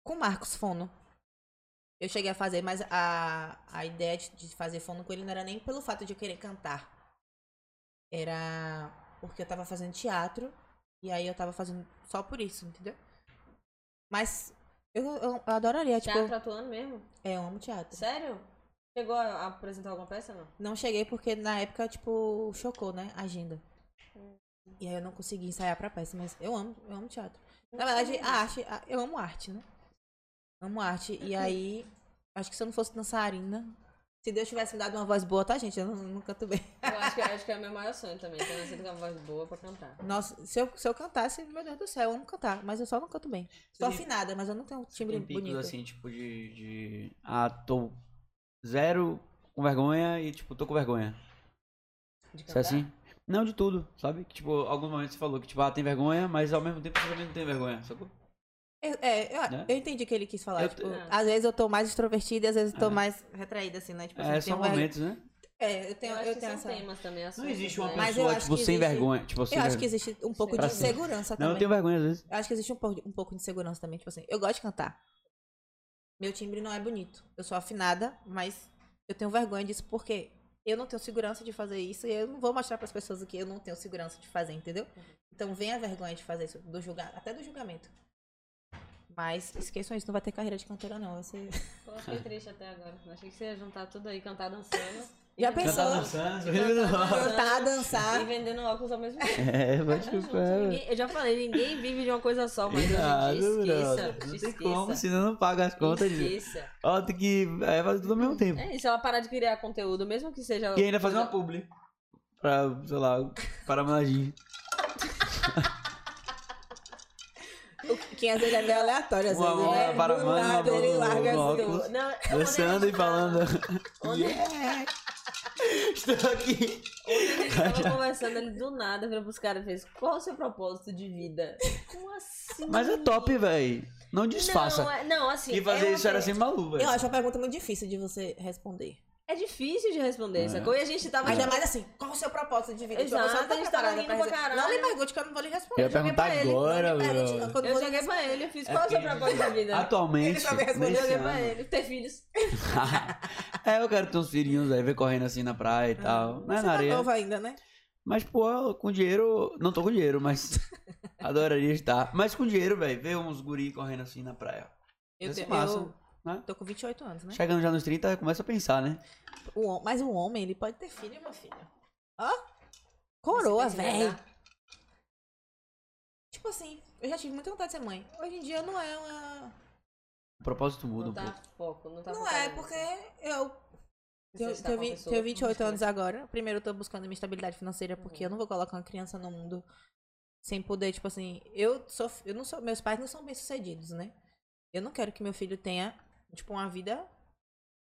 Com Marcos Fono. Eu cheguei a fazer, mas a, a ideia de, de fazer fono com ele não era nem pelo fato de eu querer cantar. Era porque eu tava fazendo teatro e aí eu tava fazendo só por isso, entendeu? Mas eu, eu, eu adoraria, tipo.
Teatro atuando tá, mesmo?
É, eu amo teatro.
Sério? Chegou a apresentar alguma peça, não?
Não cheguei porque na época, tipo, chocou, né? A agenda. E aí eu não consegui ensaiar pra peça, mas eu amo, eu amo teatro. Na verdade,
ah.
a arte, a- eu amo arte, né? Amo arte. E aí, acho que se eu não fosse dançarina, se Deus tivesse me dado uma voz boa, tá, gente? Eu não, não canto bem.
Eu acho que, acho que é o meu maior sonho também. Ter nascido com uma voz boa pra cantar.
Nossa, se eu, se eu cantasse, meu Deus do céu, eu amo cantar, mas eu só não canto bem. Sou
tem-
afinada, mas eu não tenho um timbre
Tem picos
bonito.
assim, tipo, de, de. Ah, tô zero com vergonha e, tipo, tô com vergonha.
De
Isso é
cantar.
assim? Não, de tudo, sabe? Que, tipo, alguns momentos você falou que, tipo, ah, tem vergonha, mas ao mesmo tempo você também não tem vergonha, sacou?
Eu- É, eu,
Né?
eu entendi o que ele quis falar.
Eu-
tipo,
É.
às vezes eu tô mais extrovertida e às vezes eu tô
É.
mais retraída, assim, né? Tipo, assim,
É,
eu
são
tenho vergonha-
momentos, né?
É, eu
Eu,
tenho, eu
acho que um
tenho
são
essa.
temas também, assuntos,
Não existe uma
né?
Mas eu
pessoa,
acho
tipo,
que
sem
existe-
vergonha. Tipo, sem
Eu acho que
vergonha.
existe um pouco de
Pra ser-
insegurança
Não, eu
também.
tenho vergonha às vezes.
Eu acho que existe um, pouco- um pouco de insegurança também. Tipo assim, eu gosto de cantar. Meu timbre não é bonito. Eu sou afinada, mas eu tenho vergonha disso porque eu não tenho segurança de fazer isso e eu não vou mostrar pras pessoas o que eu não tenho segurança de fazer, entendeu? Então vem a vergonha de fazer isso, do julgar, até do julgamento. Mas esqueçam isso, não vai ter carreira de cantora, não. Vai
<laughs>
ser-
Pô, eu fiquei triste até agora. Eu achei que você ia juntar tudo aí, cantar dançando. <laughs> e
Já
vender-
pensou? Cantar
dançando,
Cantar,
E
tá dançar.
vendendo óculos ao mesmo tempo.
<laughs> É, vai
Não, gente, ninguém- eu já falei, ninguém vive de uma coisa só, mas a gente esqueça.
Não tem
esqueça,
como, senão não paga as contas.
esqueça.
Ó, tem que é, fazer tudo ao mesmo tempo.
É isso, ela parar de criar conteúdo, mesmo que seja.
E ainda fazer uma
coisa-
publi. Pra, sei lá, para a Meladinha.
Quem às vezes é meio aleatório, às
Uma
vezes.
hora
né?
para a
Do
mano,
nada,
uma
ele
mão,
larga
um
assim,
óculos.
Não, ontem a
Dançando e
gente tava- <laughs>
falando.
Ontem,
<laughs> Estou aqui.
ontem a
<laughs>
gente tava conversando, ele do nada virou pros caras e fez: Qual o seu propósito de vida? Como assim?
Mas é top, véi. Não disfarça.
Não, é- não assim.
Que
é
fazer
uma
isso era
pe-
sem malu, É velho.
Eu acho uma pergunta muito difícil de você responder.
assim.
É difícil de responder
É.
essa coisa. E a gente tava.
Ainda mais assim, qual o seu propósito de vida? Tipo, a
Exato,
pessoa não
a gente tá
preparada
rindo
pra
pra
receber.
caralho.
Não me pergunte que eu não vou lhe responder.
Eu ia perguntar
Joguei pra ele.
agora,
Não me pergunte,
bro.
quando
Eu
você- tá
joguei pra ele, eu fiz qual é o seu propósito de vida?
Atualmente,
Ele só me respondeu,
Eu
nesse
joguei pra
ano- <laughs>
ele, ter filhos.
é, eu quero ter uns filhinhos aí, ver correndo assim na praia e
Ah,
tal. Não é
Você
na
tá
areia.
nova ainda, né?
Mas, pô, eu- com dinheiro. Não tô com dinheiro,
<laughs>
mas. Adoraria estar. Mas com dinheiro, velho. Ver uns guri correndo assim na praia.
Eu,
Isso
tenho-
é massa,
eu
né?
tô com 28 anos, né?
Chegando já nos 30, começa a pensar, né?
O hom- mas o homem, ele pode ter filho, meu filho. Ó. Coroa,
Você tem que se
velho.
enganar.
Tipo assim, eu já tive muita vontade de ser mãe. Hoje em dia não é uma.
O propósito muda
Não
um
tá
pouco.
foco, não tá
Não
focado
é,
nisso.
porque eu
Você
Tenho,
está tá
tenho,
com uma
vi-
pessoa
tenho
com Uhum.
28
bastante-
anos agora. Primeiro, eu tô buscando minha estabilidade financeira, porque eu não vou colocar uma criança no mundo sem poder, tipo assim. Eu sou. Eu não sou. Meus pais não são bem-sucedidos, né? Eu não quero que meu filho tenha, tipo, uma vida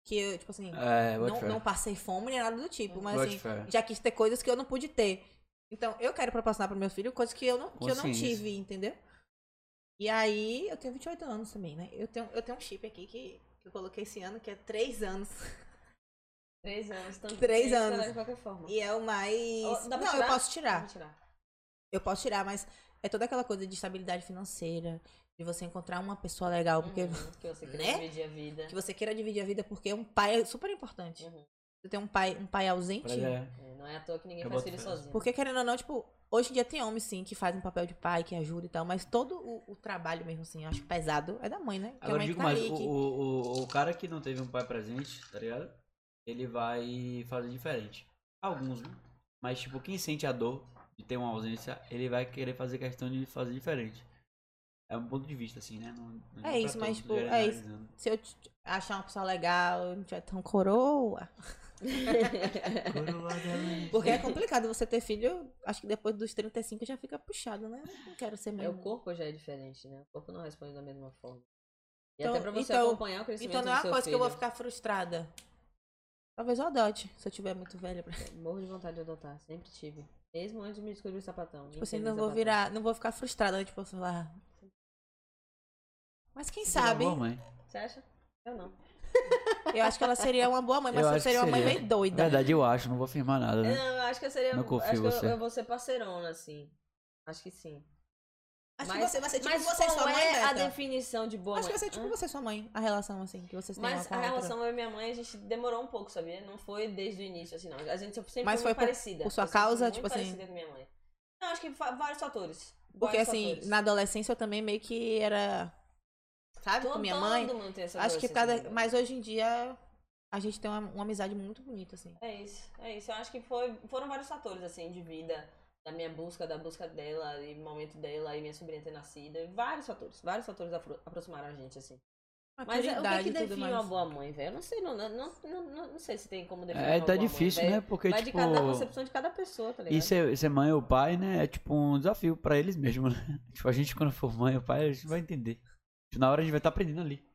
que eu, tipo assim,
É, bote
não,
fé.
não passei fome nem nada do tipo. Mas
Bote
assim,
fé.
já quis ter coisas que eu não pude ter. Então, eu quero proporcionar pro meu filho coisas que eu não, que eu não
Consciência.
tive, entendeu? E aí, eu tenho 28 anos também, né? Eu tenho, eu tenho um chip aqui que, que eu coloquei esse ano, que é 3 anos.
Três anos também.
Três
Tem que
anos.
tirar De qualquer forma.
E é o mais.
Ó, dá pra
não,
tirar?
eu posso
Dá
tirar.
pra tirar.
Eu posso tirar, mas é toda aquela coisa de estabilidade financeira, de você encontrar uma pessoa legal, porque
Uhum, que você quer
né?
dividir a vida.
que você queira dividir a vida, porque um pai é super importante.
Uhum.
Você tem um pai, um pai ausente.
Mas é.
É, Não é à toa que ninguém
Eu
faz
boto
filho
fé.
sozinho.
Porque querendo ou não, tipo, hoje em dia tem homens sim que fazem papel de pai, que ajuda e tal, mas todo o, o trabalho mesmo, assim, eu acho pesado, é da mãe, né? Que a
Agora eu
mãe
digo
que tá
mais,
ali,
o,
que-
o, o, o cara que não teve um pai presente, tá ligado? Ele vai fazer diferente. Alguns, né? Mas tipo, quem sente a dor de ter uma ausência, ele vai querer fazer questão de fazer diferente. É um ponto de vista, assim, né? Não, não pra
isso, mas,
todos,
tipo, é
generalizando.
<laughs> Se eu t- achar uma pessoa legal, eu não tiver tão coroa.
<laughs>
Porque é complicado você ter filho, acho que depois dos 35 já fica puxado, né? Não quero ser
<laughs>
mãe.
É, o corpo já é diferente, né? O corpo não responde da mesma forma. E
Então-
até pra você
então-
acompanhar o crescimento
Então não é
do
uma
seu
coisa que eu vou
filho.
ficar frustrada. Talvez eu adote, se eu tiver muito velha. Pra... Tipo
Morro de vontade de adotar, sempre tive. Mesmo antes de me descobrir o sapatão. Tipo
assim, não vou virar, não vou ficar frustrada, né? tipo assim, lá. Mas quem sabe?
Boa mãe.
Você acha? Eu não.
Eu acho que ela seria uma boa mãe,
<laughs>
mas
Eu
ela
acho que
seria uma mãe
seria.
meio doida.
Na verdade, eu acho, não vou afirmar nada, né?
Não, eu acho que eu seria.
Não confio
acho
em
que eu-
você.
Eu, vou ser parceirona, assim. Acho que sim.
Acho que
Mas-
você vai ser tipo
Mas
você e
qual
sua mãe,
é a
Beta.
definição de boa
Acho que
mãe?
vai ser tipo você e sua mãe, a relação assim que vocês têm uma
Mas
com
a
outra.
relação eu e minha mãe, a gente demorou um pouco, sabia? Não foi desde o início, assim, não. A gente sempre foi muito
Mas foi por-
parecida.
por sua
Eu sempre fui
causa,
muito
tipo assim?
parecida com minha mãe. Não, acho que fa- vários fatores.
Porque
Vários
assim,
fatores.
na adolescência eu também meio que era. Sabe,
Todo
com minha mãe.
mundo tem essa
Acho que
adolescência,
cada.
né?
Mas hoje em dia a gente tem uma, uma amizade muito bonita, assim.
É isso, é isso. Eu acho que foi, foram vários fatores, assim, de vida, da minha busca, da busca dela, e momento dela, e minha sobrinha ter nascido. e Vários fatores, vários fatores afro- aproximaram a gente, assim. Mas é- o que é
Maturidade
que
e tudo
define
mais.
uma boa mãe, velho? Eu não sei, não, não, não, não, não sei se tem como definir
É,
uma
tá
boa
difícil,
mãe,
né?
velho.
Porque,
Vai
tipo.
de cada um concepção de cada pessoa, tá ligado?
E ser, ser mãe ou pai, né? É tipo um desafio pra eles mesmos, né? <laughs> Tipo, a gente quando for mãe ou pai, a gente vai entender. Tipo, Na hora a gente vai estar aprendendo ali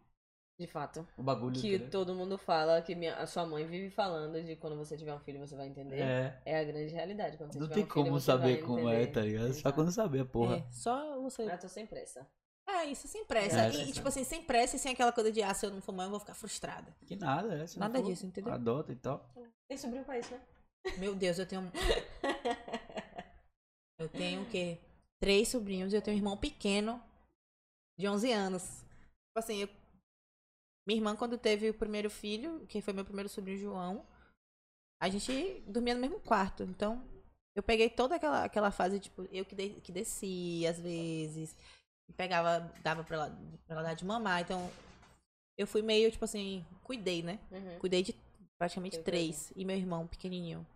é
De fato.
o bagulho.
Que
entendeu?
todo mundo fala, que minha, a sua mãe vive falando de quando você tiver um filho você vai entender. É,
É.
a grande realidade. Quando você
Não
tiver
tem
um filho,
como
você vai
saber como é,
entender.
tá ligado? Só
Exato.
quando saber, porra.
É, só você.
Eu tô sem pressa.
É, isso sem pressa.
É,
e,
sim.
e, tipo assim, sem pressa e sem aquela coisa de, ah, se eu não for mãe, eu vou ficar frustrada.
Que nada, é. se não
Nada
for,
disso, entendeu?
Adota e tal.
Tem sobrinho pra isso, né?
Meu Deus, eu tenho. um eu tenho o quê? Três sobrinhos e eu tenho um irmão pequeno de 11 anos. Tipo assim, eu... minha irmã, quando teve o primeiro filho, que foi meu primeiro sobrinho, João, a gente dormia no mesmo quarto. Então, eu peguei toda aquela, aquela fase, tipo, eu que, de- que descia às vezes, e pegava, dava pra ela, pra ela dar de mamar. Então, eu fui meio, tipo assim, cuidei, né?
Uhum.
Cuidei de praticamente
Eu
três. E meu irmão, pequenininho.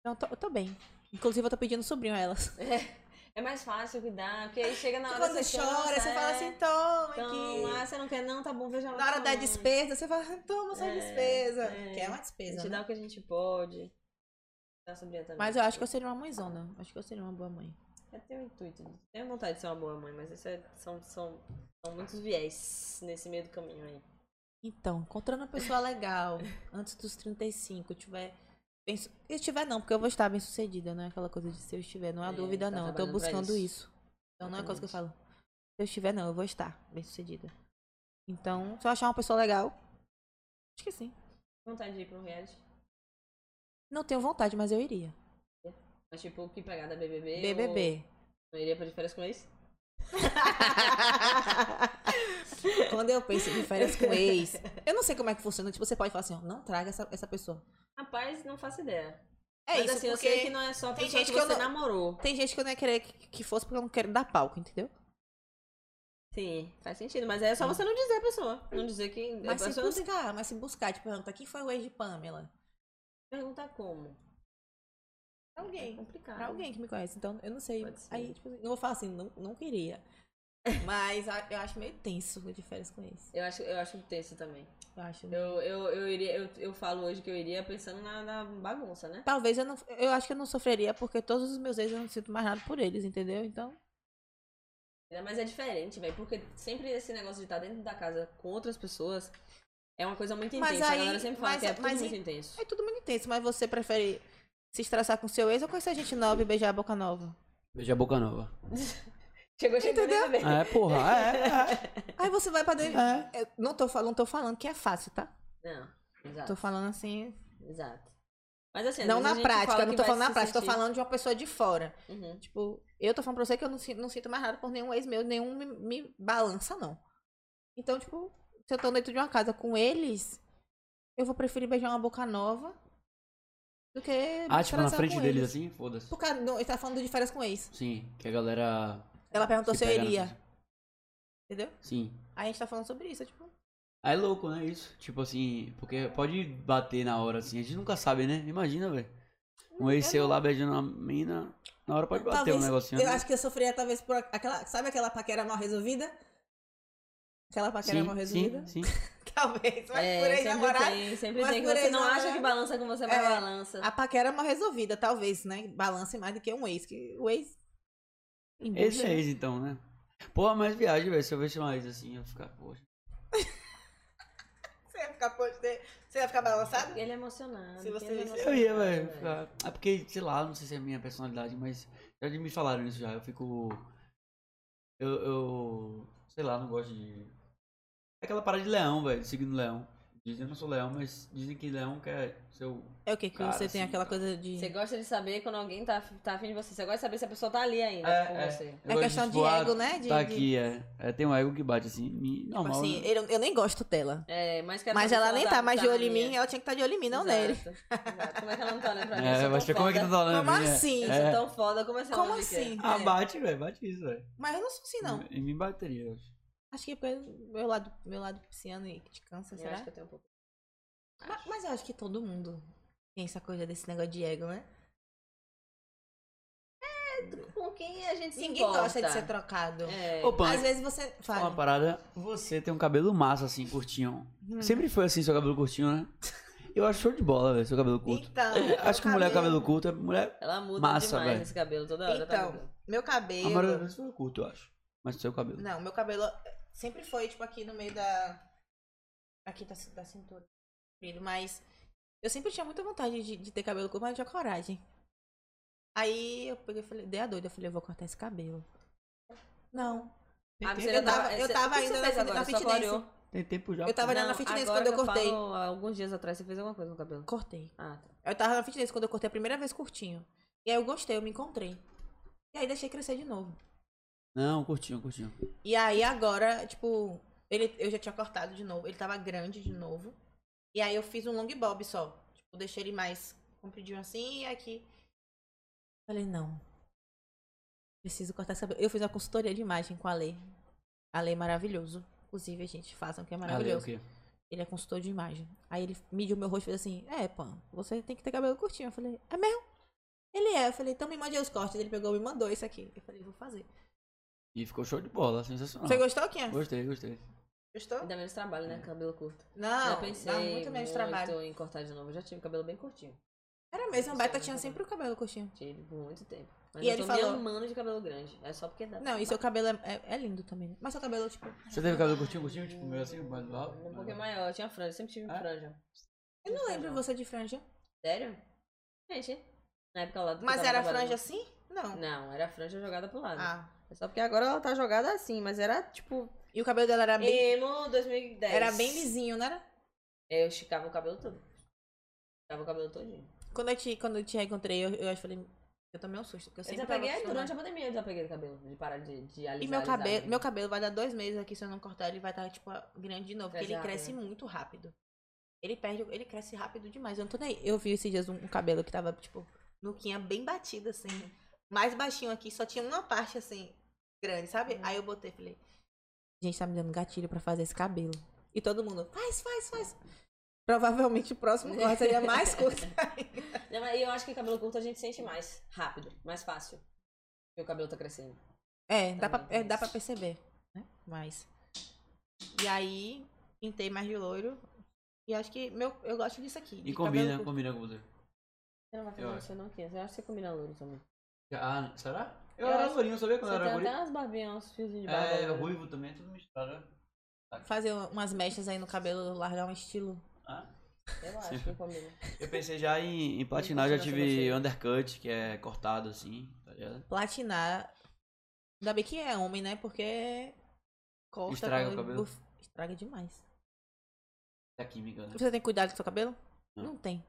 Então, eu tô, eu tô bem. Inclusive, eu tô pedindo sobrinho a elas.
É mais fácil cuidar, porque aí chega na hora
Tipo
é.
Quando você chora, você fala assim, toma
Então, ah,
aqui.
você não quer não, tá bom, veja lá.
Na hora da
mãe.
despesa, você fala, toma sua
É,
despesa.
é.
Que é uma
A
despesa,
gente
né?
dá o que a gente pode. Dá sobrinha também.
Mas eu acho que eu seria uma mãezona. Acho que eu seria uma boa mãe.
Eu tenho o intuito. de- Tenho vontade de ser uma boa mãe, mas isso é- são, são, são muitos viés nesse meio do caminho aí.
Então, encontrando uma pessoa legal, antes dos 35, tiver... Bem, su- eu tiver não, porque eu vou estar bem sucedida, não é aquela coisa de se eu estiver, não é
É,
a dúvida
tá
não, eu tô
trabalhando pra
buscando
isso.
isso. Então não é coisa que eu falo, se eu estiver não, eu vou estar bem sucedida. Então, se eu achar uma pessoa legal, acho que sim.
Vontade de ir pra um reality.
Não tenho vontade, mas eu iria.
Mas tipo, que pegada BBB?
BBB.
<laughs> ou Não iria pra de férias com ex?
Quando eu penso em férias com ex, eu não sei como é que funciona, tipo, você pode falar assim, ó, não traga essa, essa pessoa.
Rapaz, não faço ideia.
É
mas
isso,
assim, eu
porque
sei que não é só a
tem
pessoa
gente
que
que eu
você
não-
namorou.
tem gente que eu não ia querer que, que fosse porque eu não quero dar palco, entendeu?
Sim, faz sentido. Mas aí é só você não dizer a pessoa. Não dizer que.
Mas
a
se
pessoa não tem que
buscar, mas se buscar, te pergunta, quem foi o ex de Pamela?
perguntar como.
Pra
É
alguém.
complicado.
Pra alguém que me conhece. Então, eu não sei.
Pode ser.
Aí, tipo, não vou falar assim, não, não <laughs> queria. Mas a- eu acho meio tenso de férias com ex.
Eu acho, eu acho tenso também.
Eu acho.
Eu, eu, eu, iria, eu, eu falo hoje que eu iria pensando na, na bagunça, né?
Talvez eu não. Eu acho que eu não sofreria, porque todos os meus ex eu não sinto mais nada por eles, entendeu? Então.
Mas é diferente, velho. Porque sempre esse negócio de estar dentro da casa com outras pessoas é uma coisa muito
Mas
intensa.
aí-
a galera sempre fala
mas-
que é tudo
mas
muito
e- <laughs>
intenso.
É tudo muito intenso, mas você prefere se estressar com seu ex ou conhecer gente nova e beijar a boca nova?
Beija a boca nova.
Chegou chegando
Entendeu?
<laughs>
bebê.
É, porra, é, é.
Aí você vai pra dentro.
É.
Eu não tô, fal- não tô falando que é fácil, tá?
Não,
Tô
exato.
falando assim.
Exato. Mas assim, às
não
vezes a
na
gente
prática,
fala
eu não
que
tô
vai
falando na
se
prática, tô
sentir-
falando de uma pessoa de fora.
Uhum.
Tipo, eu tô falando pra você que eu não, sin- não sinto mais nada por nenhum ex meu, nenhum me, me balança, não. Então, tipo, se eu tô dentro de uma casa com eles, eu vou preferir beijar uma boca nova do que. me
Ah, tipo, na
estressar
frente
com
deles
eles.
assim? Foda-se.
Por causa, não, ele tá falando de férias com ex.
Sim, que a galera.
Ela perguntou se eu
pega na
iria,
frente.
entendeu?
assim. Sim.
Aí a gente tá falando sobre isso, tipo.
Ah, É louco, né? Isso. Tipo assim, porque pode bater na hora assim. A gente nunca sabe, né? Imagina, velho. Um ex
eu
seu lá beijando uma mina. Na hora pode bater
é Talvez-
um negocinho.
Eu
né?
acho que eu sofreria, talvez, por aquela. Sabe aquela paquera mal resolvida? Aquela paquera mal resolvida? <laughs>
Sim, sim.
Talvez, mas
É,
por aí
sempre
namorar.
tem, sempre
mas
tem que
por
você
aí
não acha
namorado-
que balança com você, mas
É.
balança.
A paquera mal resolvida, talvez, né? Balance mais do que um ex. Que o ex.
Esse
Embucha,
é
né?
ex, então, né? Porra, mais viagem, velho. Se eu vejo uma ex assim, eu vou ficar, poxa.
Você ia ficar, poxa, você você ia ficar balançado?
Ele é emocionado.
Se você-
ele é
Eu ia,
emocionado,
velho. ficar- É porque, sei lá, não sei se é minha personalidade, mas já me falaram isso já. Eu fico. Eu. eu sei lá, não gosto de. É aquela parada de leão, velho, signo leão. Dizem, eu não sou leão, mas dizem que leão quer ser o.
É o quê? Que
Cara,
você
assim,
tem aquela coisa de. é
Você gosta de saber quando alguém tá, tá afim de você. Você gosta de saber se a pessoa tá ali ainda
É,
com
é.
você.
Eu
é
gosto
questão de
tipo, ah,
ego, né? De,
Tá
de-
aqui, é. É, Tem um ego que bate assim. em mim,
tipo
Normal.
assim,
né?
ele- eu nem gosto dela.
É, mas quero
Mas
saber se
ela nem tá mais de
na
olho em mim,
minha.
ela tinha que estar de olho em mim, não
Exato,
nele.
exato. Como é que ela não
<laughs>
tá olhando pra mim? Eu
É,
sou
vai
tão
ser como é que tu
foda.
tá olhando?
Como
pra mim, é?
assim?
Eu
É.
sou tão foda, como é que ela
Como
não me quer?
assim?
Ah,
É.
bate, velho. Bate isso, velho.
Mas eu não sou assim, não.
Em mim bateria, eu acho.
Acho que é pelo meu lado, meu lado pisciano e que te cansa,
Eu
será?
acho que eu tenho um pouco.
Ma- Mas, eu acho que todo mundo tem essa coisa desse negócio de ego, né?
Com quem a gente se
Ninguém gosta de ser
importa?
trocado.
É.
Opa,
Às vezes você.
Fala uma
Fala.
parada. Você tem um cabelo massa, assim, curtinho.
Hum.
Sempre foi assim, seu cabelo curtinho,
<laughs>
né? Eu acho show de bola, velho, seu cabelo curto.
Então.
<laughs> acho que
meu
mulher com cabelo curto é mulher.
Ela muda
Massa,
demais
velho.
esse cabelo toda hora. tá
Então,
mudando.
meu
A maioria das
cabelo.
vezes foi curto, eu acho. Mas seu cabelo.
Não, meu cabelo sempre foi, tipo, aqui no meio da. Aqui da, da cintura. comprido, Mas eu sempre tinha muita vontade de, de ter cabelo curto, mas não tinha coragem. Aí eu peguei e falei, dei a doida, eu falei, eu vou cortar esse cabelo. Não.
Ah, você já
eu tava, eu
você-
tava
o que
ainda
você
na,
fez
fit- na
agora? Só clareou?
fitness.
Tem tempo já.
Eu tava
pô.
olhando na
Não,
fitness
agora
quando eu
que
cortei.
falo, alguns dias atrás você fez alguma coisa no cabelo.
Cortei.
Ah, tá.
Eu tava na fitness quando eu cortei a primeira vez curtinho. E aí eu gostei, eu me encontrei. E aí deixei crescer de novo.
Não, curtinho, curtinho. Ah, é
E aí agora, tipo, ele, eu já tinha cortado de novo. Ele tava grande de novo. E aí eu fiz um long bob só. Tipo, deixei ele mais compridinho assim e aqui. Falei, não. Preciso cortar esse cabelo. Eu fiz uma consultoria de imagem com a Lei. A Lei maravilhoso. Inclusive, gente, façam que é
Ali, o
maravilhoso.
quê?
Ele é consultor de imagem. Aí ele mediu meu rosto e fez assim: É, Pan, você tem que ter cabelo curtinho. Eu falei: É mesmo? Ele é. Eu falei: Então me mande aí os cortes. Ele pegou e me mandou isso aqui. Eu falei: Vou fazer.
E ficou show de bola, sensacional.
Você gostou, Kinha?
Gostei, gostei.
Gostou?
Dá menos trabalho, né? Cabelo curto.
Não,
já pensei
dá muito menos trabalho.
em cortar de novo. Eu já tive cabelo bem curtinho.
Era mesmo, a
Isso
Beta
é
tinha
muito
sempre o cabelo curtinho.
Tive por muito tempo. Mas
E
eu
ele
tô
falou-
me amando de cabelo grande. É só porque dá.
Não, e seu cabelo é, é- é lindo também. né? Mas seu cabelo, tipo.
Você teve cabelo curtinho, curtinho? Tipo, meio assim, mais alto?
é
Um pouquinho maior. Eu tinha franja. Sempre tive
Ah.
É?
franja.
Eu não lembro
Não.
você de franja.
Sério? Gente, na época lá do que eu
Mas
tava
era
trabalhando-
franja assim? Não.
tá Não, era a franja jogada pro lado.
Ah.
É só porque agora ela tá jogada assim, mas era tipo.
E o cabelo dela era tá bem.
Emo 2010.
Era bem lisinho, não era?
Eu esticava o cabelo todo. Esticava o cabelo todinho.
Quando eu te, quando eu te reencontrei, eu, eu falei. Eu tomei um susto. Porque eu
Eu
sempre
desapeguei
tava acostumada.
durante a pandemia, eu desapeguei do cabelo. De parar de, de alisar.
E meu
alisar,
cabelo,
né?
meu cabelo vai dar dois meses aqui, se eu não cortar, ele vai estar, tipo, grande de novo. Porque ele
Exato,
cresce
né?
muito rápido. Ele perde, ele cresce rápido demais. Eu não tô nem aí. Eu vi esses dias um, um cabelo que tava, tipo, nuquinha bem batida, assim. Mais baixinho aqui, só tinha uma parte, assim, grande, sabe? Aí eu botei e falei, gente, tá me dando gatilho pra fazer esse cabelo. E todo mundo, faz, faz, faz. Provavelmente o próximo corte seria mais curto.
Não, mas eu acho que cabelo curto a gente sente mais rápido, mais fácil. Porque o cabelo tá crescendo.
É,
Tá
dá
Também
pra,
tem
é, dá pra
isso.
perceber, né? Mas. E aí, pintei mais de loiro. E acho que meu, eu gosto disso aqui.
E
de
combina,
cabelo curto.
combina com você.
Você não vai
Eu
fazer
acho.
isso, não, Kia. Você acha que você combina louro também?
Ah, será? Eu,
Eu
era
acho-
lourinho, sabia quando
Você
eu era
tem
lourinho?
até umas barbinhas, uns fiozinhos de barba.
É,
louro.
ruivo também, tudo misturado. né?
Fazer umas mechas aí no cabelo, largar um estilo.
Ah.
Eu acho que combina.
Eu pensei já em, em platinar,
Eu
já
não sei
tive
você.
undercut, que é cortado assim, tá ligado?
Platinar. Ainda bem que é homem, né? Porque. Corta.
Estraga o
quando-
cabelo.
buf- estraga demais.
Da química, né?
Você tem cuidado com seu cabelo?
Não.
Não tem.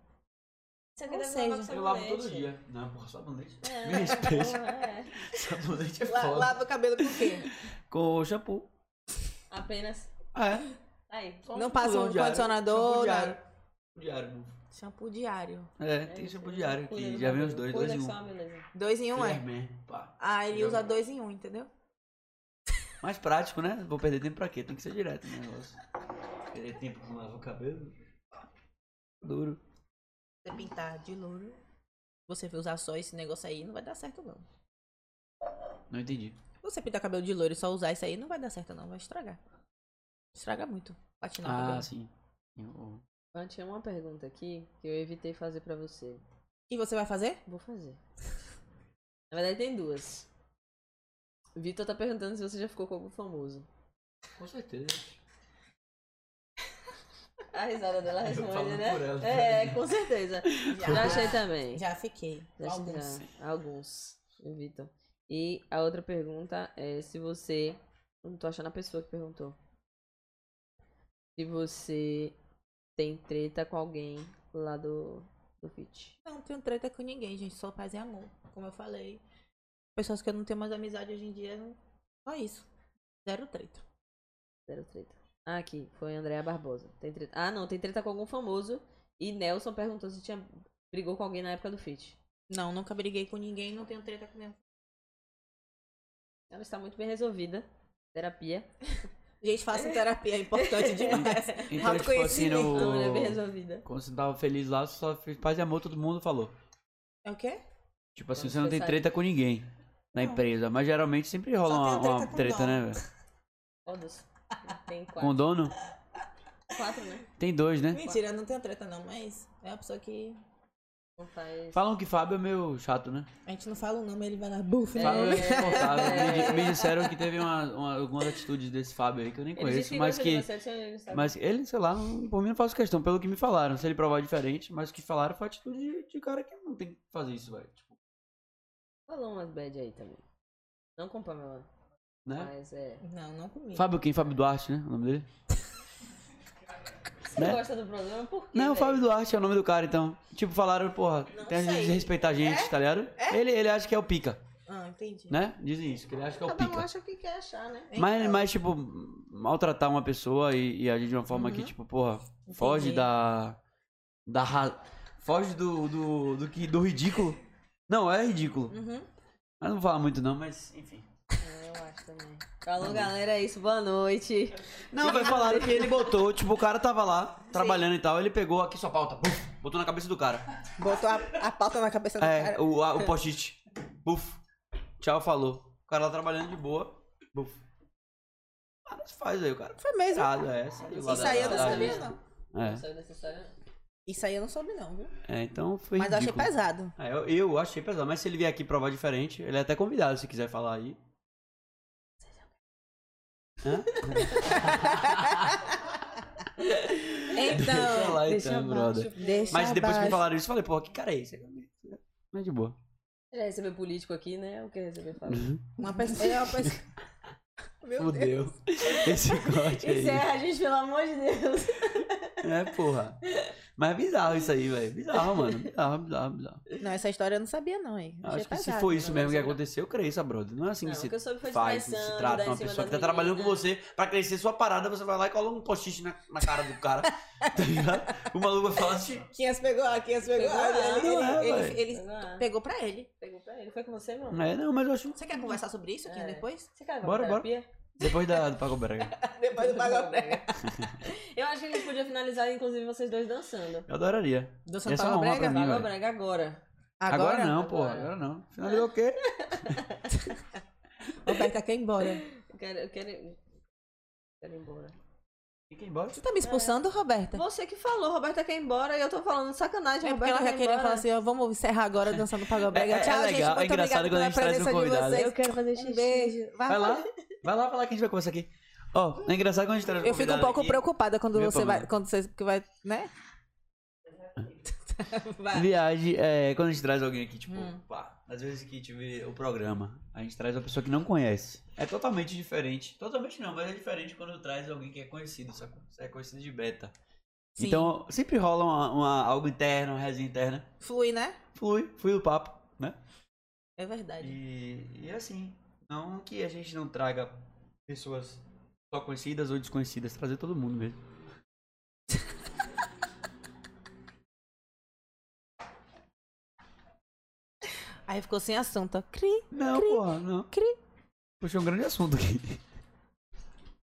Você
Ou
deve
seja,
lavar com
Eu lavo
sabonete.
todo dia. Não, porra,
<laughs>
sabonete. <laughs>
É.
Me respeita.
É.
Sabonete é
La-
foda.
lava o cabelo com o quê?
Com shampoo.
Apenas.
Ah, é?
Aí.
Só
Não
um
passa
shampoo
um
diário. Shampoo
condicionador, nada.
diário. Shampoo diário.
Shampoo diário.
É,
É
tem
isso,
shampoo
né?
diário
Cuida
que
do
já vem
cabelo.
os dois,
Cuida
dois em
que
um.
só é uma beleza.
Dois em um é.
Filerman, pá.
Ah, ele
Já
usa
vi.
dois em um, entendeu?
Mais prático, né? Vou perder tempo pra quê? Tem que ser direto né, o negócio. Perder tempo com lavar o cabelo. Duro.
você pintar de louro, você usar só esse negócio aí, não vai dar certo não.
Não entendi.
Você pintar cabelo de louro e só usar isso aí, não vai dar certo não, vai estragar. Estraga muito. Patinar o
Ah,
cabelo.
sim. Eu-
Eu tinha uma pergunta aqui que eu evitei fazer pra você.
E você vai fazer?
Vou fazer. Na verdade, tem duas. Vitor tá perguntando se você já ficou com algum famoso.
Com certeza.
A risada dela
Eu
responde,
falo
né?
por ela.
é, com certeza. <laughs> Já achei também.
Já fiquei.
Já achei-
Alguns.
já, alguns. O Vitor. E a outra pergunta é se você. eu Não tô achando a pessoa que perguntou. Se você tem treta com alguém lá do, do fit.
Não tenho treta com ninguém, gente. Só paz e amor. Como eu falei. Pessoas que eu não tenho mais amizade hoje em dia. não- Só isso. Zero treta.
Zero treta. Ah, aqui, foi Andréa Barbosa. Tem treta. Ah, não, tem treta com algum famoso. E Nelson perguntou se tinha brigou com alguém na época do fit.
Não, nunca briguei com ninguém. Não tenho treta com ninguém.
Ela está muito bem resolvida. Terapia.
Gente, façam terapia. É importante
<laughs>
demais.
Então, tipo assim,
A
né,
mulher é bem
no...
resolvida.
quando você tava feliz lá, você só fez paz e amor, todo mundo falou.
É o quê?
Tipo assim,
Quando
você não
você
tem
sai-
treta com ninguém na empresa, mas geralmente sempre rola uma,
Só tem treta
uma
com
treta,
dono.
né, velho?
Todos. Tem
Com o
quatro.
dono?
Quatro, né?
Tem dois, né?
Mentira, eu não tenho treta não, mas é uma pessoa que.
Não faz.
Falam que Fábio é meio chato, né?
A gente não fala o nome, ele vai lá, buf,
Fábio é
né?
insuportável. Me, di- me disseram que teve uma, uma- algumas atitudes desse Fábio aí que eu nem
Ele
conheço,
disse que
mas
gosta de
que.
você, tinha- ele sabe.
Mas ele, sei lá, não- por mim não faço questão, pelo que me falaram. Se ele provar diferente, mas o que falaram foi a atitude de, de cara que não tem que fazer isso, velho. Tipo,
Falou umas bad aí também. Não com Pamela,
né?
mas é.
Não, não comigo.
Fábio quem? Fábio Duarte, né? O nome dele?
Você
Né?
gosta do programa por quê?
Não, o
velho?
Fábio Duarte é o nome do cara, então. Tipo, falaram, porra, tem a gente de respeitar a gente,
É?
tá ligado? Ele, ele acha que é o pica,
Ah, entendi.
né? Dizem isso, que ele acha que é o
Cada um
pica.
acha o que quer achar, né?
Mas, mas, tipo, maltratar uma pessoa e, e agir de uma forma que, tipo, porra, foge
Uhum. Entendi.
da. Da ra... Foge do, do. do que. do ridículo. Não, é ridículo.
Uhum.
Mas não vou falar muito, não, mas enfim.
É, eu acho também. Falou, galera, é isso. Boa noite.
Não, vai
<laughs>
falar que ele botou, tipo, o cara tava lá, trabalhando e tal, ele pegou aqui sua pauta, buf, botou na cabeça do
<laughs>
cara.
Botou a, a pauta na cabeça do
É,
cara.
o, a- o post-it. Buf. Tchau, falou. O cara lá trabalhando de boa. Buf. Ah, isso faz aí, o cara.
Foi mesmo.
Errado, é. Saiu lá
Isso aí eu não
da- da
sabia,
lista.
não.
É.
Não saiu dessa história.
Isso aí eu não soube, não, viu?
É, então foi
Mas eu achei
ridículo.
pesado.
É, eu, eu achei pesado, mas se ele vier aqui provar diferente, ele é até convidado se quiser falar aí. Hã? <laughs> Deixa
Então.
lá
Deixa
então,
abaixo.
brother.
Deixa
Mas depois que me
abaixo.
falaram isso, eu falei, pô, que cara é esse? Mas de boa.
Já recebeu político aqui, né? O que recebeu Fábio?
Uma pessoa. É uma pessoa... <laughs> Meu Deus.
<laughs>
é.
Fudeu. Esse corte aí.
Encerra, gente, pelo amor de Deus.
É, porra. Mas é bizarro isso aí, velho. Bizarro, mano. Bizarro, bizarro, bizarro.
Não, essa história eu não sabia, não, hein?
Eu
Achei
acho que se
pesado. né,
foi isso mesmo que aconteceu, cresça, brother. Não é assim
Não,
que
o que eu soube
se
foi
faz,
diversão,
se trata
né,
dar em
uma
cima
pessoa que tá
das
trabalhando com
meninas.
você pra crescer sua parada, você vai lá e cola um post-it na, na cara do cara. <laughs> tá ligado? O maluco vai falar assim.
Quinhas pegou, ah, Quinhas pegou.
Pegou,
ah,
ah,
ele,
não é,
ele-
velho.
ele- ele
Pegou, ah,
pegou pra ele.
Pegou pra ele. Foi com você, meu?
É, não, mas eu acho.
Você quer conversar sobre isso, Quinhas,
É.
depois?
Você quer
Bora,
bora,
bora.
terapia?
Depois da, do Pago Brega.
Depois do bagulho.
<laughs> Eu acho que a gente podia finalizar, inclusive, vocês dois dançando.
Eu adoraria.
Do
Essa é uma
Santa
honra
Brega?
pra mim.
Agora,
velho.
brega agora.
Agora,
Agora?
não,
Agora.
porra. Agora não. Finalizou o quê?
Roberta quer ir embora.
Eu quero, eu quero, eu quero ir embora.
Tá. Fica embora.
Você tá me
É.
expulsando, Roberta?
Você que falou, Roberta quer ir embora e eu tô falando de sacanagem.
É porque
Roberta
ela já
quer ir
queria
embora.
falar assim, ó, vamos encerrar agora dançando Pagou
É,
Brega.
é
Tchau,
legal,
gente.
é
Muito
engraçado
obrigada
quando a
pela
gente traz um
presença de
convidado.
vocês.
Eu quero fazer xixi.
Um beijo. Vai,
Vai lá.
vai.
Vai lá falar que a gente vai conversar aqui. Ó, é engraçado quando a gente traz
Eu fico um
convidado
pouco
aqui.
preocupada quando
Meu
você vai,
problema.
quando você que vai, né? <laughs> Vai.
Viagem, é, quando a gente traz alguém aqui, tipo,
Hum.
pá, às vezes que tive o programa, a gente traz uma pessoa que não conhece. É totalmente diferente. Totalmente não, mas é diferente quando traz alguém que é conhecido, sacou? Você é conhecido de beta.
Sim.
Então, sempre rola uma, uma- algo interno, uma resenha interna.
Flui, né?
Flui, flui o papo, né?
É verdade.
E, e assim, não que a gente não traga pessoas só conhecidas ou desconhecidas, trazer todo mundo mesmo.
Aí ficou sem assunto. ó. Cri.
Não, porra, não.
cri.
Puxa, é um grande assunto aqui.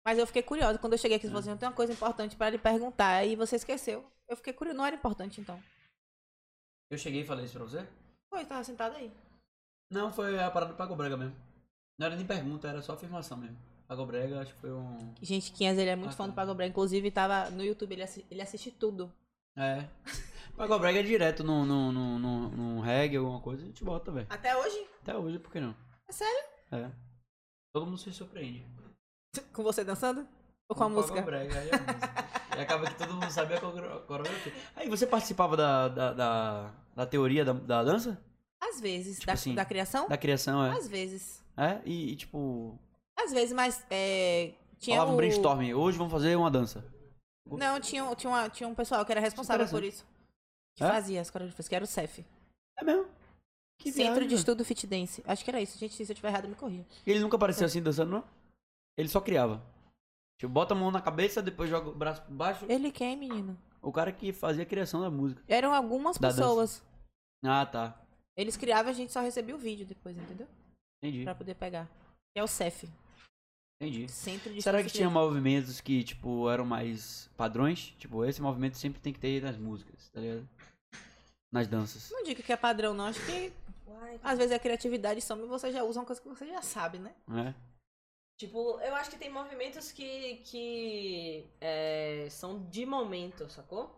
Mas eu fiquei curiosa quando eu cheguei aqui, você falou assim, eu tenho uma coisa importante pra lhe perguntar, aí você esqueceu. Eu fiquei curiosa, não era importante então.
Eu cheguei e falei isso pra você?
Foi, tava sentada aí.
Não, foi a parada do Pago Brega mesmo. Não era nem pergunta, era só afirmação mesmo. Pago Brega, acho que foi um.
Gente, Quinhas, ele é muito
Ah,
fã do
tá.
Pago Brega, inclusive tava no YouTube, ele, assi- ele assiste tudo. <laughs>
É. Pago Brega é direto num no, no, no, no reggae, alguma coisa, a gente bota, velho.
Até hoje?
Até hoje, por que não?
É sério?
É. Todo mundo se surpreende.
Com você dançando? Ou com a
Pago
música?
Brega, aí é a música. E acaba que todo mundo sabe a coro- coreografia. Aí você participava da, da, da, da teoria da, da dança?
Às vezes,
Tipo
da,
assim,
da criação?
Da criação, é?
Às vezes.
É? E, e, tipo,
Às vezes, mas é, tinha
falava um
o...
brainstorming. Hoje vamos fazer uma dança.
Não, tinha, um- tinha, uma- tinha um pessoal que era responsável por isso. Que
É?
fazia as coreografias, que era o CEF.
É mesmo? Que
Centro de
viagem.
Estudo Fit Dance. Acho que era isso. Gente, se eu tiver errado, me corrija.
E ele nunca
Ah.
apareceu assim dançando, não? Ele só criava. Tipo, bota a mão na cabeça, depois joga o braço por baixo.
Ele quem, menino?
O cara que fazia a criação da música.
Eram algumas
Da dança.
pessoas.
Ah, tá.
Eles criavam, a gente só recebia o vídeo depois, entendeu?
Entendi.
Pra poder pegar. Que é o CEF.
Entendi.
Centro de
Será que
Estudo
tinha
Fit
movimentos que, tipo, eram mais padrões? Tipo, esse movimento sempre tem que ter nas músicas, tá ligado? Nas danças.
Dance. Não digo que é padrão, não. Acho que
Ah,
Uai,
às vezes a criatividade some e você já usa uma coisa que você já sabe, né?
Né?
Tipo, eu acho que tem movimentos que, que é, são de momento, sacou?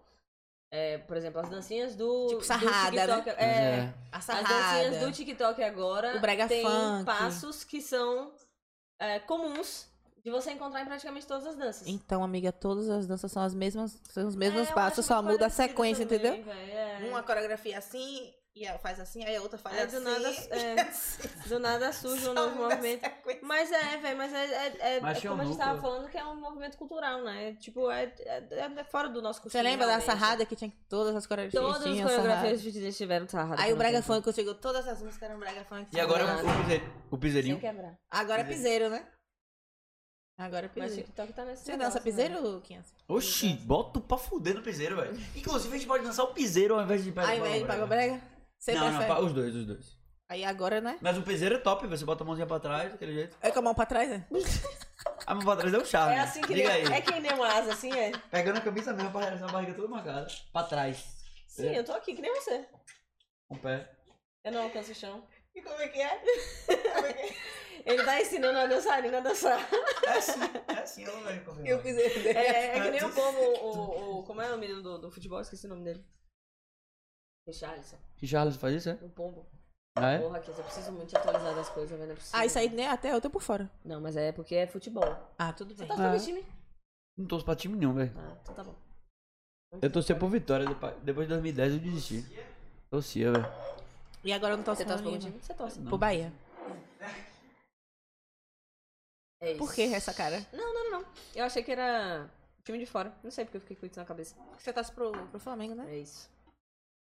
É, por exemplo, as dancinhas do.
Tipo
do
sarrada,
TikTok,
Mas
é,
é.
A
As
sarrada.
dancinhas do TikTok agora
O brega
tem
funk.
passos que são é, comuns de você encontrar em praticamente todas as danças.
Então, amiga, todas as danças são as mesmas, são os mesmos
É, eu
passos,
acho
só
muito
muda a
parecido
sequência,
também,
entendeu? Um
véi, é.
Uma coreografia assim, e ela faz assim, aí a outra faz
Aí do
assim. <laughs>
nada, é. Do nada surge um
Só
novo
muda a
movimento.
sequência.
Mas é, velho, mas é, é, é-
Mas
é
tinha
como
um
a gente tava
núcleo.
falando que é um movimento cultural, né? É, Tipo, é, é- é fora do nosso
Você
costume.
lembra da
realmente.
sarrada que tinha que todas as coreografias?
Todas as
tinham sarrada?
coreografias de tiveram sarrada.
Aí
por
o
um
brega
tempo.
funk conseguiu todas as músicas eram brega funk.
E agora Uhum.
sarrada.
o piseiro- o
Sem
piseirinho.
quebrar.
Agora é
piseiro.
piseiro, né? Agora é
Mas o
piseiro.
TikTok tá nesse
Você
negócio,
dança
né?
piseiro, ou Quinhas?
Oxi, bota o pra fuder no piseiro, velho. Inclusive, a gente pode dançar o piseiro ao invés de
Aí vem de
brega.
paga brega? Você
né? Não, não,
prefere?
pa- os dois, os dois.
Aí agora, né?
Mas o piseiro é top, você bota a mãozinha pra trás, daquele jeito.
É com a mão pra trás, né?
A mão pra trás é o
Ah,
charme.
É assim que nem,
Diga aí.
é que nem um asa, assim, é.
Pegando a camisa mesmo, pra essa barriga toda marcada. Pra trás.
Sim, eu tô aqui, que nem você.
Com o pé.
Eu não alcanço o chão.
E como é que é?
<laughs> Ele tá ensinando a dançarina a dançar.
É assim, é assim, eu não lembro como
<laughs> Eu
é.
fiz ele.
É, é que nem o povo, o, o- como é o menino do, do futebol? Esqueci o nome dele. Richarlison,
Charles faz isso, é?
o pombo.
Ah, é?
Porra, Kiss, eu preciso muito te atualizar das coisas, velho. Não é possível.
Ah, isso aí nem até eu tô por fora.
Não, mas é porque é futebol.
Ah, tudo bem.
Tá ficando
Ah.
time?
Não torço pra time nenhum, velho.
Ah, então tá bom.
Eu torcia por Vitória, depa- depois de 2010 eu desisti. Torcia, velho.
E agora eu não tô
Você tá torce pra algum
assinando
time? Você torce.
Não.
Pro Bahia.
É isso.
Por que essa cara?
Não, não, não, não. Eu achei que era time de fora. Não sei porque eu fiquei com isso na cabeça.
Você torce pro, pro Flamengo, né?
É isso.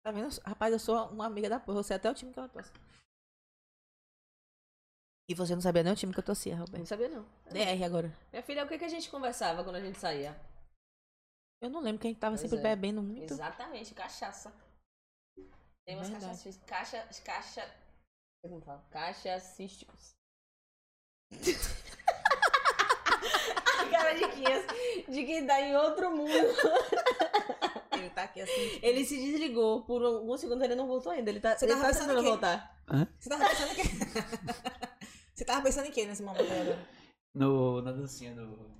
Tá vendo? Rapaz, eu sou uma amiga da porra. Você é até o time que eu torço. E você não sabia nem o time que eu torcia,
Não
Roberto.
sabia, não.
DR agora.
Minha filha, o que, que a gente conversava quando a gente saía?
Eu não lembro que a gente tava
Pois
sempre
é.
bebendo muito.
Exatamente, cachaça. Tem umas
Verdade.
cachaças. Caixa. Caixa. Como fala? Caixa
<laughs>
císticos. <laughs> A Cara de Quinhas, de quem tá em outro mundo.
Ele tá aqui assim.
Ele se desligou. Por alguns segundos ele não voltou ainda. Ele tá,
Você
ele
tava
tá
pensando
tentando
que-
voltar.
<laughs> Você tava pensando em quê? <laughs> Você tava pensando em quê nesse momento aí agora?
No, na dancinha do.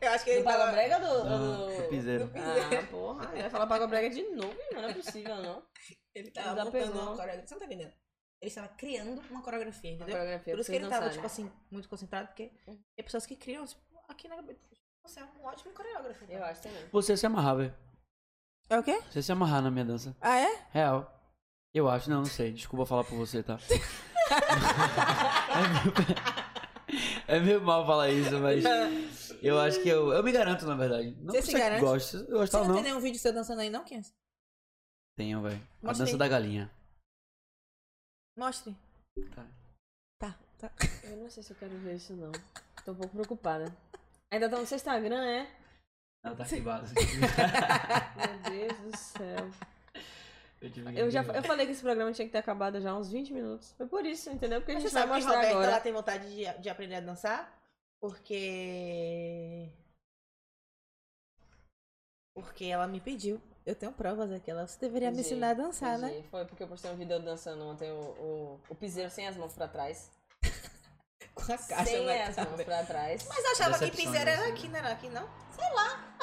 Eu acho que
Do
ele
Paga
tava...
Brega ou do.
Do, do piseiro.
Ah, porra. Ele vai falar Paga Brega de novo, mano. Não é possível, não.
Ele
Ele já
tava montando
pegou.
uma coreografia. Você não tá entendendo? Ele estava criando uma coreografia,
A
entendeu?
coreografia,
Por isso que
vocês
ele tava,
dançarem.
tipo assim, muito concentrado, porque tem pessoas que criam, tipo, aqui na cabeça. Você é um ótimo coreógrafo.
Eu acho também.
Você se amarrar, velho.
É o quê?
Você se amarrar na minha dança.
Ah, é?
Real. Eu acho, não, não sei. Desculpa falar por você, tá? <laughs> é, meio... é meio mal falar isso, mas. Eu acho que eu. Eu me garanto, na verdade. Não
Você
que
se
você
garante?
goste. Eu
Você
gostava,
não
não.
tem nenhum vídeo seu dançando aí, não, Kenz?
Tenho, velho. A
Mostra
dança
aí.
da galinha.
Mostre.
Tá.
Tá, tá.
Eu não sei se eu quero ver isso, não. Tô um pouco preocupada. Ainda tá no seu Instagram, é?
Ela tá
<laughs>
arquivada.
Meu Deus do céu.
eu, tive que
Eu já
arquivar.
eu falei que esse programa tinha que ter acabado já há uns 20 minutos. Foi por isso, entendeu? Porque a
Mas
gente
<laughs> Você
vai
sabe que
mostrar
Roberta, ela
agora.
tem vontade de, de aprender a dançar? Porque... Porque ela me pediu. Eu tenho provas aqui. Ela, você deveria me
Entendi,
ensinar a dançar, né?
Entendi. Foi porque eu postei um vídeo dançando ontem o, o, o piseiro sem as mãos pra trás. né?
Com a
sem
na
as mãos
cabeça.
pra trás.
Mas eu achava que
Decepções.
piseira era aqui, não era aqui, não?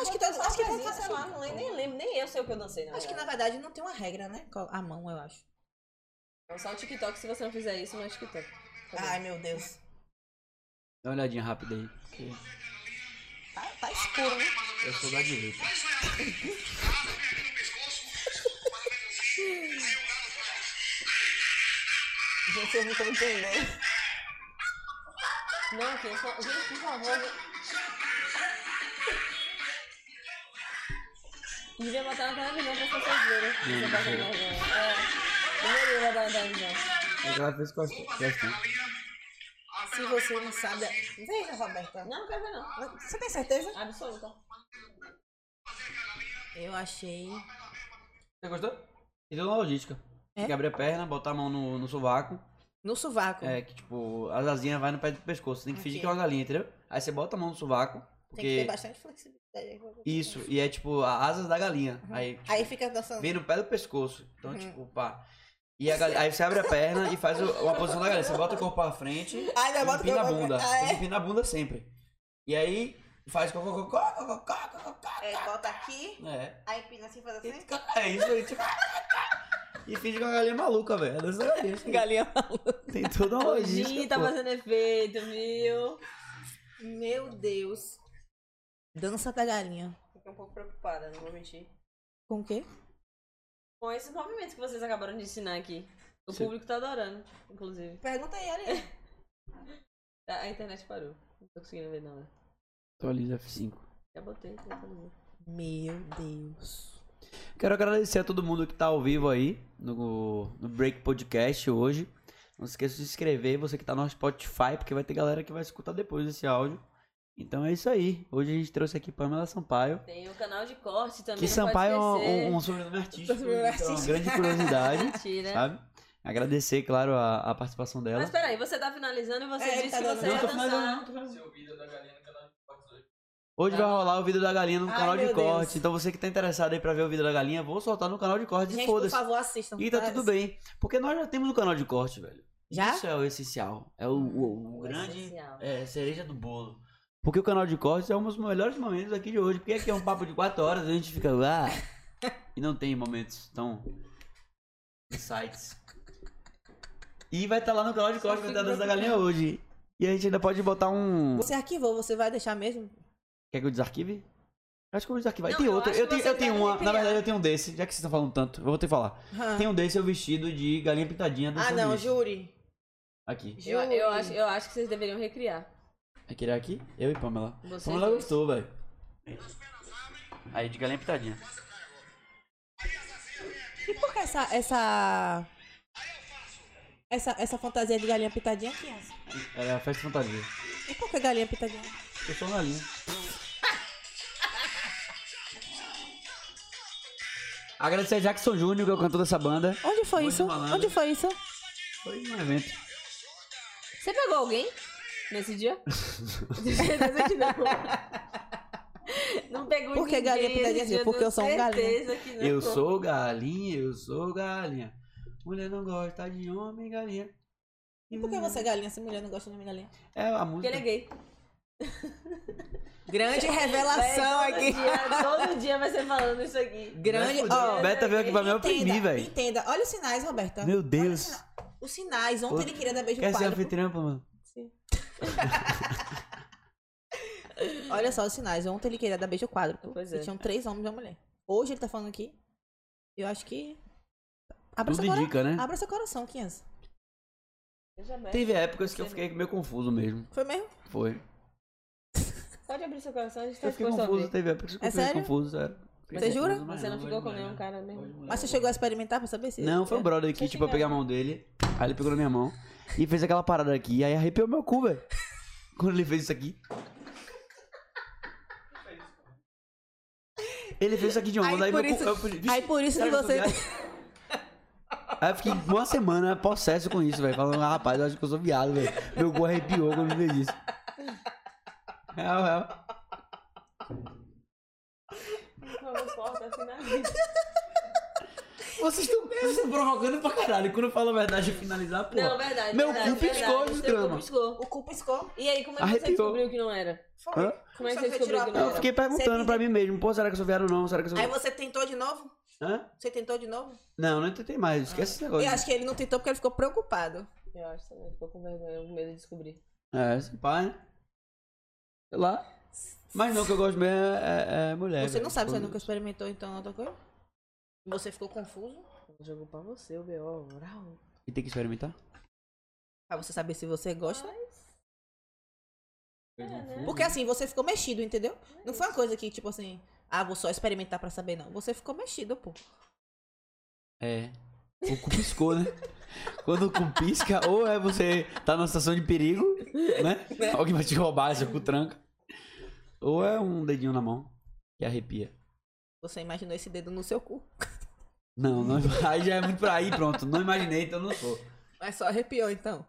Acho que tá- acho que tá-
sei lá, não lembro, nem lembro, nem eu sei o que eu dancei, na
Acho que na
verdade.
verdade não tem uma regra, né? Qual- A mão, eu acho.
Então, só o TikTok, se você não fizer isso, não é TikTok. Tá bom.
Ai, meu Deus.
Dá uma olhadinha rápida aí. que
Tá, tá escuro, né?
Eu sou da direita.
Gente, eu não tô entendendo. Não, Kim, só... gente, por favor. Devia botar na televisão pra as pessoas verem. Você passa
sei.
vergonha. É. Deveria botar na televisão.
Mas ela fez questão. questão.
Se você não sabe. Veja, Roberta.
Não, não quero ver não.
Você tem certeza?
Absoluta.
Eu achei.
Você gostou? Então na logística.
É?
Tem que abrir a perna, botar a mão no, no sovaco.
No sovaco.
É que tipo, as asinhas vai no pé do pescoço. Tem que fingir
Ok.
que é uma galinha, entendeu? Aí você bota a mão no sovaco.
Tem que ter
Porque.
bastante flexibilidade.
Isso, e é tipo a asas da galinha. Aí, tipo,
Uhum. Aí fica dançando.
vem no pé do pescoço. Então,
Uhum.
tipo, pá. E a gali- aí você abre a perna e faz o- uma posição da galinha. Você bota o corpo pra frente e
Ai, já bota o
empina a
corpo-
um bunda.
Ah,
Tem
é?
que empinar a bunda sempre. E aí faz cocô, cocô, cocô, cocô, cocô.
É, bota aqui,
É.
aí pina assim, faz <laughs> assim.
É isso aí, tipo. E finge que é uma galinha maluca, velho. É dessa galinha. assim.
Galinha
Tem toda uma
Hoje
logística.
tá
pô.
fazendo efeito, viu?
Meu Deus. Dança da galinha.
Fiquei um pouco preocupada, não vou mentir.
Com o quê?
Com esses movimentos que vocês acabaram de ensinar aqui. O
Sim.
público tá adorando, inclusive.
Pergunta aí, Ariane.
Tá, A internet parou. Não tô conseguindo ver não. né?
Atualiza F5.
Já botei, já tá atualizei.
Meu Deus.
Quero agradecer a todo mundo que tá ao vivo aí no, no Break Podcast hoje. Não se esqueça de se inscrever, você que tá no Spotify, porque vai ter galera que vai escutar depois desse áudio. Então é isso aí. Hoje a gente trouxe aqui Pamela Sampaio.
Tem o canal de corte também.
Que
não pode
Sampaio é
esquecer.
um, um, um sobrenome artístico. então
Sobrenome
é uma
artístico.
grande curiosidade,
<laughs> Mentira.
sabe? Agradecer, claro, a, a participação dela.
É. Mas peraí, você tá finalizando e você
É, ele
disse
tá
que
dando-
você
Não,
ia
tô finalizando,
dançar.
não, tô finalizando. Hoje vai rolar o vídeo da galinha no
É. Ai,
canal de
meu
corte.
Deus.
Então você que tá interessado aí pra ver o vídeo da galinha, vou soltar no canal de corte e
Gente, por
foda-se.
favor, assistam.
E tá tudo bem. Porque nós já temos no canal de corte, velho.
Já?
Isso é o essencial. É o, o- o
O
grande
essencial.
é, cereja do bolo. Porque o canal de corte é um dos melhores momentos aqui de hoje. Porque aqui é um papo de 4 horas, a gente fica lá. e não tem momentos tão. insights. E vai estar lá no canal de corte, vai estar a dança da galinha hoje. E a gente ainda pode botar um.
Você arquivou, você vai deixar mesmo?
Quer que eu desarquive? Acho que eu vou desarquivar. E
Não,
tem
eu
outro.
acho
Eu
que
tenho,
você
eu tenho
deve
uma. Na
criar.
verdade, eu tenho um desse. Já que vocês estão falando tanto, eu vou ter que falar.
Hã.
Tem um desse, eu vestido de galinha pintadinha do
Ah, não,
sanduíche.
jure.
Aqui.
Eu, eu acho, eu acho que vocês deveriam recriar.
Aquele aqui, eu e Pamela.
Vocês
Pamela
dois.
gostou, velho. Aí, de galinha pintadinha.
E por que essa. Essa. Essa, essa fantasia de galinha pitadinha, criança?
Era a festa fantasia.
E por que galinha pitadinha?
Eu um tô na linha. Agradecer a Jackson Júnior, que é o cantor dessa banda.
Onde foi
Onde
isso?
malandro?
Onde foi isso?
Foi um evento.
Você pegou alguém nesse
<laughs>
dia? Certeza que não. Não pegou
Por que
ninguém
galinha
esse
pintadinha?
dia,
Porque eu sou um galinha.
certeza que não.
Eu sou galinha, eu sou galinha. Mulher não gosta de homem, galinha.
E por que você é galinha se mulher não gosta de homem galinha?
É a
Porque
música.
ele é gay.
Grande revelação
Véi, todo
aqui.
Dia, todo dia vai ser falando isso aqui.
Grande.
Vai
Ó,
fuder. Beta veio aqui pra me
entenda,
oprimir, velho.
entenda. Olha os sinais, Roberta.
Meu Deus.
Os sinais. Ontem ele queria dar beijo no
Quer ser
quadro.
anfitriã, mano?
Olha só os sinais. Ontem ele queria dar beijo quadruplo.
Pois
E
é.
tinham três homens e uma mulher. Hoje ele tá falando aqui. Eu acho que. Abra
Tudo
seu, cora...
indica, né?
Abra seu coração, 500.
Veja bem.
Teve épocas que eu fiquei meio confuso mesmo.
Foi mesmo?
Foi.
Pode abrir seu coração, a gente tá
Eu fiquei
disposto a
confuso,
ouvir.
teve épocas que eu
É
fiquei
sério?
confuso, sério. Fiquei
Você
confuso, mas
jura?
é
Você não
hoje
ficou com
mulher.
nenhum cara
Hoje
mesmo.
mulher.
Mas você chegou a experimentar pra saber se. é?
Não, foi um brother
Deixa
que,
eu
tipo, eu
chegar.
peguei a mão dele, aí ele pegou na minha mão e fez aquela parada aqui, aí arrepiou meu cu, velho. <laughs> Quando ele fez isso aqui. Ele fez isso aqui de
Aí
onda, aí,
por
meu
isso-
cu. eu falei, "Vixe,
aí por isso que
será eu sou
você-
viado?" Aí eu fiquei uma semana possesso com isso, velho. Falando, "Ah, rapaz, eu acho que eu sou viado, velho. Meu cu arrepiou quando ele fez isso. Real, real.
Não importa, assim, finaliza.
Vocês estão provocando pra caralho. Quando eu falo a verdade e finalizar, pô.
<laughs> Não, verdade.
Meu
verdade,
cu piscou,
verdade. Seu
desgrama.
cu piscou.
O cu piscou.
E aí, como é que
Arrepiou.
você descobriu que não era?
Foi.
Hã?
Como é que
Só
você
que eu tirou
descobriu
a
que não
prova.
Não, eu
era?
fiquei perguntando pra mim mesmo, pô, será que eu sou viado ou não? Será que eu sou.
Aí você tentou de novo?
Hã?
Você Ah. tentou de novo?
Não, não entendi mais. Esquece esse negócio.
Eu acho que ele não tentou porque ele ficou preocupado.
Eu acho também, ficou com vergonha, com medo de descobrir.
É, esse pai, né? Sei lá. Mas não, o que eu gosto mesmo é, é- é mulher.
você não
velho.
sabe, você
Tipo,
nunca experimentou então outra coisa? Você ficou confuso?
Jogou pra você o B.O. Brau.
E tem que experimentar?
Pra você saber se você gosta.
né?
É, né? Porque assim, você ficou mexido, entendeu? Não foi uma coisa que, tipo assim, Ah, vou só experimentar pra saber, não. Você ficou mexido, pô.
É. O cu piscou, né? Quando o cu pisca, ou é você tá numa situação de perigo,
<laughs> É.
né? Alguém vai te roubar, seu cu tranca. Ou é um dedinho na mão que arrepia.
Você imaginou esse dedo no seu cu.
Não, <laughs> não, aí já é muito pra aí, pronto. Não imaginei, então não sou.
Mas só arrepiou, então.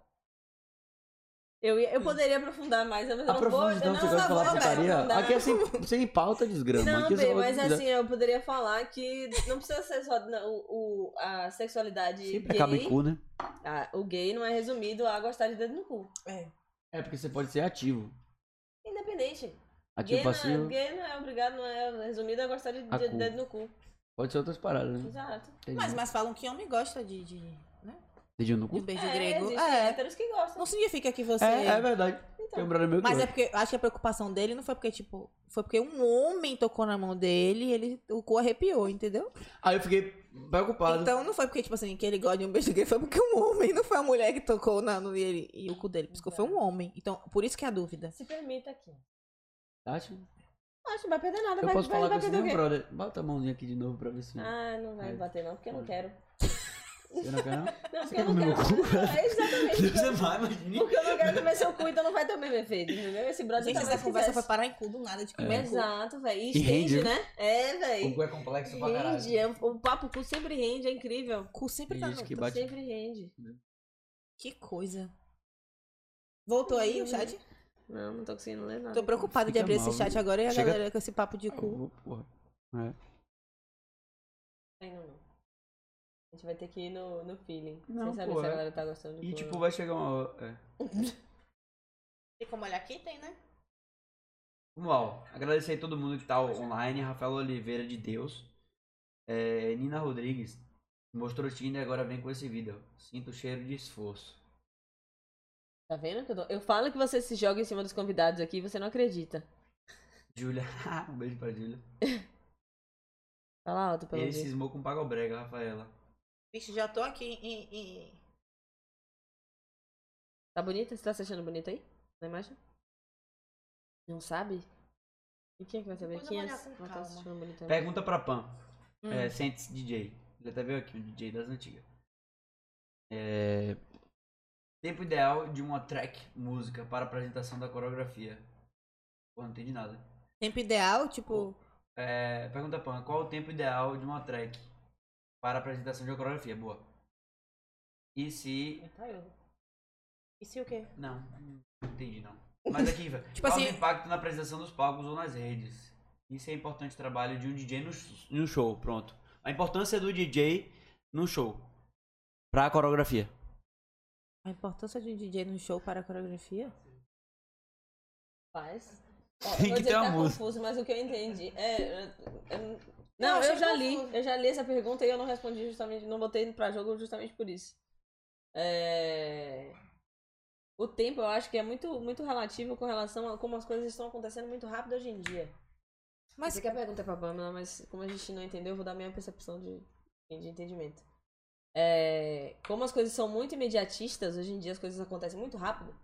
Eu, ia- eu poderia aprofundar mais, mas eu não vou.
Aprofunda,
Eu
então,
não,
você gosta de
vou,
falar
eu quero
putaria.
aprofundar.
Aqui é sem, sem pauta, desgrama.
Não,
Aqui é só
bem, mas
o que quiser.
assim, eu poderia falar que não precisa ser só na- o, o- a sexualidade
Sempre
gay.
acaba em cu, né?
Ah, o gay não é resumido a gostar de dedo no cu.
É, porque você pode ser ativo.
Independente.
Ativo
gay, não é,
passivo,
gay não é obrigado, não é resumido a gostar de,
Tipo assim, A
de
cu.
dedo no cu.
pode ser outras paradas, né?
Exato.
Entendi.
Mas, mas falam que homem gosta de, de, né?
Dedinho no
de
cu?
beijo
é,
grego.
Existem
É.
héteros que gostam.
Não significa que você.
É, é verdade. Tem um
Então,
brother meu que
Mas é
gosta.
porque acho que a preocupação dele não foi porque, tipo, foi porque um homem tocou na mão dele e ele, o cu arrepiou, entendeu?
Aí eu fiquei preocupado.
Então não foi porque, tipo assim, que ele gosta de um beijo gay, foi porque um homem, não foi a mulher que tocou na, no ele e o cu dele. Porque foi um homem. Então, por isso que é a dúvida.
se permita aqui.
Acho-
Acho que não vai perder nada,
Eu
vai,
posso
vai,
falar com
vai
esse
perder o
meu
quê?
brother. Bota a mãozinha aqui de novo pra ver se.
Ah, não vai
Aí.
me bater não, porque eu não quero.
Você não quer, não? <laughs>
Não,
Você
porque eu
quer
não
comer meu
quero.
cu?
<laughs> É, exatamente. porque eu-
Você vai, mas.
Porque eu não quero comer seu cu, então não vai ter o mesmo efeito, entendeu? Esse brother
Gente,
talvez
essa conversa foi
quisesse.
parar em cu do nada de comer. cu.
Exato, velho. E
E rende,
rende,
viu?
né? É,
O
velho.
cu é complexo pra
Rende.
caralho.
é um- O papo cu sempre rende, é incrível.
O cu sempre
Tem
tá
gente
no-
que bate.
Sempre rende.
Que coisa. Voltou aí o chat?
Não, não tô conseguindo ler nada.
Tô preocupada de
Fica
abrir
mal,
esse chat
viu?
agora e a
Chega- Tá
galera com esse papo
É
de cu.
Ô, porra.
Ai, não, não. A gente vai ter que ir no, no feeling.
Não,
Sem saber
pô,
se a
é.
galera tá gostando de
E
cu ou
tipo,
não.
vai chegar uma hora. é.
Tem como olhar aqui? Tem, né?
Vamos lá, ó. agradecer a todo mundo que tá online, Rafael Oliveira de Deus, É, Nina Rodrigues, mostrou o Tinder e agora vem com esse vídeo, sinto o cheiro de esforço.
<laughs> Tá vendo que eu tô... Eu falo que você se joga em cima dos convidados aqui e você não acredita.
Júlia, <laughs> um beijo pra Júlia,
Fala alto, pelo
ele
menos.
cismou com Pagobrega, Rafaela.
Vixe, já tô aqui em- em-
Tá bonita? Você tá se achando bonita aí? Na imagem? Não sabe? E quem é que vai saber?
Depois
Quem
eu
é?
vou olhar com
Ela tá se
calma.
achando bonita.
Pergunta pra Pan,
Hum.
é, Sentes DJ, ele até veio aqui, um DJ das antigas. É, Tempo ideal de uma track, música, para apresentação da coreografia. Pô, não entendi nada.
Tempo ideal, tipo.
É, pergunta Pan, qual o tempo ideal de uma track para apresentação de uma coreografia? Boa. E se.
Tá eu. E se o quê?
Não, não entendi não. Mas aqui, velho.
<laughs> Tipo
qual o
assim-
impacto na apresentação dos palcos ou nas redes? Isso é importante trabalho de um DJ no, sh- no show, pronto. A importância do DJ no show. Pra coreografia.
A importância de um DJ no show para a coreografia?
Faz. Ó,
Tem
eu vou
que
dizer
ter uma
tá
música.
confuso, mas o que eu entendi é. eu- eu-
Eu
Não,
achei
eu já li,
confuso.
eu já li essa pergunta e eu não respondi justamente, não botei pra jogo justamente por isso. É, O tempo eu acho que é muito, muito relativo com relação a como as coisas estão acontecendo muito rápido hoje em dia.
Mas
Você quer perguntar é pra Pamela, mas como a gente não entendeu, eu vou dar minha percepção de, de entendimento. É, como as coisas são muito imediatistas, hoje em dia as coisas acontecem muito rápido.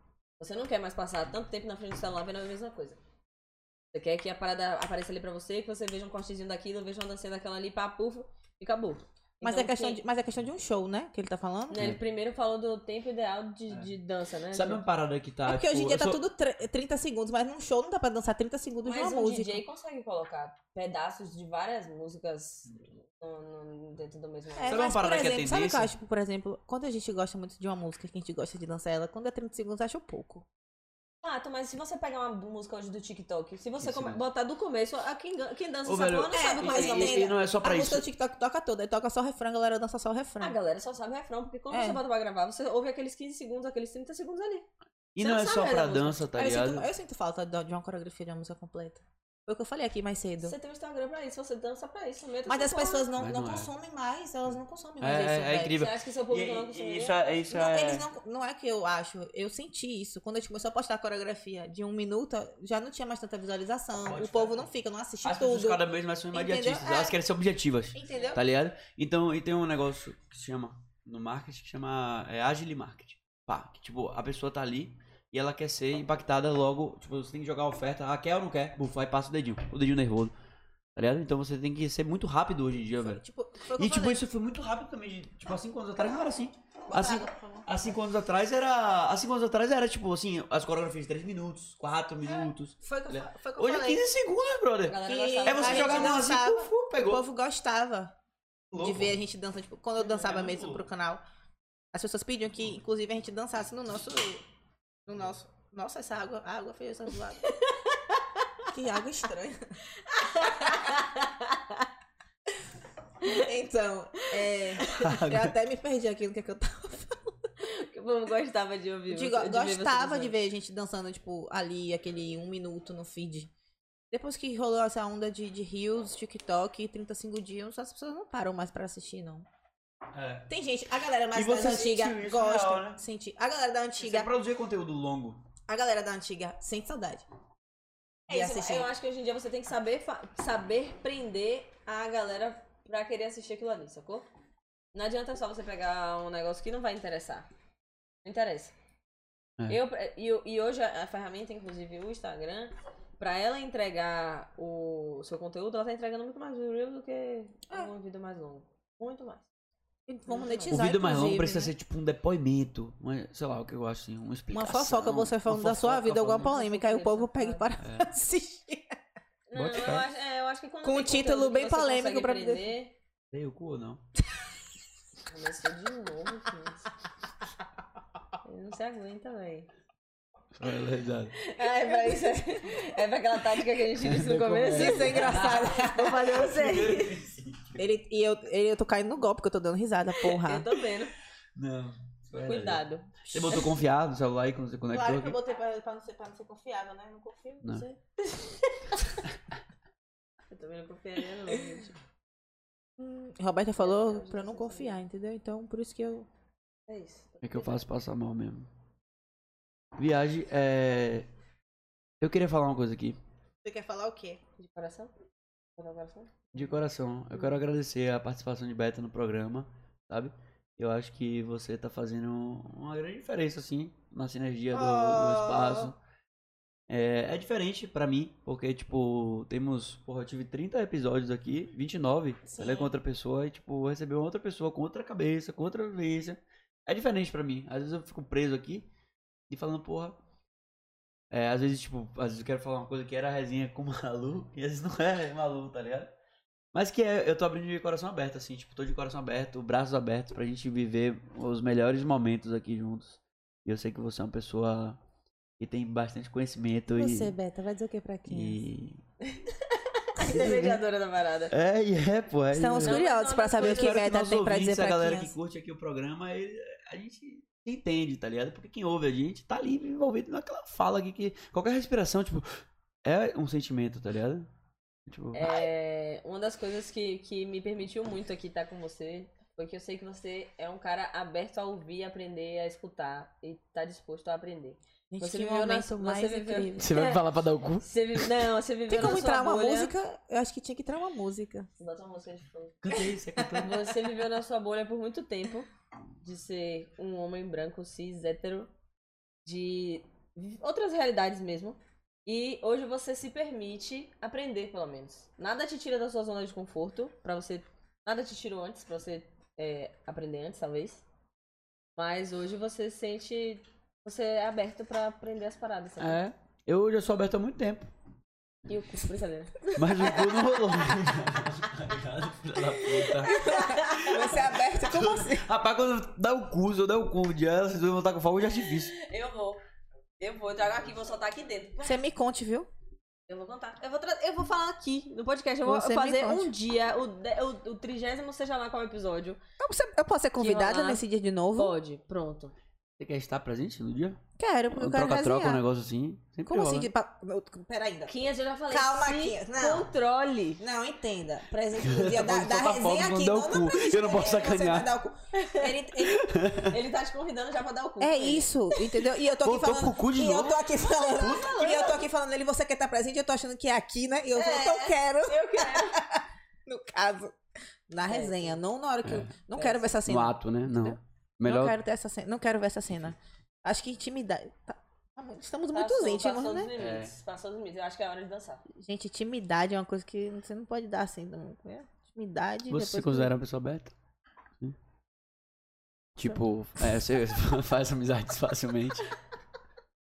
Você não quer mais passar tanto tempo na frente do celular vendo a mesma coisa. Você quer que a parada apareça ali pra você, que você veja um cortezinho daquilo, veja uma dancinha daquela ali, pá, puf, e acabou.
mas,
Então,
é questão
que-
de, mas é questão de um show, né? Que ele tá falando?
né, ele primeiro falou do tempo ideal de, de dança, né?
Sabe
de-
uma parada que tá.
É porque hoje em
tipo,
dia
eu
tá
sou-
tudo tre- 30 segundos, mas num show não dá pra dançar 30 segundos de
Mas
uma
um
música.
DJ consegue colocar pedaços de várias músicas no- no- dentro do mesmo
É,
Sabe
mas,
uma
por
parada que é
exemplo, sabe o que eu
tendência?
acho, por exemplo, quando a gente gosta muito de uma música que a gente gosta de dançar ela, quando é 30 segundos, eu acho pouco.
Ah, então, mas se você pegar uma música hoje do TikTok, se você
Isso
come-
mesmo.
botar do começo, a quem, gan- quem dança
Ô,
essa
velho,
porra não
é,
sabe
e-
como é que
e-
ela
e, e
dança.
não é só
a
pra
música
isso. Ah,
do TikTok toca toda, aí toca só o refrão, a galera dança só o refrão.
A galera só sabe o refrão, porque quando
É.
você bota pra gravar, você ouve aqueles 15 segundos, aqueles 30 segundos ali.
E
você
não
não
é
sabe
só
mais da
pra
música.
dança, tá
eu,
ligado?
sinto, eu sinto falta de de uma coreografia de uma música completa. Foi o que eu falei aqui mais cedo.
Você tem um Instagram pra isso, você dança pra isso. meta
Mas
essa
as
porra.
pessoas não,
Mas
não,
não é.
consomem mais, elas não consomem mais
É,
isso.
é, é
velho.
incrível.
Você acha que seu
E-
público não
e-
consumia?
Isso é. Isso
Não,
é...
eles não, não é que eu acho, eu senti isso. Quando a gente começou a postar a coreografia de um minuto, já não tinha mais tanta visualização.
Pode
o povo
ficar.
não fica, não assiste
As pessoas
tudo.
cada vez mais são
Entendeu?
imediatistas,
É.
elas querem ser objetivas.
Entendeu?
Tá ligado? Então, e tem um negócio que se chama, no marketing, que chama é, Agile Marketing. Pá, que, tipo, a pessoa tá ali e ela quer ser impactada logo. Tipo, você tem que jogar a oferta. Ah, quer ou não quer? Buf, aí passa o dedinho. O dedinho nervoso. Tá ligado? Então você tem que ser muito rápido hoje em dia,
Foi,
velho.
Tipo, foi o que
E
eu
tipo,
falei.
isso foi muito rápido também, gente. Tipo, há cinco anos atrás não era assim. Há cinco,
Água, por favor.
há cinco anos atrás era. Há cinco anos atrás era, tipo assim, as coreografias de 3 minutos, 4 minutos.
Foi o que eu, fa- foi o que É. eu
Hoje é
falei.
15 segundos, brother.
galera
Que-
gostava
É você
A
jogar a
gente
mão assim,
dançava.
puf, puf,
O
pegou.
povo gostava de
Louco.
ver a gente dançando. Tipo, quando eu
É
dançava
muito
mesmo
louco.
pro canal, as pessoas pediam que, inclusive, a gente dançasse no nosso. No nosso. Nossa, essa água. A água fez essa zoada.
<laughs>
que água estranha. então,
<laughs>
é, eu até me perdi aqui no que, é que eu tava.
que o povo gostava de ouvir.
Digo,
você- de ver você
gostava
dançando.
de ver a gente dançando, tipo, ali, aquele um minuto no feed. Depois que rolou essa onda de, de Reels, TikTok, 35 dias, as pessoas não param mais pra assistir, não.
É.
Tem gente, a galera
E
mais
você
da antiga
sentiu isso
gosta.
real, né?
senti. A galera da
Você
antiga,
produzir conteúdo longo.
a galera da antiga sente saudade.
É
de
isso,
assistir.
eu acho que hoje em dia você tem que saber, fa- saber prender a galera pra querer assistir aquilo ali, sacou? Não adianta só você pegar um negócio que não vai interessar. Não interessa.
É.
Eu, eh, e, e hoje a, a ferramenta, inclusive o Instagram, pra ela entregar o seu conteúdo, ela tá entregando muito mais o Reel do que
É.
um vídeo mais longo. Muito mais.
E Vão
O
monetizar,
vídeo mais longo
inclusive,
precisa
né?
ser tipo um depoimento, uma- sei lá o que eu acho, assim, uma
Uma
explicação.
fofoca, você falando
uma
da sua
fofoca
vida, alguma
falando-
polêmica, aí o
assim,
povo pega e para
né?
É.
<laughs> assistir.
Não,
Bote
eu
fé.
acho, é, eu acho que quando
Com
tem
um título
conteúdo que
bem
você
polêmico
consegue
pra poder-
prender-
Dei o cu ou não?
Começou de novo, Cris. Ele não se aguenta, velho.
É
<laughs>
verdade.
É pra isso. É pra aquela tática que a gente disse no
Eu
começo.
começo.
Isso é engraçado.
Vou fazer
um
É
você.
Ele, e eu, ele, eu tô caindo no golpe, porque eu tô dando risada, porra.
<laughs> Eu tô vendo.
Não. foi verdade.
Cuidado.
Você botou confiado no celular aí quando você conectou?
Claro que
aqui?
eu botei pra, pra não ser, pra não ser confiável, né? Não confio em
Não.
você.
Eu também não confiaria, não, gente. Hum,
Roberta falou pra eu não confiar, entendeu? Então, por isso que eu...
É isso.
É que eu faço passar mal mesmo. Viagem, é. Eu queria falar uma coisa aqui.
Você quer falar o quê?
De coração? Botar o coração?
De coração, eu quero agradecer a participação de Beta no programa, sabe? Eu acho que você tá fazendo uma grande diferença, assim, na sinergia do, do espaço. É, é diferente pra mim, porque, tipo, temos. Porra, eu tive 30 episódios aqui, 29.
Sim.
Falei com outra pessoa e, tipo, recebi uma outra pessoa com outra cabeça, com outra vivência. É diferente pra mim. Às vezes eu fico preso aqui e falando, porra. É, às vezes, tipo, às vezes eu quero falar uma coisa que era resenha com o Malu, e às vezes não é Malu, tá ligado? Mas que é, eu tô abrindo de coração aberto, assim, tipo, tô de coração aberto, braços abertos pra gente viver os melhores momentos aqui juntos. E eu sei que você é uma pessoa que tem bastante conhecimento e.
Beta, vai dizer o que pra
e...
<laughs> Você é mediadora da parada.
<laughs> É, e é, pô. É,
Estamos
é.
Não,
curiosos
não,
pra
não,
saber
Eu
o que é,
espero que
Beta
nossos
tem pra
ouvintes,
dizer pra
a galera
criança.
que curte aqui o programa, ele- a gente entende, tá ligado? Porque quem ouve a gente tá ali envolvido naquela fala aqui que qualquer respiração, tipo, é um sentimento, tá ligado? Tipo,
É, uma das coisas que, que me permitiu muito aqui estar com você foi que eu sei que você é um cara aberto a ouvir, aprender, a escutar e tá disposto a aprender.
Gente,
Você
que
viveu na-
momento
você
mais
viveu-
incrível.
você vai me falar pra dar o cu?
Você vive... Não, você viveu
Tem
na
como
sua
entrar uma
bolha.
música? Eu acho que tinha que entrar uma música.
Bota uma música de fundo.
Cantei, você cantou.
Você viveu na sua bolha por muito tempo de ser um homem branco, cis, hétero, de outras realidades mesmo. E hoje você se permite aprender, pelo menos. Nada te tira da sua zona de conforto, para você. Nada te tirou antes, pra você é, aprender antes, talvez. Mas hoje você sente. Você é aberto pra aprender as paradas. sabe?
É, eu já sou aberto há muito tempo.
E o cu, brincadeira.
Mas o cu não rolou. Obrigado, filha da puta.
Você é aberta, como
<laughs>
assim?
Rapaz, quando dá o cu, se eu der o cu um dia, vocês vão voltar com fogo de artifício.
Eu vou. Eu vou, eu trago aqui, vou soltar aqui dentro.
Você <laughs> me conte, viu?
Eu vou contar. Eu vou, tra- eu vou falar aqui no podcast. Eu vou
Você me
fazer
conte.
um dia, o, de- o, o trigésimo, seja lá qual episódio.
Eu posso- Então Eu posso ser convidada
rolar.
nesse dia de novo?
Pode, pronto.
Você quer estar presente no dia?
Quero, porque
Um
eu quero
troca-troca, um
resenhar.
negócio assim. Sempre
Como
rola.
assim? De... pa- eu- Pera ainda.
Quinhas, eu já falei.
Calma,
se
Quinhas, não.
controle.
Não, entenda. Por exemplo, o dia
<laughs> Tá
da,
bom,
da
só tá
resenha
fogo,
aqui.
não
Não,
dá o
não
cu.
permite
Eu não posso
que você
sacanear.
vai dar o cu. Ele- ele-
Ele tá te convidando já pra dar o
<laughs>
cu.
é isso, entendeu? E eu tô aqui
Voltou
falando.
com o cu de
e
novo.
eu tô aqui falando. e eu tô aqui falando, ele, você quer estar presente? Eu tô achando que é aqui, né? E eu falo, então eu quero,
Eu né? quero.
no caso.
É,
Na resenha, não na hora que eu.
É,
Não quero ver essa
No
cena.
ato, né? Não.
Não
Melhor.
quero ter essa cena. Não quero ver essa cena. Acho que intimidade. Tá, Estamos muito íntimos,
passou
né?
os limites. Passou os limites. Eu acho que é hora de dançar.
Gente, intimidade é uma coisa que você não pode dar assim. Não, né? Intimidade.
Você se
depois
considera uma pessoa aberta? Sim. Tipo, é, você <laughs> faz amizades facilmente. <laughs>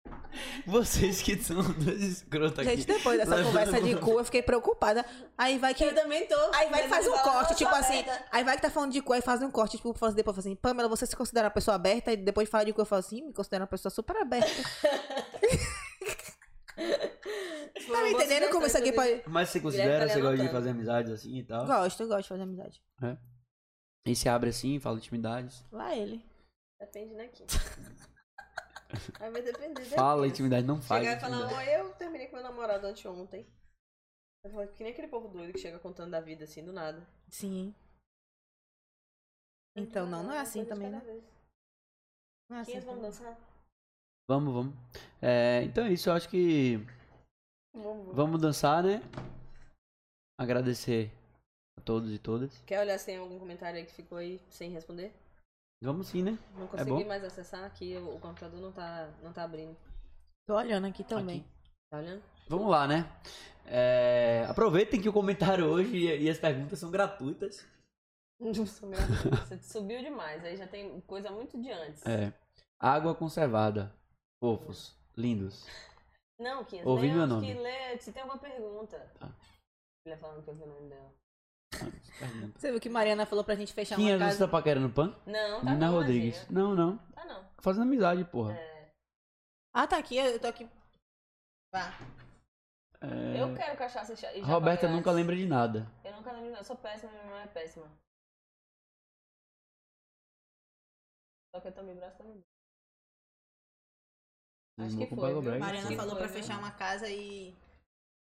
Vocês que são <laughs> dois escrotos
que...
aqui.
Gente, depois dessa
Levando-
conversa de cu, eu fiquei preocupada. Aí vai que.
Eu também tô.
Aí vai que faz um
Fala,
corte,
nossa,
tipo assim.
merda.
Aí vai que tá falando de cu, aí faz um corte, tipo, faz depois fala assim, Pamela, você se considera uma pessoa aberta? E depois de falar de cu, eu falo assim, me considero uma pessoa super aberta.
Foi
Tá
uma
me
boa
entendendo como isso aqui
sugestão,
pode.
Mas você
Guilherme
considera,
tá
você gosta de
levantando.
fazer amizades assim e tal?
Gosto, eu gosto de fazer amizade.
E se abre assim, fala intimidades.
Lá ele.
Depende daqui. Aí vai depender daqui.
Fala intimidade, não faz.
Chegar e falar,
intimidade.
ó, eu terminei com meu namorado anteontem. Eu falo, que nem aquele povo doido que chega contando da vida assim, do nada.
Sim. Então, não, não é assim também, né? Não é assim.
Quinhas, vamos
também.
dançar? um.
Vamos, vamos. É, então é isso, eu acho que
Vamos.
vamos dançar, né? Agradecer a todos e todas.
Quer olhar se tem algum comentário aí que ficou aí sem responder?
Vamos sim, né?
Não
bom?
consegui mais acessar aqui, o o computador não tá, não tá abrindo.
Tô olhando aqui também.
Aqui.
Tá olhando?
Vamos lá, né? É, aproveitem que o comentário hoje e, e as perguntas são gratuitas.
Nossa, meu Deus,
<laughs>
Você subiu demais, aí já tem coisa muito de antes.
É. Água conservada. Fofos. Lindos.
Não, Quinhas,
Ouvi
lê,
meu
acho
nome.
que lê, se tem alguma pergunta.
Tá.
Ele falando que eu vi o nome dela.
Pergunta.
Você viu que Mariana falou pra gente fechar
Quem é
uma
você tá
casa?
paquerando pan?
Não, tá
Nina
não,
Rodrigues.
Angela.
Não, não.
Tá não. É,
Fazendo amizade, porra.
Ah, tá aqui, eu tô aqui. Vá.
É,
Eu quero cachaça e chá- e
a
japa
Roberta
grátis.
nunca lembra de nada.
Eu nunca lembro, eu sou péssima, minha memória é péssima. Só que eu também braço também. Acho
Lembrou
que
com o
foi,
Pago
viu?
Braga.
Mariana
Sim.
falou pra
Foi, né?
fechar uma casa e.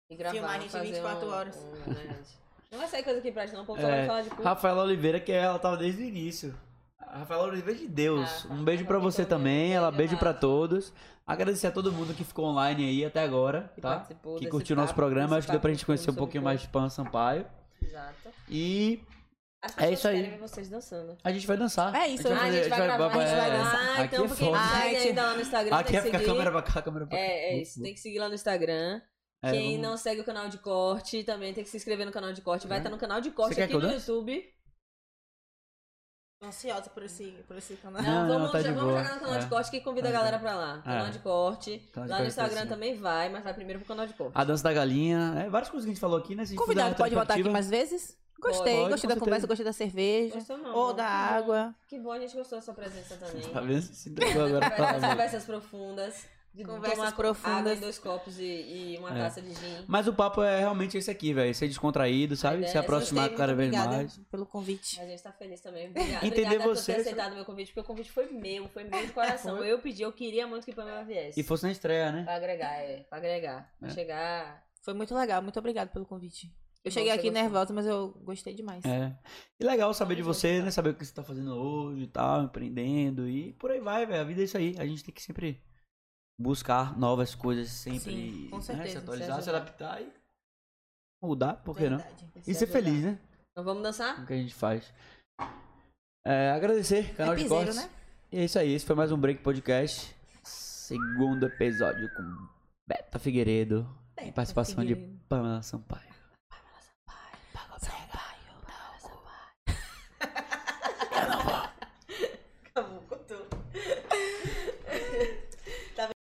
E gravar,
Filmar a gente
fazer
24
um-
horas.
um- <laughs> não vai sair coisa aqui pra gente, não. O povo só
É,
vai falar de cu.
Rafaela Oliveira, que é ela tava desde o início. A Rafaela Oliveira de Deus.
Ah,
um beijo pra
Rafaela
você
Oliveira,
também. Ela
beijo,
beijo pra
Rafa.
todos. Agradecer a todo mundo que ficou online aí até agora, tá?
participou
Que
desse
curtiu nosso
papo,
programa.
desse
Acho que deu pra
papo
gente conhecer um
sobre
pouquinho
cu.
mais de Pan Sampaio.
Exato.
E
As pessoas
É isso aí.
querem ver vocês dançando.
a gente vai dançar.
É isso,
a gente vai,
Ah, a
fazer-
gente vai gravar, a gente vai
é,
dançar. Ah,
aqui
então
é
porque
foda.
ah,
Ai,
ainda lá no Instagram
Aqui
tem
vai
que
ficar a
seguir.
câmera pra cá, a câmera pra cá.
É, é isso. Tem que seguir lá no Instagram.
É,
Quem
vamos-
não segue o canal de corte também tem que se inscrever no canal de corte. Vai
É.
estar no canal de corte
Você quer
aqui
que eu
no
dance?
YouTube.
Tô ansiosa por esse, por esse canal.
Não,
Não,
vamos,
não, tá
já
de
vamos
boa.
jogar no canal
É.
de corte que convida
Tá
a
de
galera
boa.
pra lá. Canal
É.
de corte.
Canal de
lá
corte
no Instagram
assim. Ah,
também vai, mas vai primeiro pro canal de corte.
A dança da galinha, é, várias coisas que a gente falou aqui, né? Se a gente
Convidado,
fizer uma
pode voltar aqui
retrospectiva-
mais vezes? Gostei,
Pode,
gostei
com
da
certeza.
conversa, gostou da cerveja.
Gostou não,
Ou
amor?
da
Que
água.
bom. Que bom, a gente gostou da sua presença também.
<laughs> Tá vendo? Se entregou
<laughs>
agora tá pra
Conversas,
falar.
conversas profundas. De
Conversas
tomar Água
profundas.
em dois copos e, e uma
É.
taça de gin.
Mas o papo é realmente esse aqui, velho. Ser descontraído, sabe?
ideia
Se
é
aproximar
Gostei,
cada vez
muito obrigada
mais.
pelo convite.
Mas a gente tá feliz também. Obrigada,
Entender
obrigada por
você,
ter aceitado o meu convite, porque o convite foi meu, foi meu
<laughs>
de coração. eu pedi, eu queria muito que o Pamela viesse.
E fosse na estreia, né?
Pra agregar, é. Pra agregar. Pra
É.
chegar.
Foi muito legal, muito obrigada pelo convite. Eu
Bom,
cheguei
você
aqui
gostou.
nervosa, mas eu gostei demais.
É. E legal saber de
é
Vamos
você,
junto,
né? Saber o que você tá fazendo hoje e tal, empreendendo e por aí vai, velho. A vida é isso aí. A gente tem que sempre buscar novas coisas, sempre
Sim, com
né? se
certeza,
atualizar,
se
se adaptar e mudar, por que não?
Verdade.
E ser
ajudar.
feliz, né?
Então vamos dançar?
O que a gente faz. É, agradecer, canal
É
de
piseiro,
cortes.
né?
E é isso aí, esse foi mais um Break Podcast. Segundo episódio com Beta Figueiredo. em participação de
Figueiredo.
Pamela Sampaio.